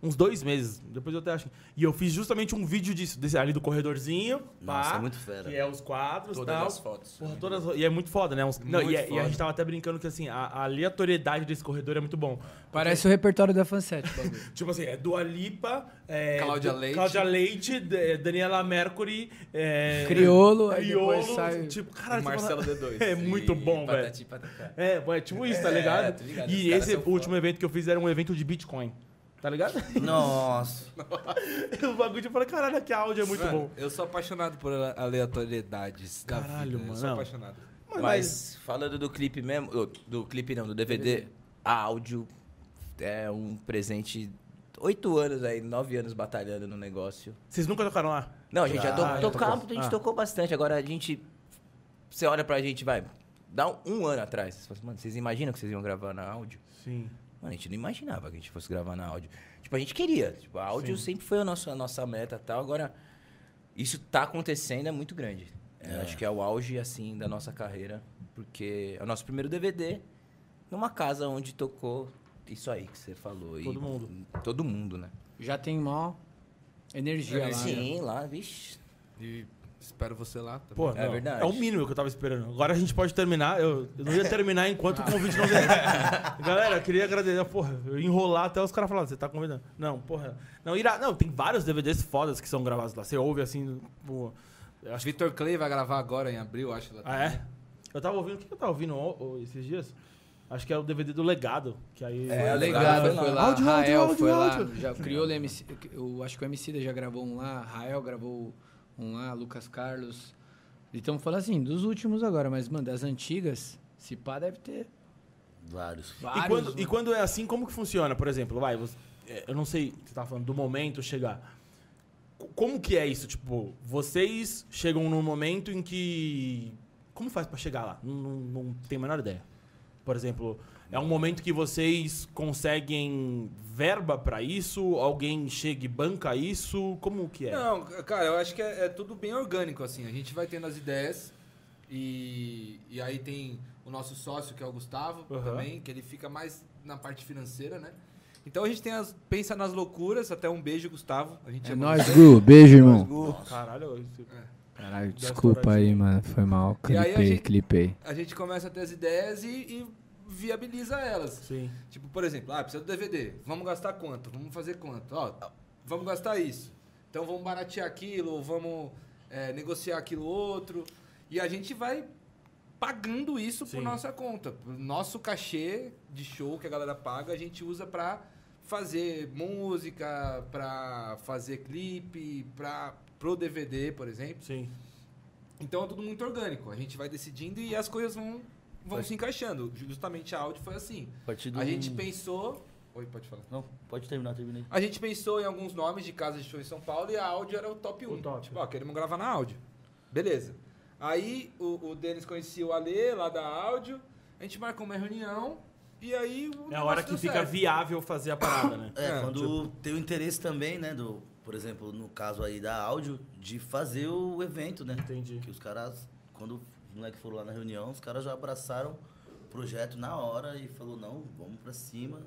Uns dois meses, depois eu até acho. que- E eu fiz justamente um vídeo disso, desse ali do corredorzinho. Nossa, pá, é muito fera. Que é os quadros e Todas tal. as fotos. Porra, todas, e é muito foda, né? Uns- não, Muito e, é- e a foda. gente tava até brincando que assim, a, a aleatoriedade desse corredor é muito bom. Parece o repertório da Fansete, o bagulho. Tipo assim, é Dua Lipa, é, Cláudia Du- Leite. Cláudia Leite, D- Daniela Mercury, é, Criolo, aí Criolo, depois sai- tipo, caralho, você Marcelo fala- D2. assim, É muito bom, velho. Patati, patatá. É, é tipo isso, tá É, ligado? tô ligado, os e caras esse são último evento que eu fiz era um evento de Bitcoin, tá ligado? Nossa. o bagulho eu falei, caralho, que áudio é muito Mano, bom. Eu sou apaixonado por ale- aleatoriedades. da Caralho, vida. Eu mano, sou não. apaixonado. Mas, falando do clipe mesmo, ô, do clipe não, do DVD, a áudio é um presente. Oito anos aí, nove anos batalhando no negócio. Vocês nunca tocaram lá? Não, a gente já, to Ah, já tocava, tocou. a gente Ah. tocou bastante. Agora a gente. Você olha pra gente, vai. Dá um, um ano atrás. Você fala assim, mano, vocês imaginam que vocês iam gravar na áudio? Sim. Mano, a gente não imaginava que a gente fosse gravar na áudio. Tipo, a gente queria. Tipo, a áudio sempre foi a nossa, a nossa meta e tal. Agora, isso tá acontecendo, é muito grande. É, Acho que é o auge, assim, da nossa carreira. Porque é o nosso primeiro DVD numa casa onde tocou isso aí que você falou. e- Todo mundo. Todo mundo, né? Já tem mó energia lá. né? Sim, lá, vixe. E espero você lá também. Pô, É não, verdade. É o mínimo que eu tava esperando. Agora a gente pode terminar. Eu, eu não ia terminar enquanto o convite não vier. Galera, eu queria agradecer. Porra, eu ia enrolar até os caras falarem, você tá convidando. Não, porra. Não, irá. Não, tem vários DVDs fodas que são gravados lá. Você ouve assim. Pô, eu acho que. Vitor Clay vai gravar agora em abril, acho. Lá Ah, é? Eu tava ouvindo. O que que eu tava ouvindo ó, ó, esses dias? Acho que é o DVD do Legado. Que aí. É, O o Legado Legado foi lá, Áudio, áudio, Rael áudio, foi lá, áudio. já criou o MC, eu acho que o MC já gravou um lá, Rael gravou um lá, Lucas Carlos. Então falando assim, dos últimos agora, mas mano, das antigas, se pá deve ter Vários. vários. né? e, quando, mano. e quando é assim, como que funciona? Por exemplo, vai, você- é, eu não sei, você tá falando do momento chegar. Co- Como que é isso? Tipo, vocês chegam num momento em que. Como faz pra chegar lá? Não, não- não tenho a menor ideia. Por exemplo, é um momento que vocês conseguem verba pra isso? Alguém chega e banca isso? Como que é? Não, cara, eu acho que é, é tudo bem orgânico, assim. A gente vai tendo as ideias e, e aí tem o nosso sócio, que é o Gustavo, Uhum. também, que ele fica mais na parte financeira, né? Então a gente tem as, pensa nas loucuras, até um beijo, Gustavo. A gente É ama nóis, você. Gu, beijo, Nós, irmão. Gu. Caralho, isso- Caralho, desculpa desculpa aí, mano, foi mal, E aí a clipei, clipei, gente- clipei. A gente começa a ter as ideias e, e viabiliza elas. sim. Tipo, por exemplo, ah, precisa do DVD. Vamos gastar quanto? Vamos fazer quanto? Ó, vamos gastar isso. Então vamos baratear aquilo, ou vamos é, negociar aquilo outro. E a gente vai pagando isso Sim. por nossa conta. O Nosso cachê de show que a galera paga, a gente usa pra fazer música, pra fazer clipe, pra, pro DVD, por exemplo. Sim. Então é tudo muito orgânico. A gente vai decidindo e as coisas vão, vão se encaixando. Justamente a áudio foi assim. A partir do A gente um- pensou. Oi, pode falar. Não, pode terminar, terminei. A gente pensou em alguns nomes de casa de show em São Paulo e a áudio era o top 1. O top. Tipo, ó, queremos gravar na áudio. Beleza. Aí o, o Denis conhecia o Alê lá da áudio. A gente marcou uma reunião e aí. O É a hora negócio que deu fica certo. viável fazer a parada, né? É, É, quando tem o interesse também, né, do, por exemplo, no caso aí da áudio, de fazer o evento, né? Entendi. Que os caras, quando os moleques foram lá na reunião, os caras já abraçaram o projeto na hora e falou, não, vamos pra cima.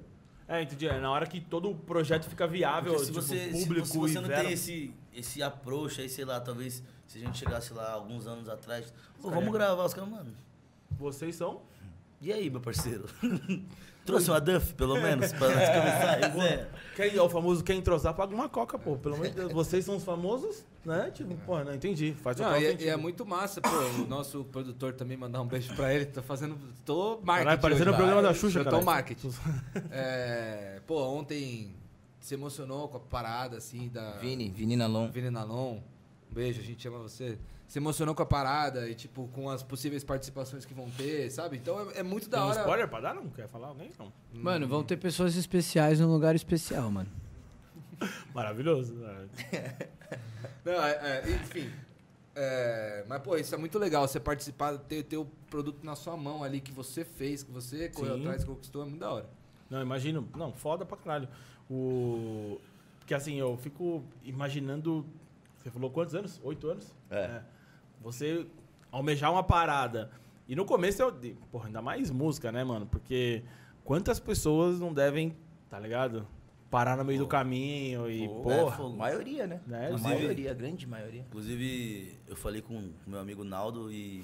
É, entendi. É na hora que todo o projeto fica viável, Porque se, tipo, você, se público você- se você e não verba. tem esse, esse approach aí, sei lá, talvez se a gente chegasse lá alguns anos atrás, "Ô, vamos gravar, os caras, mano. Vocês são E aí, meu parceiro? Trouxe uma Duff, pelo menos, pra nós começar. Pois é. Quem é o famoso quer entrosar, paga uma coca, pô. Pelo menos vocês são os famosos, né? Tipo, porra, não entendi. Faz Não, total e, é- sentido. e é muito massa, pô. O nosso produtor também mandar um beijo pra ele. Tô fazendo. Tô marketing. Caralho, parecendo hoje, o programa vai. da Xuxa, Eu tô caralho. marketing. É, pô, ontem se emocionou com a parada, assim, da. Vini, Vini Nalon. Vini Nalon, um beijo, a gente ama você. Se emocionou com a parada e, tipo, com as possíveis participações que vão ter, sabe? Então é, é muito Tem da um hora. spoiler pra dar? Não quer falar alguém? Não. Mano, vão ter pessoas especiais num lugar especial, mano. Maravilhoso. né? Não, é- é, enfim. É, mas, pô, isso é muito legal, você participar, ter, ter o produto na sua mão ali que você fez, que você correu Sim. atrás, conquistou, é muito da hora. Não, imagino. Não, foda pra caralho. O... Porque assim, eu fico imaginando... Você falou quantos anos? Oito anos? É. Você almejar uma parada. E no começo, eu... de- porra, ainda mais música, né, mano? Porque quantas pessoas não devem, tá ligado? Parar no meio do caminho e, É, porra... fogo. maioria, né? Né? A Inclusive- maioria, a grande maioria. Inclusive, eu falei com o meu amigo Naldo e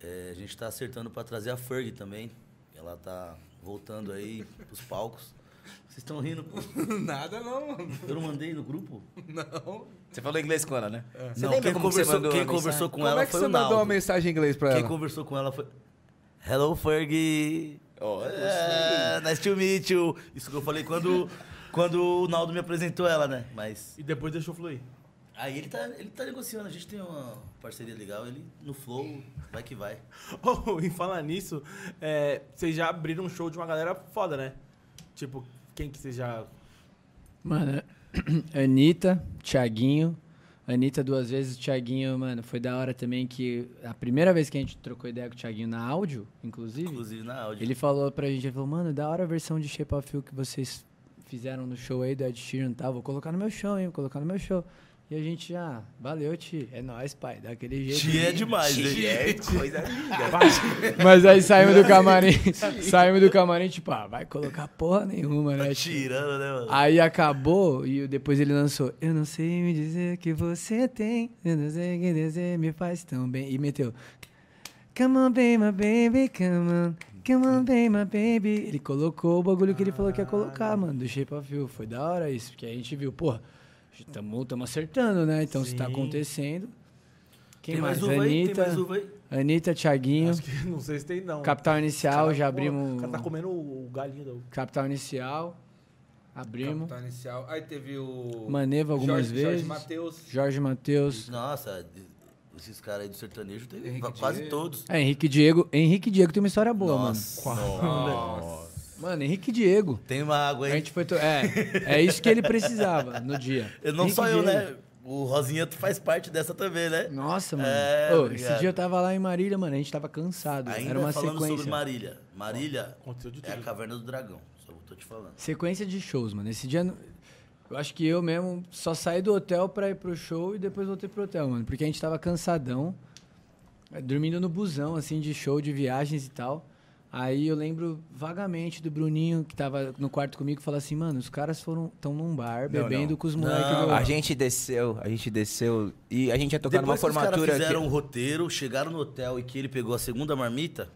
é, a gente tá acertando pra trazer a Ferg também. Ela tá voltando aí pros palcos. Vocês estão rindo, pô. Nada não, mano. Eu não mandei no grupo? não. Você falou inglês com ela, né? Você É. não, lembra quem como conversou, você mandou quem a mensagem? conversou com Como ela é que foi você o mandou Naldo. uma mensagem em inglês pra quem ela? conversou com ela foi. Hello, Ferg! Ó, É, nice to meet you! Isso que eu falei quando, quando o Naldo me apresentou ela, né? Mas. E depois deixou fluir. Aí ele tá, ele tá negociando, a gente tem uma parceria legal, ele no flow, vai que vai. Oh, e falar nisso, é, vocês já abriram um show de uma galera foda, né? Tipo, quem que vocês já. Mano, Anitta, Thiaguinho. Anitta duas vezes, Thiaguinho, mano, foi da hora também que a primeira vez que a gente trocou ideia com o Thiaguinho na áudio, inclusive, Inclusive na áudio. ele falou pra gente, ele falou, mano, da hora a versão de Shape of You que vocês fizeram no show aí do Ed Sheeran e tal, vou colocar no meu show, hein, vou colocar no meu show. E a gente, ah, valeu, ti. É nóis, pai. Daquele jeito. Tia é demais, né? É coisa linda. Mas aí saímos do camarim. saímos do camarim, tipo, ah, vai colocar porra nenhuma, né? Tá tio? tirando, né, mano? Aí acabou e depois ele lançou Eu não sei me dizer que você tem Eu não sei que dizer me faz tão bem E meteu Come on, baby, my baby, come on Come on, baby, my baby Ele colocou o bagulho que ele falou que ia colocar, mano Do Shape of You Foi da hora isso Porque a gente viu, porra Tamo, tamo acertando, né? Então se tá acontecendo Quem Tem mais? mais uva aí? Tem Anitta mais uva aí? Anitta, Thiaguinho Acho que não sei se tem, não. Capital Inicial, já O abrimos um- cara tá comendo o o galinho da. Capital Inicial Abrimos Capital inicial. Aí teve o. Maneva algumas Jorge, vezes. Jorge Matheus. Jorge Matheus. Nossa, esses caras aí do sertanejo tem Henrique quase Diego. todos. É, Henrique e Diego. Henrique e Diego tem uma história boa, Nossa. Nossa. mano. Mano, Henrique e Diego. Tem uma água A aí. gente foi. to- É, é isso que ele precisava no dia. Eu- Não Henrique só e eu, Diego. né? O Rosinha tu faz parte dessa também, né? Nossa, mano. É, Ô, obrigado. esse dia eu tava lá em Marília, mano. A gente tava cansado. Ainda Era uma falando sobre sequência. Marília. Marília Aconteceu de é a tudo. caverna do dragão. Só tô te falando. Sequência de shows, mano. Esse dia. não- Eu acho que eu mesmo só saí do hotel pra ir pro show e depois voltei pro hotel, mano. Porque a gente tava cansadão, eh, dormindo no busão, assim, de show, de viagens e tal. Aí eu lembro vagamente do Bruninho, que tava no quarto comigo, falar assim, mano, os caras foram tão num bar Não, bebendo não. com os moleques Não, do. Ah, A gente desceu, a gente desceu e a gente ia tocar numa Depois que os caras formatura. fizeram que- o roteiro, chegaram no hotel e que ele pegou a segunda marmita,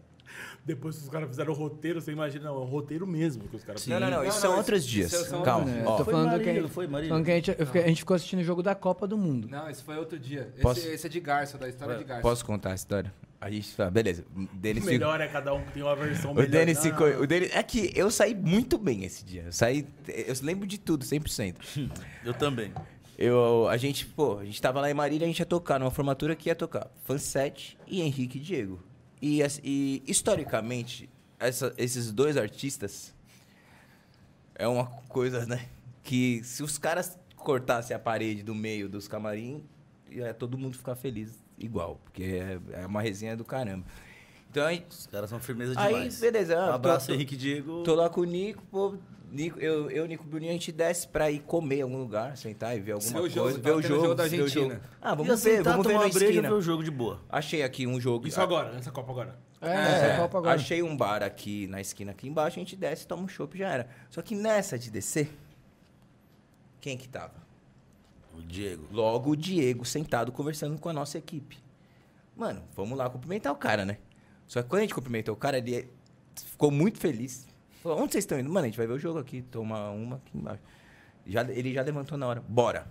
Depois que os caras fizeram o roteiro, você imagina, não, é o roteiro mesmo que os caras Não, não, não, isso Não, são não, outros isso- dias. isso são outros Calma. dias. ó. Tô Foi falando Marília, que a- não foi Marília? Falando que a gente, eu fiquei- a gente ficou assistindo o jogo da Copa do Mundo. Não, esse foi outro dia. Posso- Esse, esse é de Garça, da história de Garça. Posso contar a história? A gente tá, beleza. O Denis ficou- Melhor é cada um que tem uma versão O melhor. Denis Ah, ficou. O Denis, é que eu saí muito bem esse dia. Eu saí. Eu lembro de tudo, 100%. eu também. Eu, a gente, pô, a gente tava lá em Marília, a gente ia tocar numa formatura que ia tocar Fansete e Henrique e Diego. E, as- e, historicamente, essa- esses dois artistas é uma coisa, né? Que se os caras cortassem a parede do meio dos camarim, ia todo mundo ficar feliz igual, porque é, é uma resenha do caramba. Então aí, Os caras são firmeza aí demais. beleza. um eu tô- abraço, tô- Henrique e Diego. Tô lá com o Nico, pô. Nico, eu, eu, Nico e o Bruninho, a gente desce pra ir comer em algum lugar, sentar e ver alguma Ver o jogo, coisa. tava Ver o tendo jogo, jogo da ver o jogo. Argentina. Ah, Ia vamos ver, vamos ver sentar, na tomar assim, tá uma breja e esquina. ver o jogo de boa. Achei aqui um jogo. Isso agora, nessa Copa agora. É, essa Copa agora. Achei um bar aqui na esquina aqui embaixo, a gente desce, toma um chopp e já era. Só que nessa de descer, quem que tava? O Diego. Logo o Diego sentado conversando com a nossa equipe. Mano, vamos lá cumprimentar o cara, né? Só que quando a gente cumprimentou o cara, ele ficou muito feliz. Falou, onde vocês estão indo? Mano, a gente vai ver o jogo aqui, tomar uma aqui embaixo. Já, ele já levantou na hora. Bora.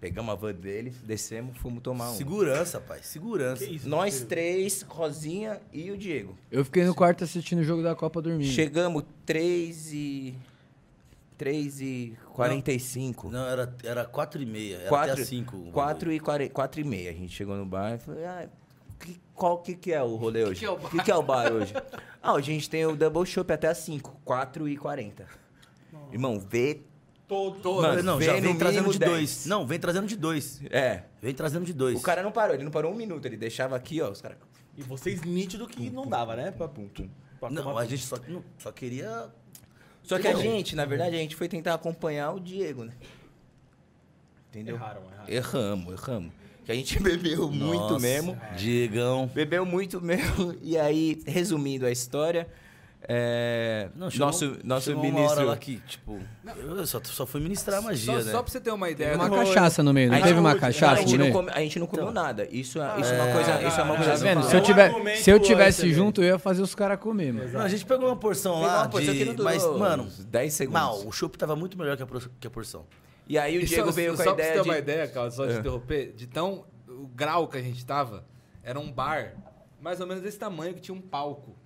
Pegamos a van dele, descemos, fomos tomar uma. Segurança, pai. Segurança. Nós três, Rosinha e o Diego. Eu fiquei no quarto assistindo o jogo da Copa Hum. dormindo. Chegamos 3 e... 3 e 45. Não, era, era quatro e meia. Era até 4 às cinco. um 4 e 4 e meia. A gente chegou no bar e falou, ah, que, qual que, que é o rolê hoje? que é o O que, que é o bar hoje? ah, hoje a gente tem o Double Shop até às 5, 4 e 40. Irmão, vê... Todo. Mano, Não, já vê vem no trazendo mínimo de 10. dois. Não, vem trazendo de dois. É. Vem trazendo de dois. O cara não parou, ele não parou um minuto, ele deixava aqui, ó, os caras... E vocês nítido que não dava, né? Pra, pra Não, tomar- a gente só, não, só queria. Só que a gente, na verdade, a gente foi tentar acompanhar o Diego, né? Entendeu? Erraram, erraram. Erramos, erramos. Que a gente bebeu muito Nossa, é. mesmo. Diegão. Bebeu muito mesmo. E aí, resumindo a história, é, Não, chegou- nosso, nosso chegou ministro. Uma hora lá que, tipo, eu só, só fui ministrar a magia, Só, né? só pra você ter uma ideia. Uma do- cachaça no meio, não A gente- teve uma não, Não, a, cachaça né? no gente não meio? come- a gente não comeu nada. Isso, é- isso é uma coisa. Isso é uma Tá Tá coisa. vendo? Não, Se eu, é um tiver, argumento se eu tivesse tá antes, junto, eu ia fazer os caras comer, mano. Não, a gente pegou uma porção Pegou lá. uma porção de- que não durou Mas, mano, uns 10 segundos. Mal, o chopp tava muito melhor que a, por- que a porção. E aí o E Diego só, veio com só a pra você ideia. ter de- uma ideia, cara, só te É. interromper, de tão. O grau que a gente tava, era um bar mais ou menos desse tamanho que tinha um palco.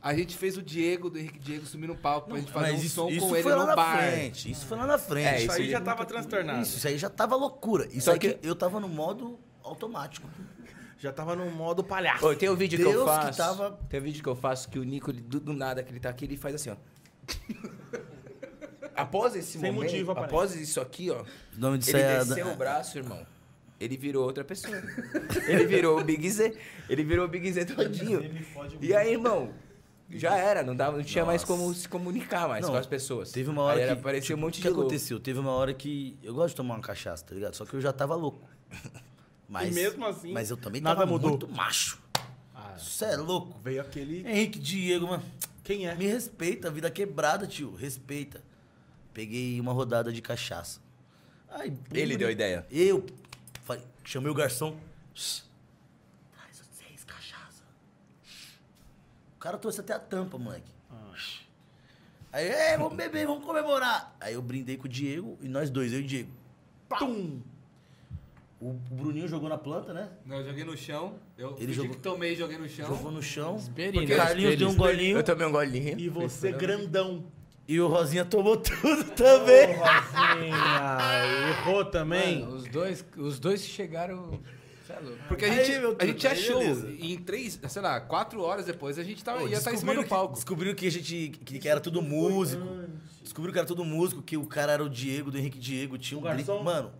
A gente fez o Diego, do Henrique Diego, subir no palco pra gente fazer um som com ele foi lá no na bar. frente. Isso foi lá na frente. É, isso, Isso aí ele- já tava transtornado. isso aí já tava loucura. Isso Só aí que que- eu tava no modo automático. Já tava no modo palhaço. Ô, tem um vídeo que eu Deus que faço. tava- Tem um vídeo que eu faço que o Nico, ele, do, do nada que ele tá aqui, ele faz assim, ó. após esse Sem momento, motivo, aparece. após isso aqui, ó, O nome disso ele é. desceu o braço, irmão. Ele virou outra pessoa. ele virou o Big Z. Ele virou o Big Z todinho. E aí, irmão, Já era, não, dava, não tinha mais Nossa. como se comunicar mais Não, com as pessoas. Teve uma hora Aí era- que. Parecia um tipo, monte o de que louco. aconteceu? Teve uma hora que. Eu gosto de tomar uma cachaça, tá ligado? Só que eu já tava louco. Mas, E mesmo assim, Mas eu também nada tava mudou. muito macho. Você é louco. Veio aquele. Henrique Diego, mano. Quem é? Me respeita, vida quebrada, tio. Respeita. Peguei uma rodada de cachaça. Aí, Ele bêbado, deu a ideia. Eu falei, chamei o garçom. "Shh, Traz seis cachaça. Shh." O cara trouxe até a tampa, moleque. Shh. Aí, é, vamos beber, vamos comemorar. Aí eu brindei com o Diego e nós dois, eu e o Diego. Tum! O, o Bruninho jogou na planta, né? Não, eu joguei no chão. Eu Ele fingi jogou- que tomei e joguei no chão. Jogou no chão. Esperino, Porque o Carlinhos deu um golinho Eu tomei um golinho. E você grandão. e o Rosinha tomou tudo também. Rosinha. Errou também. Mano, os dois, os dois chegaram. Cê é louco. Porque a Aí, gente, meu a gente truta, achou, beleza. e em três, sei lá, quatro horas depois, a gente tava, Pô, ia estar tá em cima do que- palco. Descobriu que a gente. que, que era tudo músico. Descobriu que era tudo músico, que o cara era o Diego, do Henrique Diego. Tinha um O garçom? drink. Mano,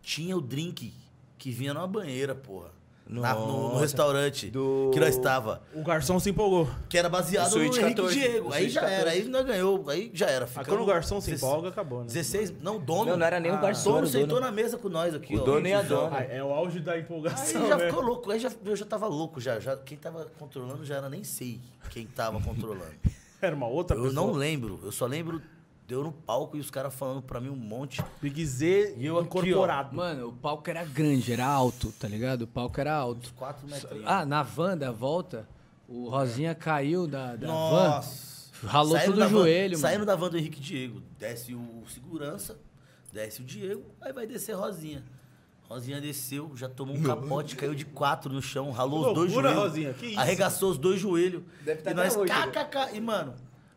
tinha o drink que vinha numa banheira, porra. Na- no, no Nossa. restaurante Do- que nós tava. O garçom se empolgou. Que era baseado no Do Suíte Henrique 14, Diego. do Aí Suíte já era, 14. aí nós ganhou. Aí já era. Ah, ficamos quando o garçom se dezesseis- empolga, acabou, né? 16. Não, o dono. Não, não era nem o Ah, garçom, O era dono o sentou dono. na mesa com nós aqui, O ó. dono e a Confusão. dona. Ah, é o auge da né? Aí empolgação. já né? ficou louco, aí já, eu já tava louco já, já. Quem tava controlando já era nem sei quem tava controlando. Era uma outra Eu pessoa. não lembro, eu só lembro deu no palco e os caras falando pra mim um monte. Big Z E eu aqui, ó. incorporado. Mano, o palco era grande, era alto, tá ligado? O palco era alto. Quatro metros. Ah, na van da volta, o Rosinha caiu da, da Nossa. van. Ralou Saindo tudo da o van- joelho, Saindo mano. da van do Henrique Diego, desce o segurança, desce o Diego, aí vai descer Rosinha. Rosinha desceu, já tomou um capote, caiu de quatro no chão, ralou Que os dois loucura, joelhos. Rosinha, que isso? Arregaçou os dois joelhos. Deve tá e nós, até hoje, né? kkk, e mano,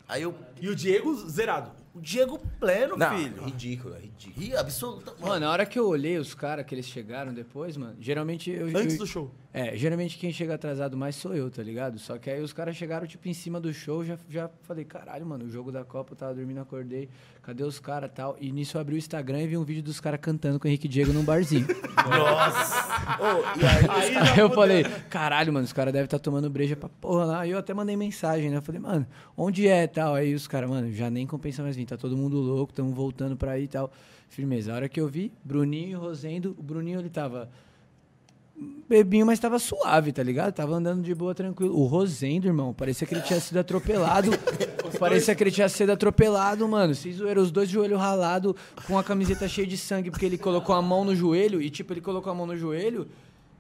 aí eu, E o Diego zerado. o Diego pleno, Não, filho. ridículo, ridículo. Ih, absoluta. Mano, na hora que eu olhei os caras que eles chegaram depois, mano, geralmente eu. Antes eu- do show. É, geralmente quem chega atrasado mais sou eu, tá ligado? Só que aí os caras chegaram, tipo, em cima do show, já, já falei, caralho, mano, o jogo da Copa, eu tava dormindo, acordei, cadê os caras tal? E nisso eu abri o Instagram e vi um vídeo dos caras cantando com o Henrique Diego num barzinho. Ô, e aí, Aí, já aí eu fudeu. falei, caralho, mano, os caras devem estar tomando breja pra porra lá. Aí eu até mandei mensagem, né? Eu falei, mano, onde é e tal? Aí os caras, mano, já nem compensa mais vir, tá todo mundo louco, tamo voltando pra aí e tal. Firmeza. A hora que eu vi, Bruninho e Rosendo, o Bruninho ele tava bebinho, mas tava suave, tá ligado? Tava andando de boa, tranquilo. O Rosendo, irmão, parecia que ele tinha sido atropelado. parecia que ele tinha sido atropelado, mano. Vocês zoeiram os dois joelhos ralados, com a camiseta cheia de sangue, porque ele colocou a mão no joelho, e tipo, ele colocou a mão no joelho.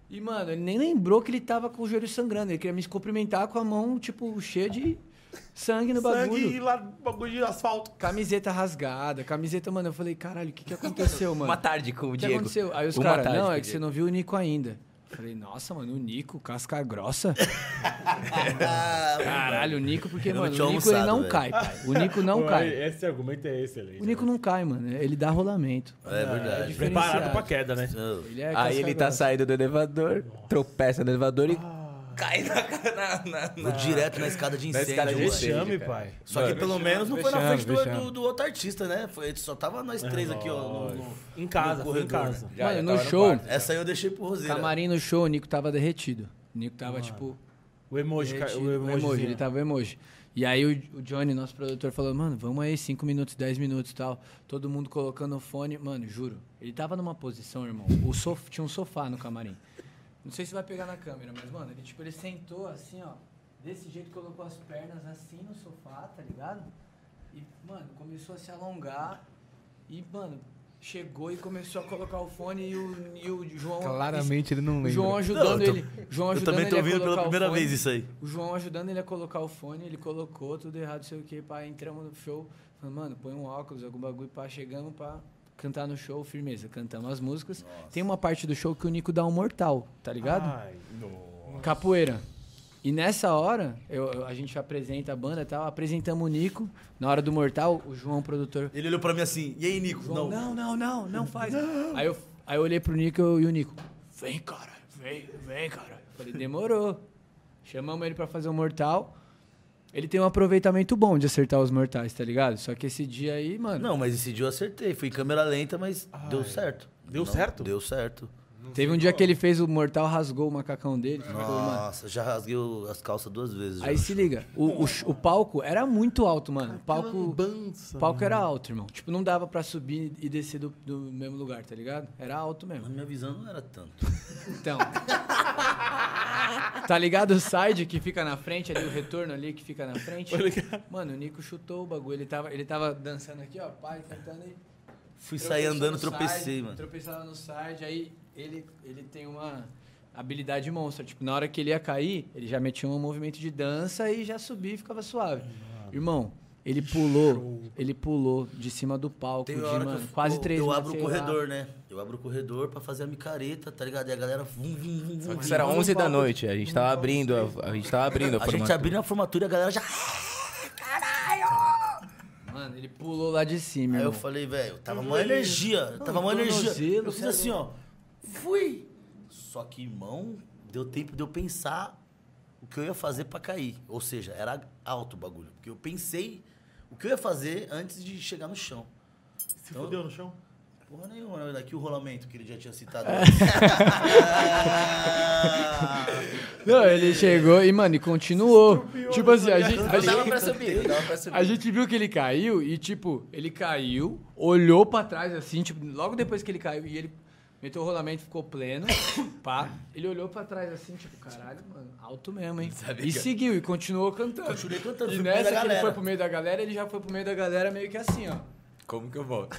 E, mano, ele nem lembrou que ele tava com o joelho sangrando. Ele queria me cumprimentar com a mão, tipo, cheia de sangue no bagulho. Sangue e lá, bagulho de asfalto. Camiseta rasgada, camiseta, mano. Eu falei, caralho, o que, que aconteceu, mano? Uma tarde com o O que Diego. aconteceu? Aí os Uma caras, tarde não, com é o que você Diego. não viu o Nico ainda. Eu Falei, nossa, mano, o Nico, casca grossa. Ah, Caralho, o Nico, porque, Eu não mano, o tinha Nico ele almoçado, não velho. cai, pai. O Nico não Pô, cai. Esse argumento é excelente. O Nico não cai, mano. Ele dá rolamento. É verdade. Preparado pra queda, né? Ele é Aí ele tá casca-grossa. saindo do elevador, tropeça no elevador e Ah. cai na, na, na, Vou na- direto na escada de Na incêndio. escada de mano. incêndio. Chame, cara. pai. Só que pelo menos não foi na fechamos, frente do, fechamos. do- do outro artista, né? Foi, só tava nós três aqui, ó. no- no- Em casa, No foi em corredor, casa. Já, já Mano, no tava show, quarto. Essa aí eu deixei pro Roseira. camarim no show, o Nico tava derretido. O Nico tava, tipo, O emoji, cara. Ele- O emoji. ele tá tava emoji. E aí o, o Johnny, nosso produtor, falou, mano, vamos aí, 5 minutos, 10 minutos e tal. Todo mundo colocando o fone. Mano, juro, ele tava numa posição, irmão. O sof- tinha um sofá no camarim. Não sei se vai pegar na câmera, mas, mano, ele, tipo, ele sentou assim, ó. Desse jeito, colocou as pernas assim no sofá, tá ligado? E, mano, começou a se alongar. E, mano, chegou e começou a colocar o fone e o, e o João... Claramente ele não lembra. João ajudando Não, eu tô- ele. João Eu ajudando também tô ele a ouvindo pela colocar o primeira fone. vez isso aí. O João ajudando ele a colocar o fone, ele colocou tudo errado, sei o que, pá, entramos no show, falando, mano, põe um óculos, algum bagulho, pá, chegamos pra cantar no show, firmeza, cantamos as músicas. Tem uma parte do show que o Nico dá um mortal, tá ligado? Ah. Ai, não. Capoeira. E nessa hora, eu- eu- a gente apresenta a banda e tal, apresentamos o Nico, na hora do mortal, o João, o produtor, Ele olhou pra mim assim, e aí, Nico? João, não, Não. não, não, não faz. Aí, eu, aí eu olhei pro Nico e o Nico, vem, cara, vem, vem, cara. Eu Falei, demorou. Chamamos ele pra fazer o mortal. Ele tem um aproveitamento bom de acertar os mortais, tá ligado? Só que esse dia aí, mano. Ah, é. Não, mas esse dia eu acertei. Fui em câmera lenta, mas deu certo. Deu Não, certo? Deu certo. Teve um dia que ele fez o mortal, rasgou o macacão dele. Tipo, mano. Nossa, já rasguei o- as calças duas vezes. já. Aí se liga, o, o ch- o palco era muito alto, mano. O palco, Lambança, o palco era alto, irmão. Tipo, não dava pra subir e descer do, do mesmo lugar, tá ligado? Era alto Na mesmo. minha visão não era tanto. Então. tá ligado o side que fica na frente ali, o retorno ali que fica na frente? Mano, o Nico chutou o bagulho. Ele tava, ele tava dançando aqui, ó, pai, cantando aí. Fui Tropeçou sair andando, no tropecei, side, mano. Tropeçava no side, aí ele, ele tem uma habilidade monstra. Tipo, na hora que ele ia cair, ele já metia um movimento de dança e já subia e ficava suave. Irmão, ele pulou, ele pulou de cima do palco, Tem de, hora que mano, eu, quase eu- três eu metros, abro o sei lá. corredor, né? Eu abro o corredor pra fazer a micareta, tá ligado? E a galera. Vum, vum, vum, Só vum, que isso era vum. 11 da noite, a gente tava abrindo, a, a gente tava abrindo a A gente formatura. abriu na formatura e a galera já. Mano, ele pulou lá de cima, Aí eu irmão. falei, velho, tava mó energia, tava mó energia. tornozelo, Eu fiz cara. assim, ó. Fui! Só que, irmão, deu tempo de eu pensar o que eu ia fazer pra cair. Ou seja, era alto o bagulho. Porque eu pensei o que eu ia fazer antes de chegar no chão. Se fodeu no chão? Porra nenhuma, né? Daqui o rolamento que ele já tinha citado. Não, ele chegou e, mano, e continuou. Tipo assim, a gente, a Não dava gente, pra subir, não dava pra subir. a gente viu que ele caiu e, tipo, ele caiu, olhou pra trás, assim, tipo, logo depois que ele caiu e ele meteu o rolamento, ficou pleno, pá. Ele olhou pra trás, assim, tipo, caralho, mano, alto mesmo, hein? e seguiu e continuou cantando. Continuei cantando, E fui pro meio nessa da que ele galera. foi pro meio da galera, ele já foi pro meio da galera meio que assim, ó. Como que eu volto?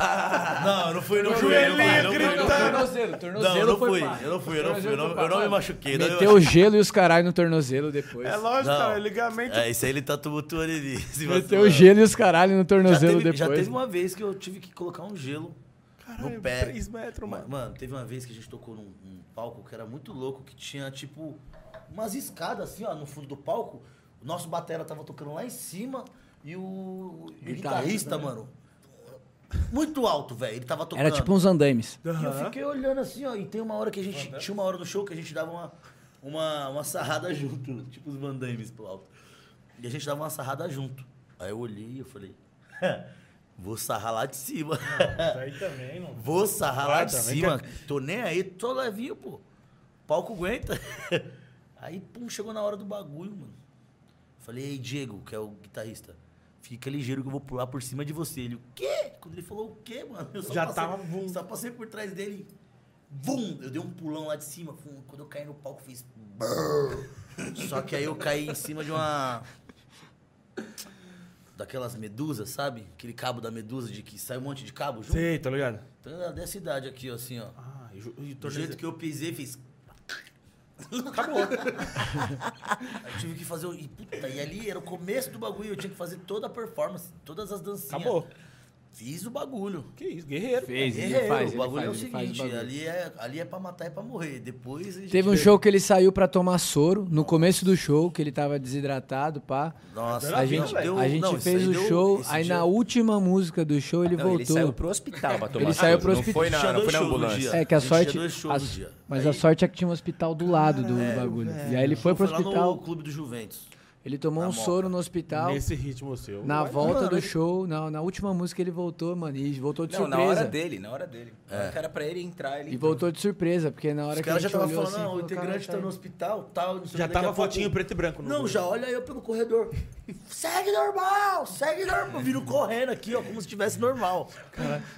não, eu não fui, não fui. eu Não, fui, não, fui, não, fui. tornozelo, tornozelo Não, eu não foi fui, pá. eu não fui, eu não fui, eu Tornozelo não- foi eu não pá. me machuquei. não me Meteu o gelo e os caralho no tornozelo depois. É lógico, Não. cara, ligamento. É, isso aí ele tá tumultuando em mim. se Meteu o vacilar. gelo e os caralho no já tornozelo teve, depois. né? já teve uma vez que eu tive que colocar um gelo Caralho, no pé. 3 metros, Ma- mano. Mano, teve uma vez que a gente tocou num, num palco que era muito louco, que tinha, tipo, umas escadas assim, ó, no fundo do palco. O nosso batera tava tocando lá em cima e o, e o Guitarrista, guitarrista, mano, muito alto, velho. Ele tava tocando. Era tipo uns andaimes. E eu fiquei olhando assim, ó. E tem uma hora que a gente. Tinha uma hora do show que a gente dava uma, uma, uma sarrada junto. Tipo os Van Dames pro alto. E a gente dava uma sarrada junto. Aí eu olhei e eu falei. Vou sarrar lá de cima. Isso aí também, não. Vou sarrar lá Vai de também, cima. Tô nem aí, tô levinho, pô. Palco aguenta. Aí, pum, chegou na hora do bagulho, mano. Falei, ei, Diego, que é o guitarrista. Fica ligeiro que eu vou pular por cima de você. Ele, o quê? Quando ele falou o quê, mano? Eu só Já passei, tava, vum. Só passei por trás dele. Vum! Eu dei um pulão lá de cima. vum. Quando eu caí no palco, fiz... brrr. Só que aí eu caí em cima de uma... Daquelas medusas, sabe? Aquele cabo da medusa de que sai um monte de cabo junto. Sei, tá ligado? Então era dessa idade aqui, ó, assim, ó. Ah, e, ju- e Do jeito que eu pisei, fiz. Acabou. eu tive que fazer. o- E, puta, e ali era o começo do bagulho. Eu tinha que fazer toda a performance, todas as dancinhas. Acabou. Fiz o bagulho. Que isso, guerreiro. Fez, Guerreiro, ele faz, o ele bagulho faz, é o ele faz o seguinte, bagulho. ali é, ali é pra matar e pra morrer. Depois. a gente Teve um vê. show que ele saiu pra tomar soro, no começo do show, que ele tava desidratado, pá. Nossa, A gente, deu- a gente não, isso fez aí o deu- show, esse aí dia- na última música do show ele Não, voltou. ele saiu pro hospital pra tomar Ele saiu soro, pro Não foi hospital. na, não foi na Tinha dois shows no ambulância. dia. É que a A gente tinha sorte. dois shows as- no dia. mas Aí- É, a sorte é que tinha um hospital do lado do bagulho. E aí ele foi pro Foi lá hospital, no clube do Juventus. ele tomou na um moca. soro no hospital. Nesse ritmo seu. Na Vai- volta Mano, do ele- show, na, na última música ele voltou, mano, e voltou de Não, na surpresa. hora dele, na hora dele. Na hora que era pra ele entrar, ele E voltou de surpresa, porque na hora então. Os que a caras já gente estavam olhou falando, assim, não, o falou, integrante tá "Caralho, no hospital, tal. não sei o que, Já daqui a tava pouco- fotinho preto e branco. no Não, Google. já olha eu pelo corredor. Segue normal, segue normal. Viro correndo aqui, ó, como se tivesse normal.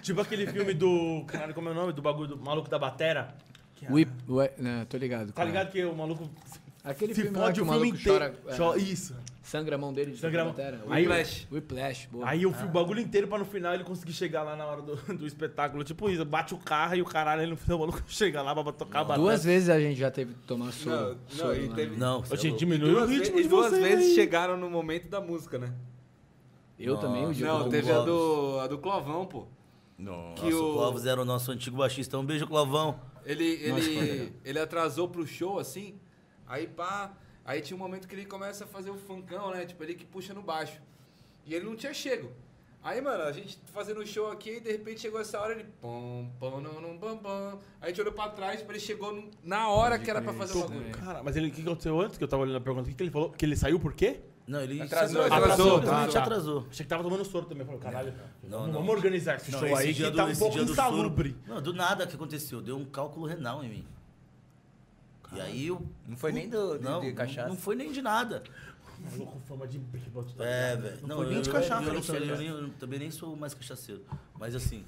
Tipo aquele filme do. Caralho, como é o nome? Do bagulho do maluco da Batera. Whip, Whip- não, né, tô ligado. Tá cara. ligado que o maluco Aquele se filme lá fode que o o filme maluco inteiro. chora, é, Chora- Isso. sangra a mão dele de Sangra a mão. batera. Aí- Whiplash. Whiplash, boa. Aí eu fui o bagulho inteiro pra no final ele conseguir chegar lá na hora do, do espetáculo. Tipo isso, bate o carro e o caralho, ele no final o maluco chega lá pra tocar a batata. Duas vezes a gente já teve que tomar soro. Não, soro não, e lá, teve- né? Não, é Ô, gente, de... diminui o Duas, ve- ritmo e de duas vocês vezes aí. chegaram no momento da música, né? Eu também, o dia que eu Não, tomo teve soro. a do, a do Clovão, pô. Nossa. Nossa, que o o- Clóvis era o nosso antigo baixista. Um beijo, Clovão. Ele, Nossa, foi legal. ele, ele atrasou pro show, assim. Aí pá. Aí tinha um momento que ele começa a fazer o funkão, né? Tipo, ele que puxa no baixo. E ele não tinha chego. Aí, mano, a gente fazendo o show aqui, e de repente chegou essa hora, ele. Pom, pom, não, não, pom, pom. Aí a gente olhou pra trás, tipo, ele chegou no- na hora que era pra fazer o crer. bagulho. Cara, mas ele, o que aconteceu antes? Que eu tava olhando a pergunta. O que, que ele falou? Que ele saiu por quê? Não, ele Atrasou, simplesmente atrasou. simplesmente Ah, tá. atrasou. Achei que tava tomando soro também. Falei, caralho, Não, vamos- não. vamos organizar esse show aí que tá um pouco do soro- insalubre. Não, do nada que aconteceu. Deu um cálculo renal em mim. E aí eu. Não foi nem do, de, Não, de cachaça. não foi nem de nada. Maluco, Tá fama de bêbado. tá É, ligado? velho. Não foi eu- nem tá de eu- cachaça, Eu, não não sou- sei, eu velho. nem- eu também nem sou o mais cachaceiro. Mas assim,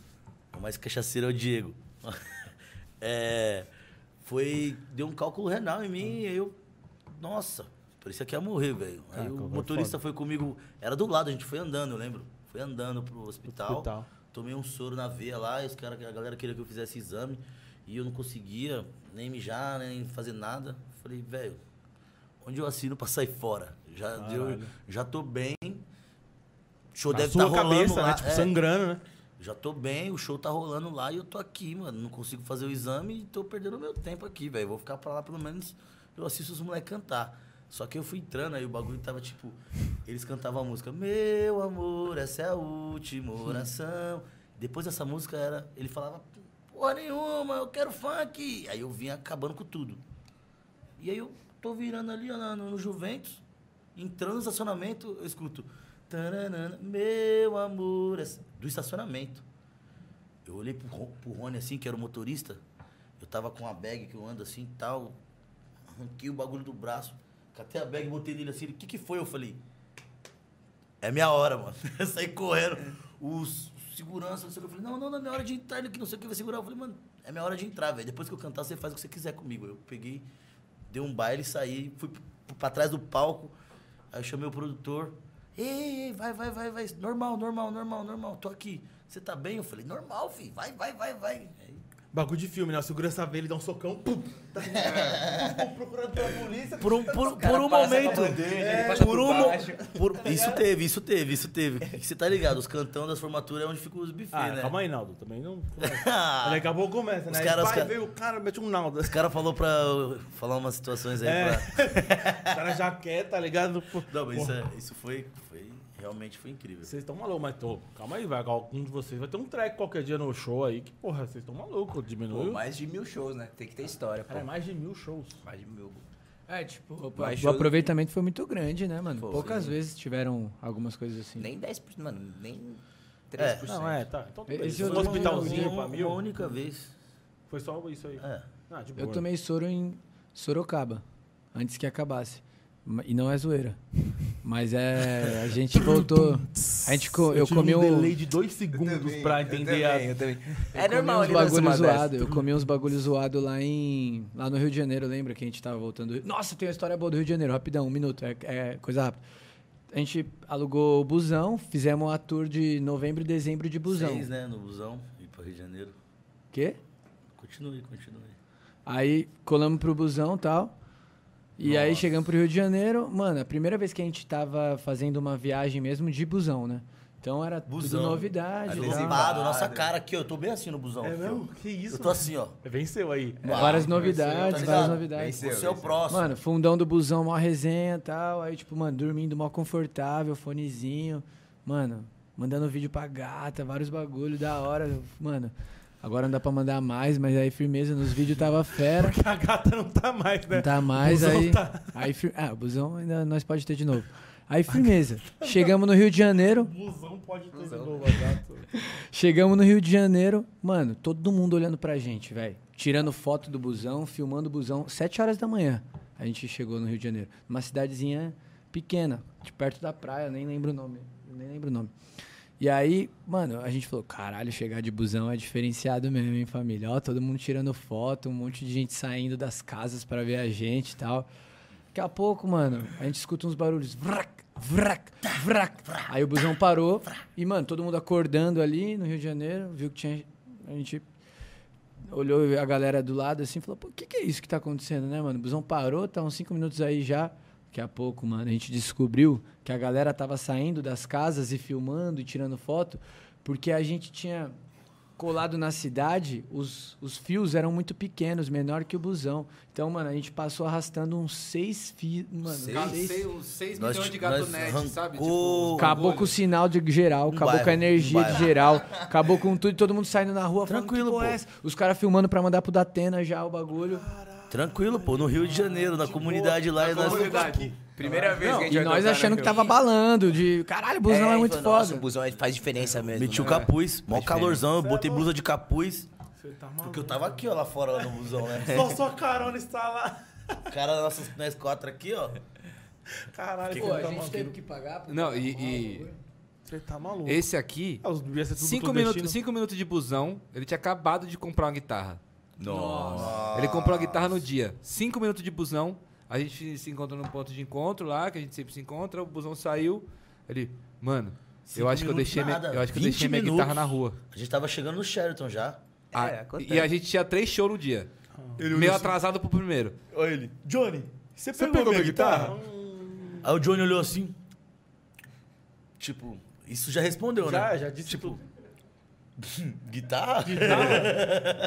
o mais cachaceiro é o Diego. É, foi. Deu um cálculo renal em mim Hum. e aí eu. Nossa, parecia que ia morrer, velho. Aí Caraca, o foi motorista Ah, foda. foi comigo. Era do lado, a gente foi andando, eu lembro. Foi andando pro hospital. Hospital. Tomei um soro na veia lá, e os cara, a galera queria que eu fizesse exame. E eu não conseguia nem mijar, nem fazer nada. Falei, velho, onde eu assino pra sair fora? Já, deu, Caralho. já tô bem. O show Na deve estar sua tá rolando cabeça, lá. né? Tipo, é, sangrando, né? Já tô bem, o show tá rolando lá e eu tô aqui, mano. Não consigo fazer o exame e tô perdendo meu tempo aqui, velho. Vou ficar pra lá, pelo menos eu assisto os moleques cantar. Só que eu fui entrando, aí o bagulho tava tipo. Eles cantavam a música, meu amor, essa é a última oração. Depois dessa música era. Ele falava, porra nenhuma, eu quero funk. Aí eu vinha acabando com tudo. E aí eu tô virando ali ó, na- no, no Juventus, entrando no estacionamento, eu escuto. "Taranana, meu amor, essa-" do estacionamento. Eu olhei pro, Ro- pro Rony assim, que era o motorista. Eu tava com a bag que eu ando assim e tal. Arranquei o bagulho do braço. Catei a bag, botei nele assim. O que, que foi? Eu falei. É minha hora, mano. Eu saí correndo. Os segurança, não sei o que. Eu falei, não, não, não é minha hora de entrar. Ele que não sei o que vai segurar. Eu falei, mano, é minha hora de entrar, velho. Depois que eu cantar, você faz o que você quiser comigo. Eu peguei, dei um baile, saí, fui p- pra trás do palco. Aí eu chamei o produtor. Ei, ei, vai, vai, vai, vai. Normal, normal, normal, normal. Tô aqui. Você tá bem? Eu falei, normal, filho. Vai, vai, vai, vai. Aí, Bagulho de filme, né? A segurança vê, ele dá um socão, pum, Por um, por, cara por um passa momento. com a bandeja, ele é, passa por por um mo- baixo. por- Isso teve, isso teve, isso teve. Que Você tá ligado? Os cantão das formaturas é onde ficam os bufês, Ah, né? calma aí, Naldo. Também não. Ah, Daqui a pouco começa, Os né? caras- Aí, os pai, caras- veio o cara, mete um Naldo. Os caras falaram pra eu falar umas situações aí É. pra. O cara já quer, tá ligado? Pô, Não, mas pô, isso, é- isso foi, foi. Realmente foi incrível. Vocês estão malucos, mas tô. Calma aí, vai. Algum de vocês vai ter um track qualquer dia no show aí. Que porra, vocês estão malucos. Pô, Diminuiu. mais de mil shows, né? Tem que ter história, pô. Cara, é mais de mil shows. Mais de mil. É, tipo, Opa, Mas o show- aproveitamento foi muito grande, né, mano? Foi. Poucas vezes tiveram algumas coisas assim. Nem 10%, mano. Nem 3%. Não, é, tá. Então, tudo bem. Esse Foi um eu- hospitalzinho uma, pra mil. Uma única vez. Foi só isso aí. É. Ah, de boa. Eu tomei soro em Sorocaba, antes que acabasse. Ma- E não é zoeira. Mas é. A gente voltou. A gente co- eu, tive comi um um. delay de dois segundos pra entender a. eu também. eu é comi normal uns ele lançar uma bagulho zoado. zoado. Eu comi Hum. uns bagulho zoado lá em. Lá no Rio de Janeiro, lembra que a gente tava voltando. Nossa, tem uma história boa do Rio de Janeiro, rapidão, um minuto, é, é coisa rápida. A gente alugou o busão, fizemos a tour de novembro e dezembro de busão. Seis, né? No busão. E pra Rio de Janeiro. Quê? Continue, continue. Aí colamos pro busão e tal. E aí chegamos pro Rio de Janeiro. Mano, a primeira vez que a gente tava fazendo uma viagem mesmo de busão, né? Então era Busão. tudo novidade. né? e tal. Lombado, nossa cara aqui, ó. Eu tô bem assim no busão. É aqui, mesmo? ó. Que isso? Eu tô assim, ó. Venceu aí. É, várias tá novidades, várias ligado? novidades. Venceu, Você é o venceu. próximo. Mano, fundão do busão, mó resenha e tal. Aí, tipo, mano, dormindo mó confortável, fonezinho. Mano, mandando vídeo pra gata, vários bagulho, da hora. Mano, agora não dá pra mandar mais, mas aí firmeza nos vídeos tava fera. Porque a gata não tá mais, né? Não tá mais Busão aí. tá. aí fir- Ah, o busão ainda nós pode ter de novo. Aí firmeza. Chegamos no Rio de Janeiro. Busão pode ter de novo a gata. Chegamos no Rio de Janeiro. Mano, todo mundo olhando pra gente, velho. Tirando foto do busão, filmando o busão. Sete horas da manhã a gente chegou no Rio de Janeiro. Numa cidadezinha pequena, de perto da praia, nem lembro o nome. Nem lembro o nome. E aí, mano, a gente falou, caralho, chegar de busão é diferenciado mesmo, hein, família? Ó, todo mundo tirando foto, um monte de gente saindo das casas pra ver a gente e tal. Daqui a pouco, mano, a gente escuta uns barulhos. Vrac, vrac, vrac. Aí o busão parou. E, mano, todo mundo acordando ali no Rio de Janeiro, viu que tinha. A gente olhou a galera do lado assim e falou: pô, o que, que é isso que tá acontecendo, né, mano? O busão parou, tá uns cinco minutos aí já. Daqui a pouco, mano, a gente descobriu que a galera tava saindo das casas e filmando e tirando foto, porque a gente tinha colado na cidade, os, os fios eram muito pequenos, menor que o busão. Então, mano, a gente passou arrastando uns seis fios. Mano, seis- Seis? Gastei uns 6 Nós- milhões de nós gatonete, sabe? Tipo, arrancou- os Acabou bagulho. com o sinal de geral, acabou bairro, com a um energia bairro. de geral, acabou com tudo, e todo mundo saindo na rua falando, Tranquilo, "Que porra pô." é essa? Os caras filmando pra mandar pro Datena já o bagulho. Tranquilo, pô. No Rio de Janeiro, na comunidade lá. e nós... Comunidade. Primeira vez Não, que a e gente vai nós tocar, né, achando que Cris? tava balando, de caralho, o busão é, e muito falou, Nossa, foda. o busão é- faz diferença mesmo. Meti o né? capuz, mó Faz calorzão, eu botei blusa de capuz, Você tá porque maluco. eu tava aqui, ó, lá fora, lá no busão, né? Só sua carona está lá. O cara, nossas, nós quatro aqui, ó. Caralho, Pô, a é? tá gente maluco. teve que pagar. pra Não, e- arrumar e- o bagulho. Você tá maluco. Esse aqui, Ah, os- devia ser tudo cinco clandestino. minutos, cinco minutos de busão, ele tinha acabado de comprar uma guitarra. Nossa. Ele Ah, comprou a guitarra no dia. Cinco minutos de busão. A gente se encontrou num ponto de encontro lá, que a gente sempre se encontra. O busão saiu. Ele, mano, eu Cinco acho que eu minutos deixei, minha, nada, eu acho que eu 20 deixei minha minutos. É, guitarra na rua. A gente tava chegando no Sheraton já. Ah, acontece. e a gente tinha três shows no dia. Ah. Meio atrasado pro primeiro. Olha ele. Johnny, você Você pegou, minha guitarra? Aí o Johnny olhou assim. Tipo, isso já respondeu, Já, é. né? já disse Tipo, tudo. Guitarra?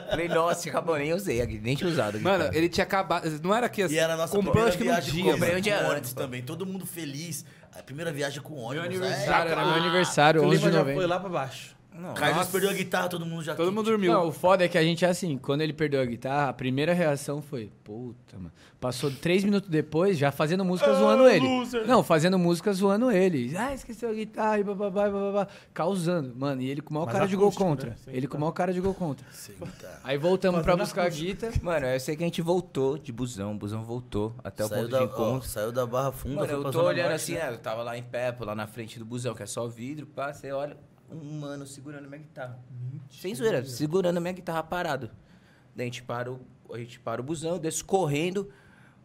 Falei, nossa, acabou, nem usei, aqui, nem tinha usado. aqui, Mano, cara. ele tá. tinha acabado. Não era que assim. E era a nossa comprou, primeira acho que no viagem dia. com mano. Comprei um dia com antes, ônibus pô. também. Todo mundo feliz. A primeira viagem com ônibus. É, aniversário, Cara, era Tá, meu aniversário, O 11 de Lima já foi novembro. lá pra baixo. Carlos perdeu a guitarra, todo mundo já Todo aqui, mundo tipo, dormiu. Não, o foda é que a gente é assim, quando ele perdeu a guitarra, a primeira reação foi, puta, mano. Passou três minutos depois, já fazendo música Ah, zoando ele. Não, fazendo música zoando ele. Ah, esqueceu a guitarra e bababá, e bababá. Causando, mano. E ele com o maior Mas cara de gol acústico, contra. né? Sem Ele com o maior cara de gol contra. sem guitarra. Aí voltamos pra buscar a guita. Mano, eu sei que a gente voltou de busão, o busão voltou até o Saiu ponto da, de ó, encontro. saiu Um da barra funda, Mano, foi pra eu tô Zona olhando Norte, assim, né? né? Eu tava lá em pé, pô, lá na frente do busão, que é só vidro, pá, você olha, um mano segurando minha guitarra. Sem zoeira, segurando a minha guitarra parado. Daí a gente para o, a gente para o busão, eu desço correndo.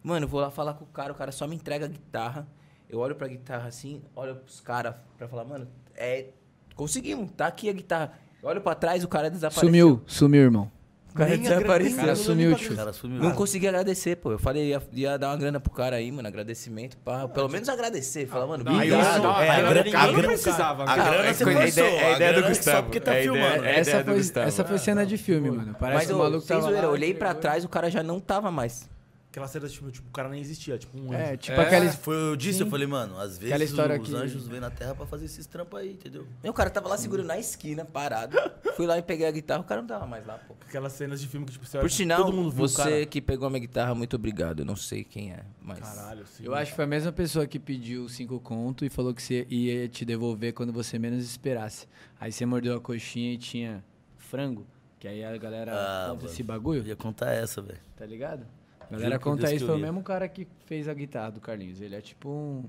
Mano, eu vou lá falar com o cara, o cara só me entrega a guitarra. Eu olho pra guitarra assim, olho pros caras pra falar, mano, é. Conseguimos, tá aqui a guitarra. Eu olho pra trás, o cara desapareceu. Sumiu, sumiu, irmão. O cara O desapareceu. cara sumiu, tio. O assim, cara sumiu. Não consegui agradecer, pô. Eu falei, ia, ia dar uma grana pro cara aí, mano, agradecimento. Pá. Pelo menos agradecer. Falar, mano, Aí obrigado. isso, é, a grana- a grana- precisava. Ah, A grana é você coisa- é forçou, ideia- é a ideia do grana Só Gustavo, porque tá é ideia- filmando. é Essa ideia do foi, Gustavo. essa foi cena de filme, mano. Parece Mas que ô, o maluco sem tava zoeira, eu lá. olhei pra entregou. trás, o cara já não tava mais. Aquela cena, tipo, tipo, o cara nem existia. Tipo, um É, anjo. tipo aquela... Foi, eu disse, eu falei, mano, às Aquela vezes os, história que- anjos vêm na terra pra fazer esses trampos aí, entendeu? Meu, o cara tava lá segurando na esquina, parado. Fui lá e peguei a guitarra, o cara não tava mais lá, pô. Aquelas cenas de filme que, tipo, você olha, Por sinal, todo mundo viu, você cara. que pegou a minha guitarra, muito obrigado. Eu não sei quem é, mas. Caralho, sim. Eu acho que foi a mesma pessoa que pediu cinco conto e falou que você ia te devolver quando você menos esperasse. Aí você mordeu a coxinha e tinha frango, que aí a galera Ah, conta mano. esse Eu bagulho, ia contar essa, velho. tá ligado? A Juro galera por conta Deus que isso, eu foi o ia. mesmo cara que fez a guitarra do Carlinhos. Ele é tipo um...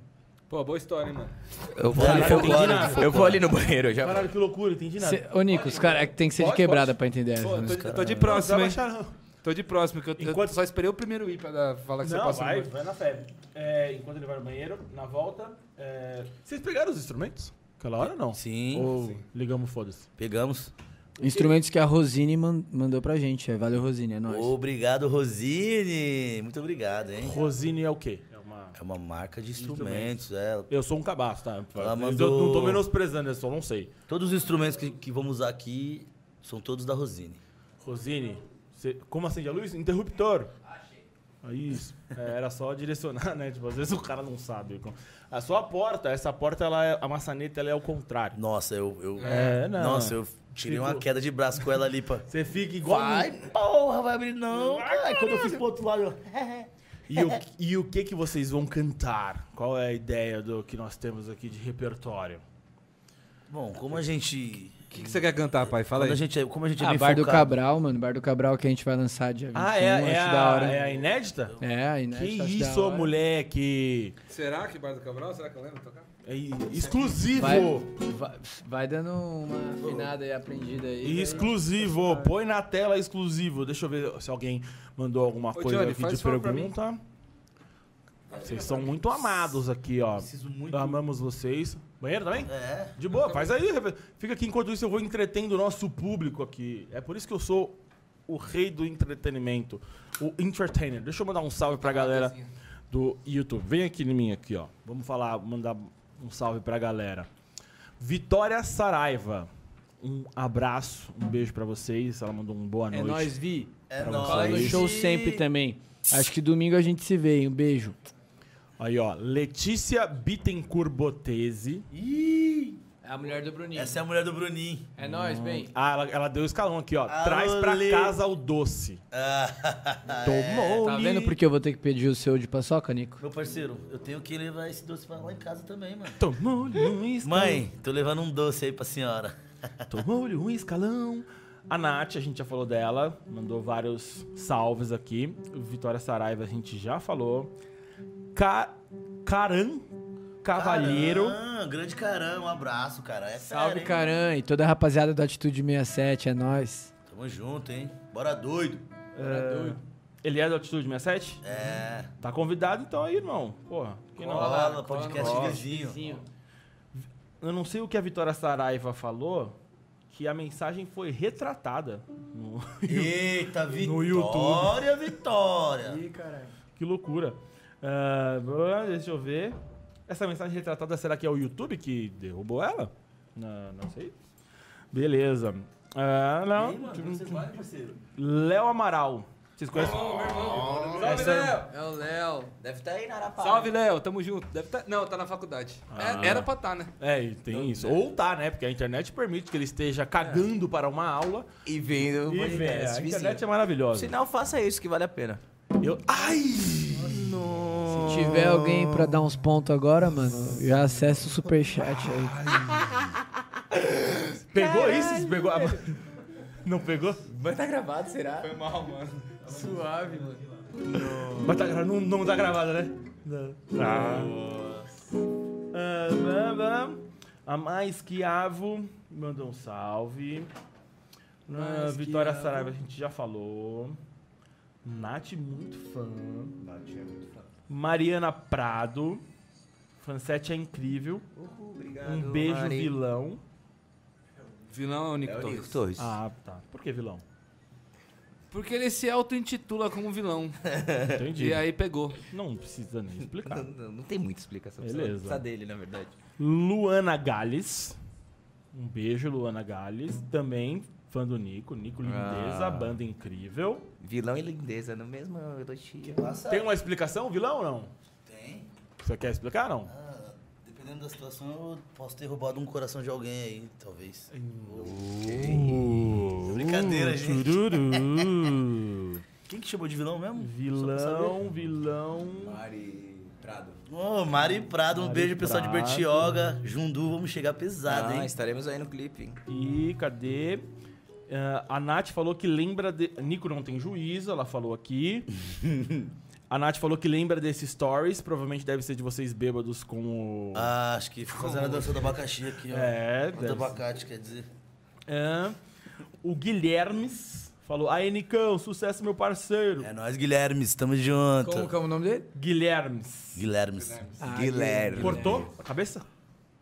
Pô, boa história, hein, mano. Eu vou, Caralho, ali, entendi nada. eu vou ali no banheiro eu já. Caralho, que loucura, entendi nada. Cê, ô, Nico, os cara, tem que ser de Pode, quebrada pra entender Pô, essa eu tô, música. né? de- tô de Não, você próximo, vai hein? baixar, não. Tô de próximo, que eu, eu Enquanto- só esperei o primeiro ir pra dar- falar que você Não, passou. vai, no- vai na febre. É, enquanto ele vai no banheiro, na volta. é, Vocês pegaram os instrumentos? Aquela hora não? Sim, Ou ligamos, foda-se. pegamos. Instrumentos que a Rosine man- mandou pra gente. É, valeu, Rosine, é nóis. Obrigado, Rosine. Muito obrigado, hein? Rosine é o quê? É uma. É uma marca de instrumentos, é. Eu sou um cabaço, tá? Ela Eu mandou- não tô menosprezando, eu só não sei. Todos os instrumentos que, que vamos usar aqui são todos da Rosine. Rosine, você- como acende a luz? Interruptor. Ah, Isso. É, era só direcionar, né? Tipo, às vezes o cara não sabe. A sua porta, essa porta, ela é- a maçaneta, ela é ao contrário. Nossa, eu. eu É, não. Nossa, eu tirei uma Ficou- queda de braço com ela ali pra. Você fica igual. Vai, porra, vai abrir não. Ah, Ai, quando eu fiz pro outro lado, eu. E o, e o que que vocês vão cantar? Qual é a ideia do que nós temos aqui de repertório? Bom, como a gente. O que, que você quer cantar, pai? Fala Quando a aí. gente é, como a gente é Ah, bem Bar do focado. Cabral, mano. Bar do Cabral que a gente vai lançar dia 21. Ah, é, é, acho a, da hora. é a inédita? É, aí, né? Que acho da isso, hora. moleque! Será que Bar do Cabral? Será que eu lembro de tocar? É i- exclusivo! Vai, vai, vai dando uma afinada e aprendida aí. né? Exclusivo! Põe na tela exclusivo. Deixa eu ver se alguém mandou alguma coisa Johnny, aqui faz de favor pra pergunta. Vocês são muito amados aqui, ó. Preciso muito. Amamos vocês. Banheiro também? É. De boa, faz aí. Refe- Fica aqui enquanto isso eu vou entretendo o nosso público aqui. É por isso que eu sou o rei do entretenimento, o entertainer. Deixa eu mandar um salve pra galera do YouTube. Vem aqui em mim aqui, ó. Vamos falar, mandar um salve pra galera. Vitória Saraiva. Um abraço, um beijo pra vocês. Ela mandou um boa É noite. nóis, Vi. É Pra nóis. Cola no vocês. show sempre também. Acho que domingo a gente se vê, hein? Um beijo. Aí, ó. Letícia Bittencourt Botese. Ih, É a mulher do Bruninho. Essa é a mulher do Bruninho. É nóis, bem. Ah, ela, ela deu o escalão aqui, ó. Ah, Traz pra olê. casa o doce. É. Tomou. Tá vendo porque eu vou ter que pedir o seu de paçoca, Nico? Meu parceiro, eu tenho que levar esse doce pra lá em casa também, mano. Tomou-lhe um escalão. Mãe, tô levando um doce aí pra senhora. Tomou-lhe um escalão. A Nath, a gente já falou dela, mandou vários salves aqui. Vitória Saraiva, a gente já falou. Ca... Caran Cavalheiro. Caran, grande Caran, um abraço, cara. É Salve, fera, hein? Caran, e toda a rapaziada da Atitude 67, é nóis. Tamo junto, hein? Bora doido. É... Ele é da Altitude 67? É. Tá convidado então aí, irmão. Porra. que não- Cola, podcast cola. vizinho. Eu não sei o que a Vitória Saraiva falou, que a mensagem foi retratada. No- Eita, No vitória, vitória. Ih, caralho. que loucura. Ah, blá, deixa eu ver. Essa mensagem retratada, será que é o YouTube que derrubou ela? Não, não sei. Beleza. Ah, não. Ei, mano, onde você vai, parceiro? Léo Amaral. Vocês conhecem? Salve, Essa- Léo! É o Léo. Deve estar aí na Arapá. Salve, Léo, tamo junto. Deve tá... Não, tá na faculdade. É, era pra tá, né? É, e tem isso. Ou tá, né? Porque a internet permite que ele esteja cagando para uma aula. né? E vendo o E, velho, podcast. a vizinho. internet é maravilhosa. Sinal, faça isso que vale a pena. Eu... Ai! Se tiver alguém pra dar uns pontos agora, mano, já acessa o superchat aí. Pegou isso? Você Pegou a- Não pegou? Mas tá gravado, será? Foi mal, mano. Suave, mano. Mas tá gra- não, não tá gravado, né? Ah, bam, bam. a mais Quiavo mandou um salve. Ah, Mais Vitória Quiavo. Saraiva, a gente já falou. Nath, muito fã. Mariana Prado. Francete é incrível. Obrigado, um beijo, Mari. vilão. Vilão é o Nick É o Nico Torres. Torres. Ah, tá. Por que vilão? Porque ele se auto-intitula como vilão. Entendi. E aí pegou. Não precisa nem explicar. Não, não tem muita explicação. Beleza. Beleza. Precisa dele, na verdade. Luana Gales. Um beijo, Luana Gales. Também fã do Nico. Nico Lindeza, Ah. banda incrível. Vilão e lindeza, no mesmo elogio. Passa. Tem uma explicação, vilão ou não? Tem. Você quer explicar não? Ah, dependendo da situação, eu posso ter roubado um coração de alguém aí, talvez. Brincadeira, gente. Tururu. Quem que chamou de vilão mesmo? vilão, vilão. Mari Prado. Ô, Mari Prado, um Mari beijo pessoal de Prado. Bertioga, Jundu, vamos chegar pesado, Ah, hein? estaremos aí no clipe. hein? E cadê? Ah, a Nath falou que lembra de. Nico não tem juízo, ela falou aqui. A Nath falou que lembra desses stories, provavelmente deve ser de vocês bêbados com o. Ah, acho que ficou fazendo a dança do abacaxi aqui, ó. É, Dança deve do abacate, quer dizer. É. O Guilhermes falou: Aí, Nicão, sucesso, meu parceiro. É nós, Guilhermes, tamo junto. Como que é o nome dele? Guilhermes. Guilhermes. Guilherme. Cortou a cabeça?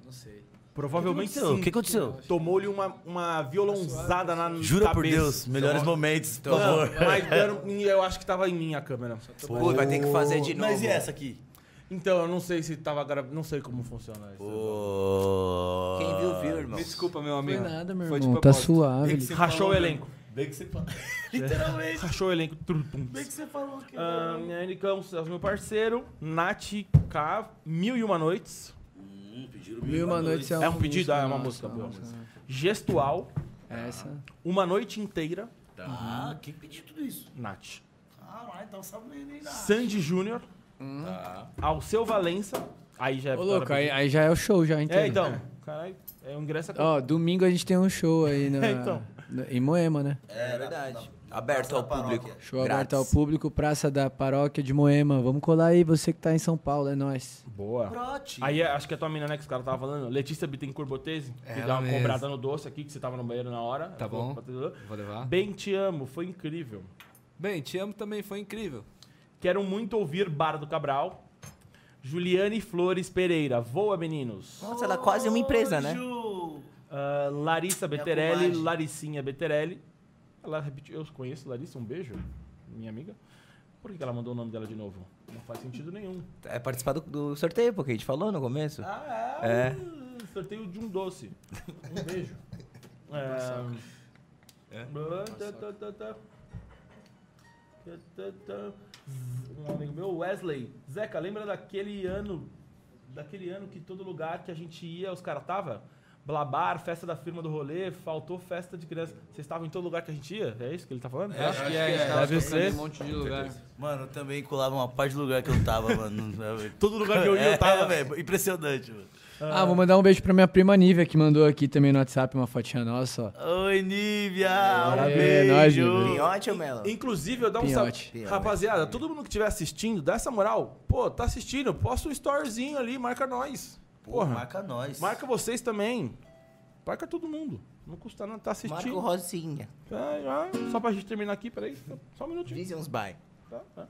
Não sei. Provavelmente sim. O que aconteceu? Tomou-lhe uma, uma violonzada na Jura cabeça. por Deus, melhores Então, momentos, por Não, favor. mas eu, eu acho que tava em mim a câmera. então, Pô, vai ter que fazer de novo. Mas e essa aqui? Então, eu não sei se tava gravando. Não sei como funciona isso. Pô. Quem viu, viu, irmão. Me desculpa, meu Foi amigo. nada, meu Foi de irmão. Tá propósito. suave. Tem que ser Rachou o né? falou, elenco. Bem que você falou. Literalmente. Rachou o elenco. Trum, tum. Bem que você falou que. Ah, Nicão, sucesso, meu parceiro. Nath K, Mil e Uma Noites. Hum, pediram Mil e uma noites é, É um uma pedido, música, é uma nossa, música, É, boa nossa. Gestual. Essa. Uma noite inteira. Ah, quem pediu tudo isso? Nath. Caralho, então sabe nem Sandy Júnior. Hum. Tá. Alceu Valença. Aí já é Ô, vitória louco, aí, pra- aí já é o show já, É, inteiro. então. Caralho, é o ingresso é com- Ó, domingo a gente tem um show aí na, É, então. na- em Moema, né? É verdade. Aberto ao público. Show Grátis. aberto ao público, Praça da Paróquia de Moema. Vamos colar aí, você que tá em São Paulo, é nóis. Boa. Brote. Aí é- acho que é tua mina, né, que os caras tava falando. Letícia Bittencourt Botese, que Ela dá uma mesmo. cobrada no doce aqui, que você tava no banheiro na hora. Tá Ela falou bom. pra todo mundo. Vou levar. Bem te amo, foi incrível. Bem, te amo também, foi incrível. Quero muito ouvir Bar do Cabral. Juliane Flores Pereira, voa meninos. Nossa, ela é quase uma empresa, né? Ju. Ah, Larissa Minha Beterelli, comadre. Laricinha Beterelli. Ela repetiu, eu conheço Larissa, um beijo, minha amiga. Por que que ela mandou o nome dela de novo? Não faz sentido nenhum. É participar do, do sorteio, porque a gente falou no começo. Ah, É. sorteio de um doce. Um beijo. É. Blá, tá, tá, tá, tá. Tá, tá, tá. Z- Um amigo meu, Wesley. Zeca, lembra daquele ano, daquele ano que todo lugar que a gente ia, os caras tava? Blabar, festa da firma do rolê, faltou festa de criança. Vocês estavam em todo lugar que a gente ia? É isso que ele tá falando? Eu acho que é, a gente tava Deve tocando em ser. um monte de lugar. Mano, eu também colava uma parte do lugar que eu tava, mano. Todo lugar que eu ia, eu tava. É, velho. Impressionante, mano. É. Ah, vou mandar um beijo pra minha prima Nívia, que mandou aqui também no WhatsApp uma fotinha nossa. ó. Oi, Nívia! Um Aê, beijo! nós, Nívia. Pinhote ou melo? Inclusive, eu dou um salve. Pinhote. Pinhote. Rapaziada, todo mundo que estiver assistindo, dá essa moral. Pô, tá assistindo, posta um storyzinho ali, marca nós. Pô, Porra, marca nós. marca vocês também. Marca todo mundo. Não custa nada tá Marco assistindo. Rosinha. Ah, ah, só pra gente terminar aqui, peraí. só- Só um minutinho. Visions by. Tá, tá.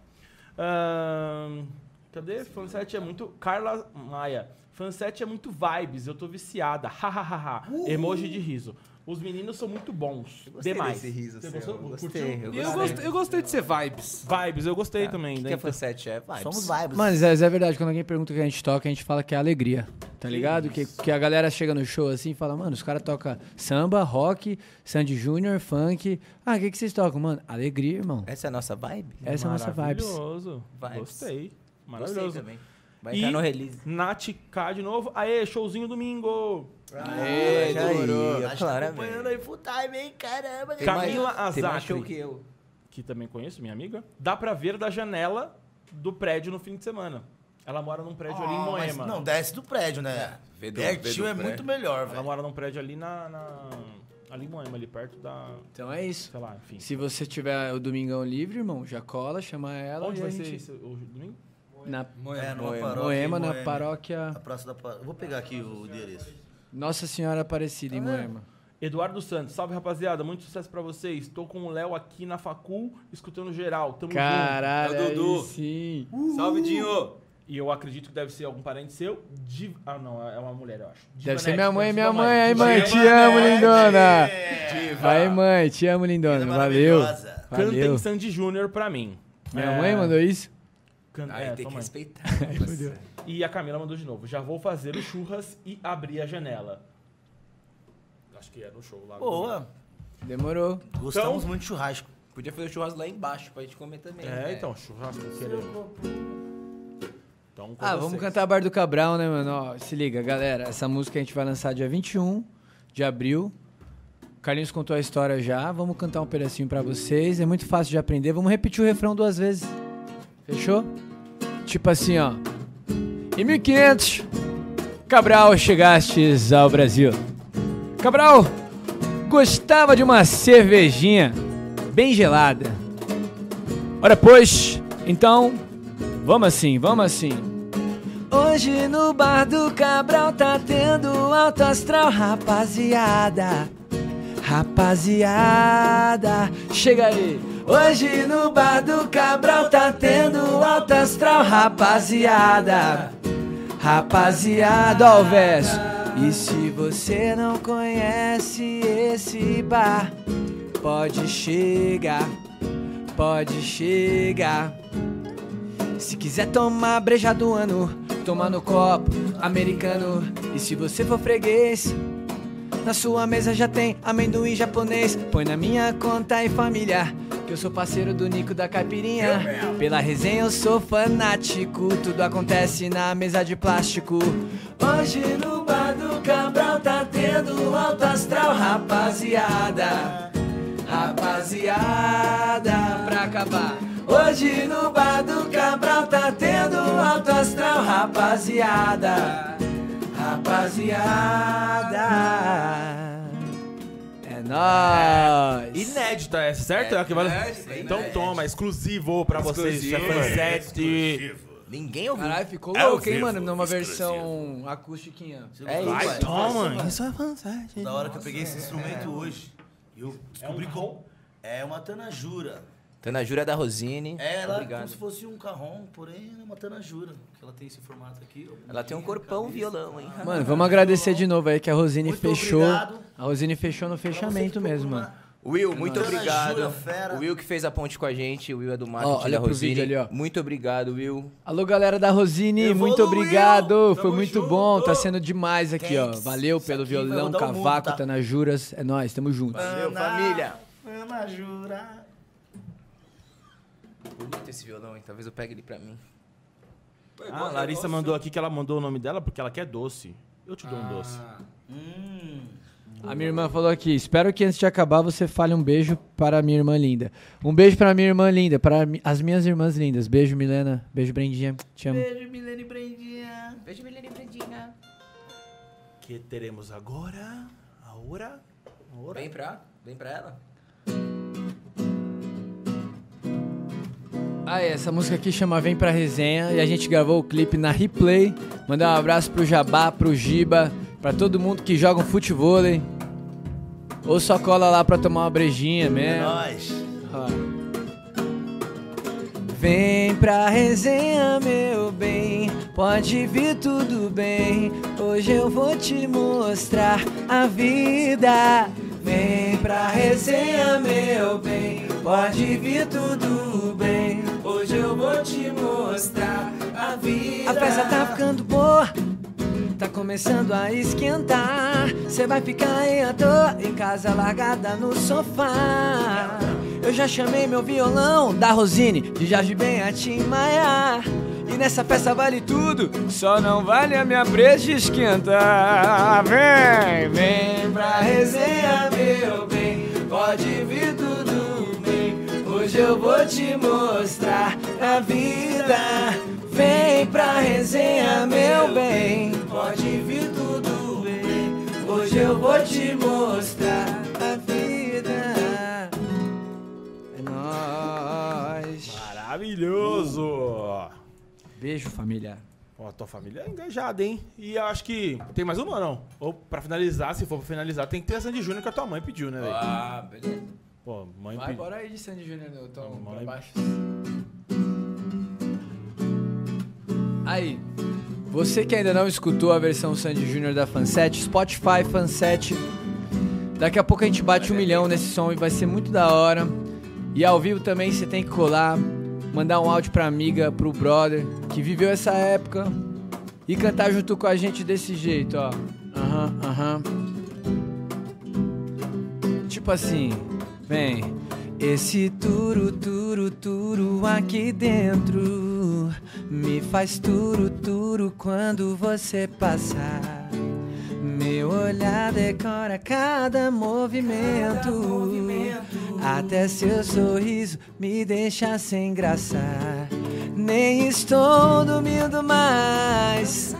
Ahn, cadê? Fansete é muito. Carla Maia. Fansete é muito vibes, eu tô viciada. Hahaha. Emoji de riso. Os meninos são muito bons. gostei Demais. desse riso Você seu, gostou? eu gostei, eu E eu gostei, eu gostei de ser vibes. Vibes, eu gostei também. O que, né? que é fanset? É vibes. Somos vibes. Mano, Zé, Zé, é verdade, quando alguém pergunta o que a gente toca, a gente fala que é alegria, tá ligado? Que, que a galera chega no show assim e fala, mano, os caras tocam samba, rock, Sandy Júnior, funk. Ah, o que, que vocês tocam, mano? Alegria, irmão. Essa é a nossa vibe? Essa é a nossa vibes. Maravilhoso. Vibes. Gostei. Gostei Maravilhoso. também. Vai E- entrar no release. Nath K de novo. Aê, showzinho domingo. Aê, demorou. Acho que tá acompanhando é Claramente. aí full time, hein? Caramba, Tem mais- Camila Tem mais show Azaki, que que... eu. também conheço, minha amiga. Dá pra ver da janela do prédio no fim de semana. Ela mora num prédio ali em Ah, mas Moema. Não, desce do prédio, né? vê do- Pertinho vê é do prédio. muito melhor, Ela velho. mora num prédio ali na, na- Ali em Moema, ali perto da. Então é isso. Sei lá, enfim. Se você tiver o domingão livre, irmão, já cola, chama ela. Onde e a vai gente... ser isso? O domingo? Na É, numa Moema. paróquia. Moema, em na Moema. paróquia A praça da paróquia. Eu Vou pegar aqui o endereço. Nossa Senhora Aparecida, em Moema. Eduardo Santos, salve rapaziada, muito sucesso pra vocês. Tô com o Léo aqui na facul, escutando geral. Tamo junto. Caralho, É o aí Dudu. sim. Salve, Dinho! E eu acredito que deve ser algum parente seu. Div... Ah, não, é uma mulher, eu acho. Deve Divanete, ser minha mãe, Divanete minha Divanete. mãe. Aí, mãe, te amo, lindona. Vai, mãe, te amo, lindona. Vida Valeu. É maravilhosa. Cantem Valeu. Sandy Júnior pra mim. Minha É, mãe mandou isso? can- Aí é, tem sua que mãe. respeitar. E a Camila mandou de novo. Já vou fazer o churras e abrir a janela. Acho que é no show lá. Boa. Demorou. Gostamos Então, muito de churrasco. Podia fazer o churrasco lá embaixo pra gente comer também. É, né? então, churrasco querendo. Então, com Ah, vamos vocês. cantar a Bar do Cabral, né, mano? Ó, se liga, galera. Essa música a gente vai lançar dia 21 de abril. Carlinhos contou a história já. Vamos cantar um pedacinho pra vocês. É muito fácil de aprender. Vamos repetir o refrão duas vezes. Fechou? Tipo assim, ó. Em 1500, Cabral, chegastes ao Brasil. Cabral gostava de uma cervejinha bem gelada. Ora, pois, então, vamos assim, vamos assim. Hoje no bar do Cabral tá tendo alto astral, rapaziada. Rapaziada, chega aí. Hoje no bar do Cabral tá tendo alto astral, rapaziada. Rapaziada, ó o verso. E se você não conhece esse bar, pode chegar, pode chegar. Se quiser tomar breja do ano, toma no copo americano. E se você for freguês, na sua mesa já tem amendoim japonês. Põe na minha conta e família, que eu sou parceiro do Nico da Caipirinha. Pela resenha eu sou fanático, tudo acontece na mesa de plástico. Hoje no bar do Cabral tá tendo alto astral, rapaziada. Rapaziada, pra acabar. Hoje no bar do Cabral tá tendo alto astral, rapaziada. Rapaziada. É nóis. Inédita essa, certo? É, a que vale- inédita, então inédita. toma, exclusivo pra vocês, Exclusivo. é Chefanzete. Ninguém ouviu. Caralho, ficou É ao louco, hein, vivo, mano? Numa exclusivo. versão acústiquinha. É Vai, isso. Toma! Isso Da hora que eu peguei esse é. instrumento hoje. Eu um descobri como. É uma tanajura. Tanajura da Rosine. É, ela é como Obrigado. se fosse um carrom, porém é uma tanajura. Porque ela tem esse formato aqui. ó, Ela tem um bundinha, corpão, cabeça. violão, hein? Mano, vamos agradecer de novo aí que a Rosine Muito fechou. obrigado. A Rosine fechou no Pra você que fechamento procura mesmo, uma- mano. Will, muito nóis. obrigado. Jura, fera. O Will que fez a ponte com a gente, o Will é do marketing Ó, olha da pro Rosine. vídeo ali, ó. Muito obrigado, Will. Alô, galera da Rosine, Evoluiu! muito obrigado. Foi Tamo muito junto! bom, tá sendo demais aqui, ó. Thanks. Valeu Isso pelo aqui vai violão, mudar o mundo, cavaco, tá? tá na Juras. É nóis, tamo junto. Valeu, Tana- família. Tanajura. Bonito esse violão, hein? Talvez eu pegue ele pra mim. um Ah, a Larissa mandou aqui que ela mandou o nome dela porque ela quer um doce. Eu te dou um doce. Hum. A minha irmã falou aqui: espero que antes de acabar você fale um beijo para a minha irmã linda. Um beijo para a minha irmã linda, para mi- as minhas irmãs lindas. Beijo, Milena. Beijo, Brendinha. Te amo. Beijo, Milene Brendinha. Beijo, Milene e Brandinha. Que teremos agora? Agora? Agora? Vem pra, vem pra ela. Ah, é, essa música aqui chama Vem Pra Resenha e a gente gravou o clipe na Replay. Mandar um abraço pro Jabá, pro Giba, pra todo mundo que joga um futevôlei. Ou só cola lá pra tomar uma brejinha É mesmo. nóis. Ó. Ah. Vem pra resenha, meu bem. Pode vir tudo bem. Hoje eu vou te mostrar a vida. Vem pra resenha, meu bem. Pode vir tudo bem. Hoje eu vou te mostrar a vida. A festa tá ficando boa. Tá começando a esquentar. Cê vai ficar aí à toa, em casa largada no sofá. Eu já chamei meu violão da Rosine, de Jorge Ben a Tim Maia. E nessa festa vale tudo, só não vale a minha breja esquentar. Vem, vem pra resenha, meu bem. Pode vir tudo bem. Hoje eu vou te mostrar a vida. Vem pra resenha, meu bem. Pode vir tudo bem. Hoje eu vou te mostrar a vida. É nóis. Maravilhoso! Beijo, família. Uh. Ó, a tua família é engajada, hein? E eu acho que. Tem mais uma ou não? Ou pra finalizar, se for pra finalizar, tem que ter a Sandy Júnior que a tua mãe pediu, né, velho? Ah, beleza. Pô, mãe Vai, pediu. bora aí de Sandy Júnior, eu tô Vamos pra lá. baixo. Aí, você que ainda não escutou a versão Sandy Júnior da Fanset, Spotify Fanset. Daqui a pouco a gente bate um milhão nesse som e vai ser muito da hora. E ao vivo também você tem que colar, mandar um áudio pra amiga, pro brother que viveu essa época e cantar junto com a gente desse jeito, ó. Aham, aham. Tipo assim, vem. Esse turu, turu, turu aqui dentro me faz turu, turu quando você passar. Meu olhar decora cada movimento, até seu sorriso me deixa sem graça. Nem estou dormindo mais.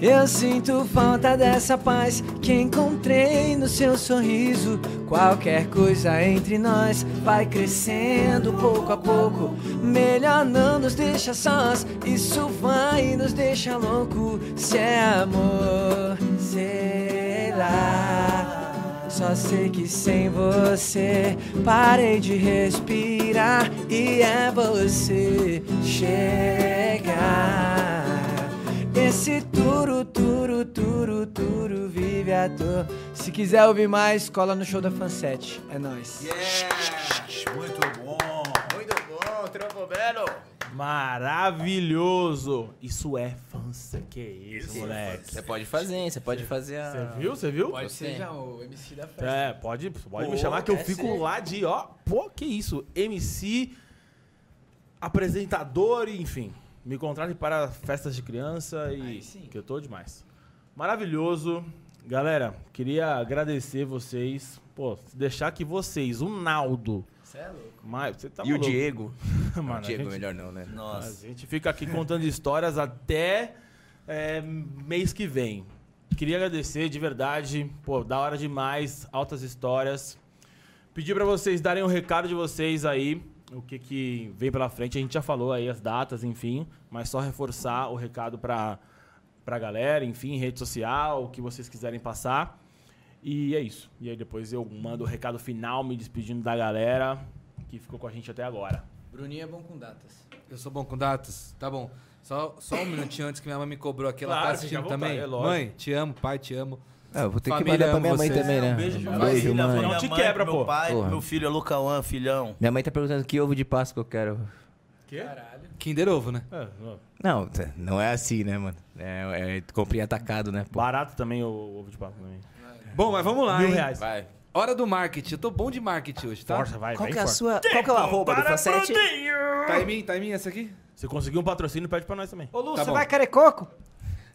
Eu sinto falta dessa paz que encontrei no seu sorriso. Qualquer coisa entre nós vai crescendo pouco a pouco. Melhor não nos deixa sós, isso vai nos deixa louco. Se é amor, sei lá. Só sei que sem você parei de respirar e é você chegar. Esse turu, turu, turu, turu vive à toa. Se quiser ouvir mais, cola no show da Fansete. É nóis. Muito bom. Muito bom, trampo belo. Maravilhoso! Isso é fansa. Que isso, é moleque. Você pode fazer, hein? Você pode fazer a... Você viu? Você viu? Pode Gostei. ser já o MC da festa. É, pode, pode Pô, me chamar que eu quer fico ser. lá de, ó, pô, que isso, MC, apresentador, enfim, me contratem para festas de criança e Aí sim. que eu tô demais. Maravilhoso. Galera, queria agradecer vocês, pô, deixar que vocês, o Naldo, Você é louco. mas você tá e o maluco. Diego? Mano, a o Diego, gente- melhor não, né? a Nossa. gente fica aqui contando histórias até é, mês que vem. Queria agradecer de verdade, pô, da hora demais, altas histórias. Pedir pra vocês darem um recado de vocês aí, o que que vem pela frente. A gente já falou aí as datas, enfim, mas só reforçar o recado pra pra galera, enfim, rede social, o que vocês quiserem passar. E é isso. E aí depois eu mando o recado final me despedindo da galera que ficou com a gente até agora. Bruninho é bom com datas. Eu sou bom com datas? Tá bom. Só, só um minutinho antes que minha mãe me cobrou aqui. Ela Claro, tá fica à assistindo vontade, também. é lógico. mãe, te amo, pai, te amo. Ah, eu vou ter Família, que mandar pra amo minha mãe vocês. também, né? Um beijo pra Beijo, Família, mãe. Não minha te mãe, quebra, meu pô. pai, Porra. meu filho é Lucauan, filhão. Minha mãe tá perguntando que ovo de Páscoa eu quero. Quê? Caralho. Kinder Ovo, né? É, ó. Não, t- não é assim, né, mano? É, é comprei atacado, né? Pô. Barato também o ovo de papo também. Bom, mas vamos lá, Mil hein? reais. Vai. Hora do marketing. Eu tô bom de marketing hoje, tá? Força, vai, Qual vai que é a força. sua... Qual que é o arroba do Para, Facete? Bruninho! Tá em mim? Tá em mim essa aqui? Se conseguir um patrocínio, pede pra nós também. Ô Lu, Tá você bom. vai carecoco?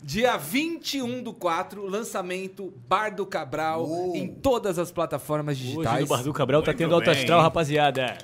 Dia 21 do 4, lançamento Bar do Cabral em todas as plataformas Hoje digitais. no Bar do Cabral tá Muito tendo alto bem. astral, rapaziada.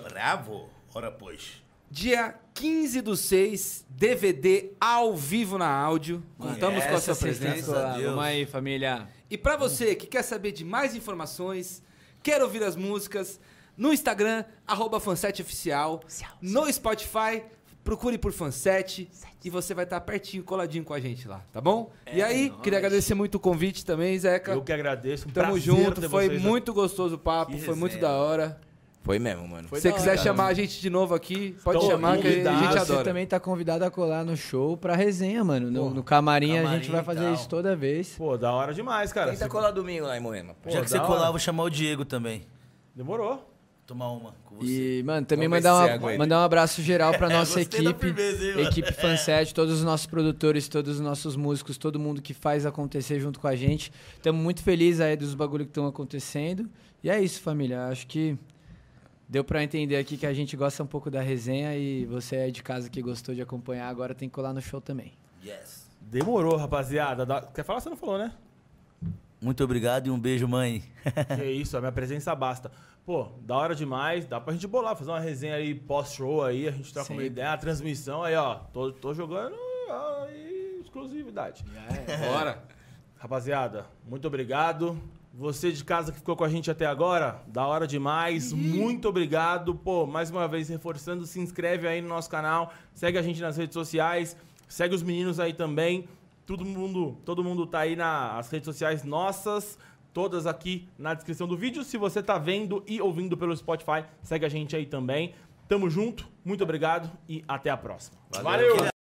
Bravo? Ora, pois. Dia 15 do 6, DVD ao vivo na áudio. Contamos com a sua presença. sensacional. Deus. Vamos aí, família. E pra você que quer saber de mais informações, quer ouvir as músicas, no Instagram, arroba fanseteoficial, no Spotify, procure por Fansete e você vai estar pertinho, coladinho com a gente lá, tá bom? e aí, queria agradecer muito o convite também, Zeca. Eu que agradeço. Um Tamo prazer junto, ter foi vocês muito gostoso o papo, Que foi muito resenha. da hora. Foi mesmo, mano. Se você quiser chamar a gente de novo aqui, pode Então, chamar que a convidado, gente Você adora. também tá convidado a colar no show pra resenha, mano. No, no camarim, a gente camarim vai e fazer tal. isso toda vez. Pô, da hora demais, cara. Tenta Se- colar tá domingo lá em Moema. pô. Já que da você colar, hora. eu vou chamar o Diego também. Demorou. Tomar uma com você. E, mano, também Vamos ver mandar, se uma- você aguenta. mandar um abraço geral pra nossa Gostei da equipe. firmeza, hein, mano? equipe Fanset, todos os nossos produtores, todos os nossos músicos, todo mundo que faz acontecer junto com a gente. Estamos muito felizes aí dos bagulho que estão acontecendo. E é isso, família. Acho que deu pra entender aqui que a gente gosta um pouco da resenha e você aí de casa que gostou de acompanhar, agora tem que colar no show também. Yes. Demorou, rapaziada. Da- Quer falar? Você não falou, né? Muito obrigado e um beijo, mãe. É isso, a minha presença basta. Pô, da hora demais, dá pra gente bolar, fazer uma resenha aí pós-show aí, a gente troca uma Sempre. ideia, a transmissão aí, ó. Tô, tô jogando aí, exclusividade. Bora. Rapaziada, muito obrigado. Você de casa que ficou com a gente até agora, da hora demais. Muito obrigado. Pô, mais uma vez reforçando, se inscreve aí no nosso canal, segue a gente nas redes sociais, segue os meninos aí também. Todo mundo, todo mundo tá aí nas redes sociais nossas, todas aqui na descrição do vídeo. Se você tá vendo e ouvindo pelo Spotify, segue a gente aí também. Tamo junto, muito obrigado e até a próxima. Valeu.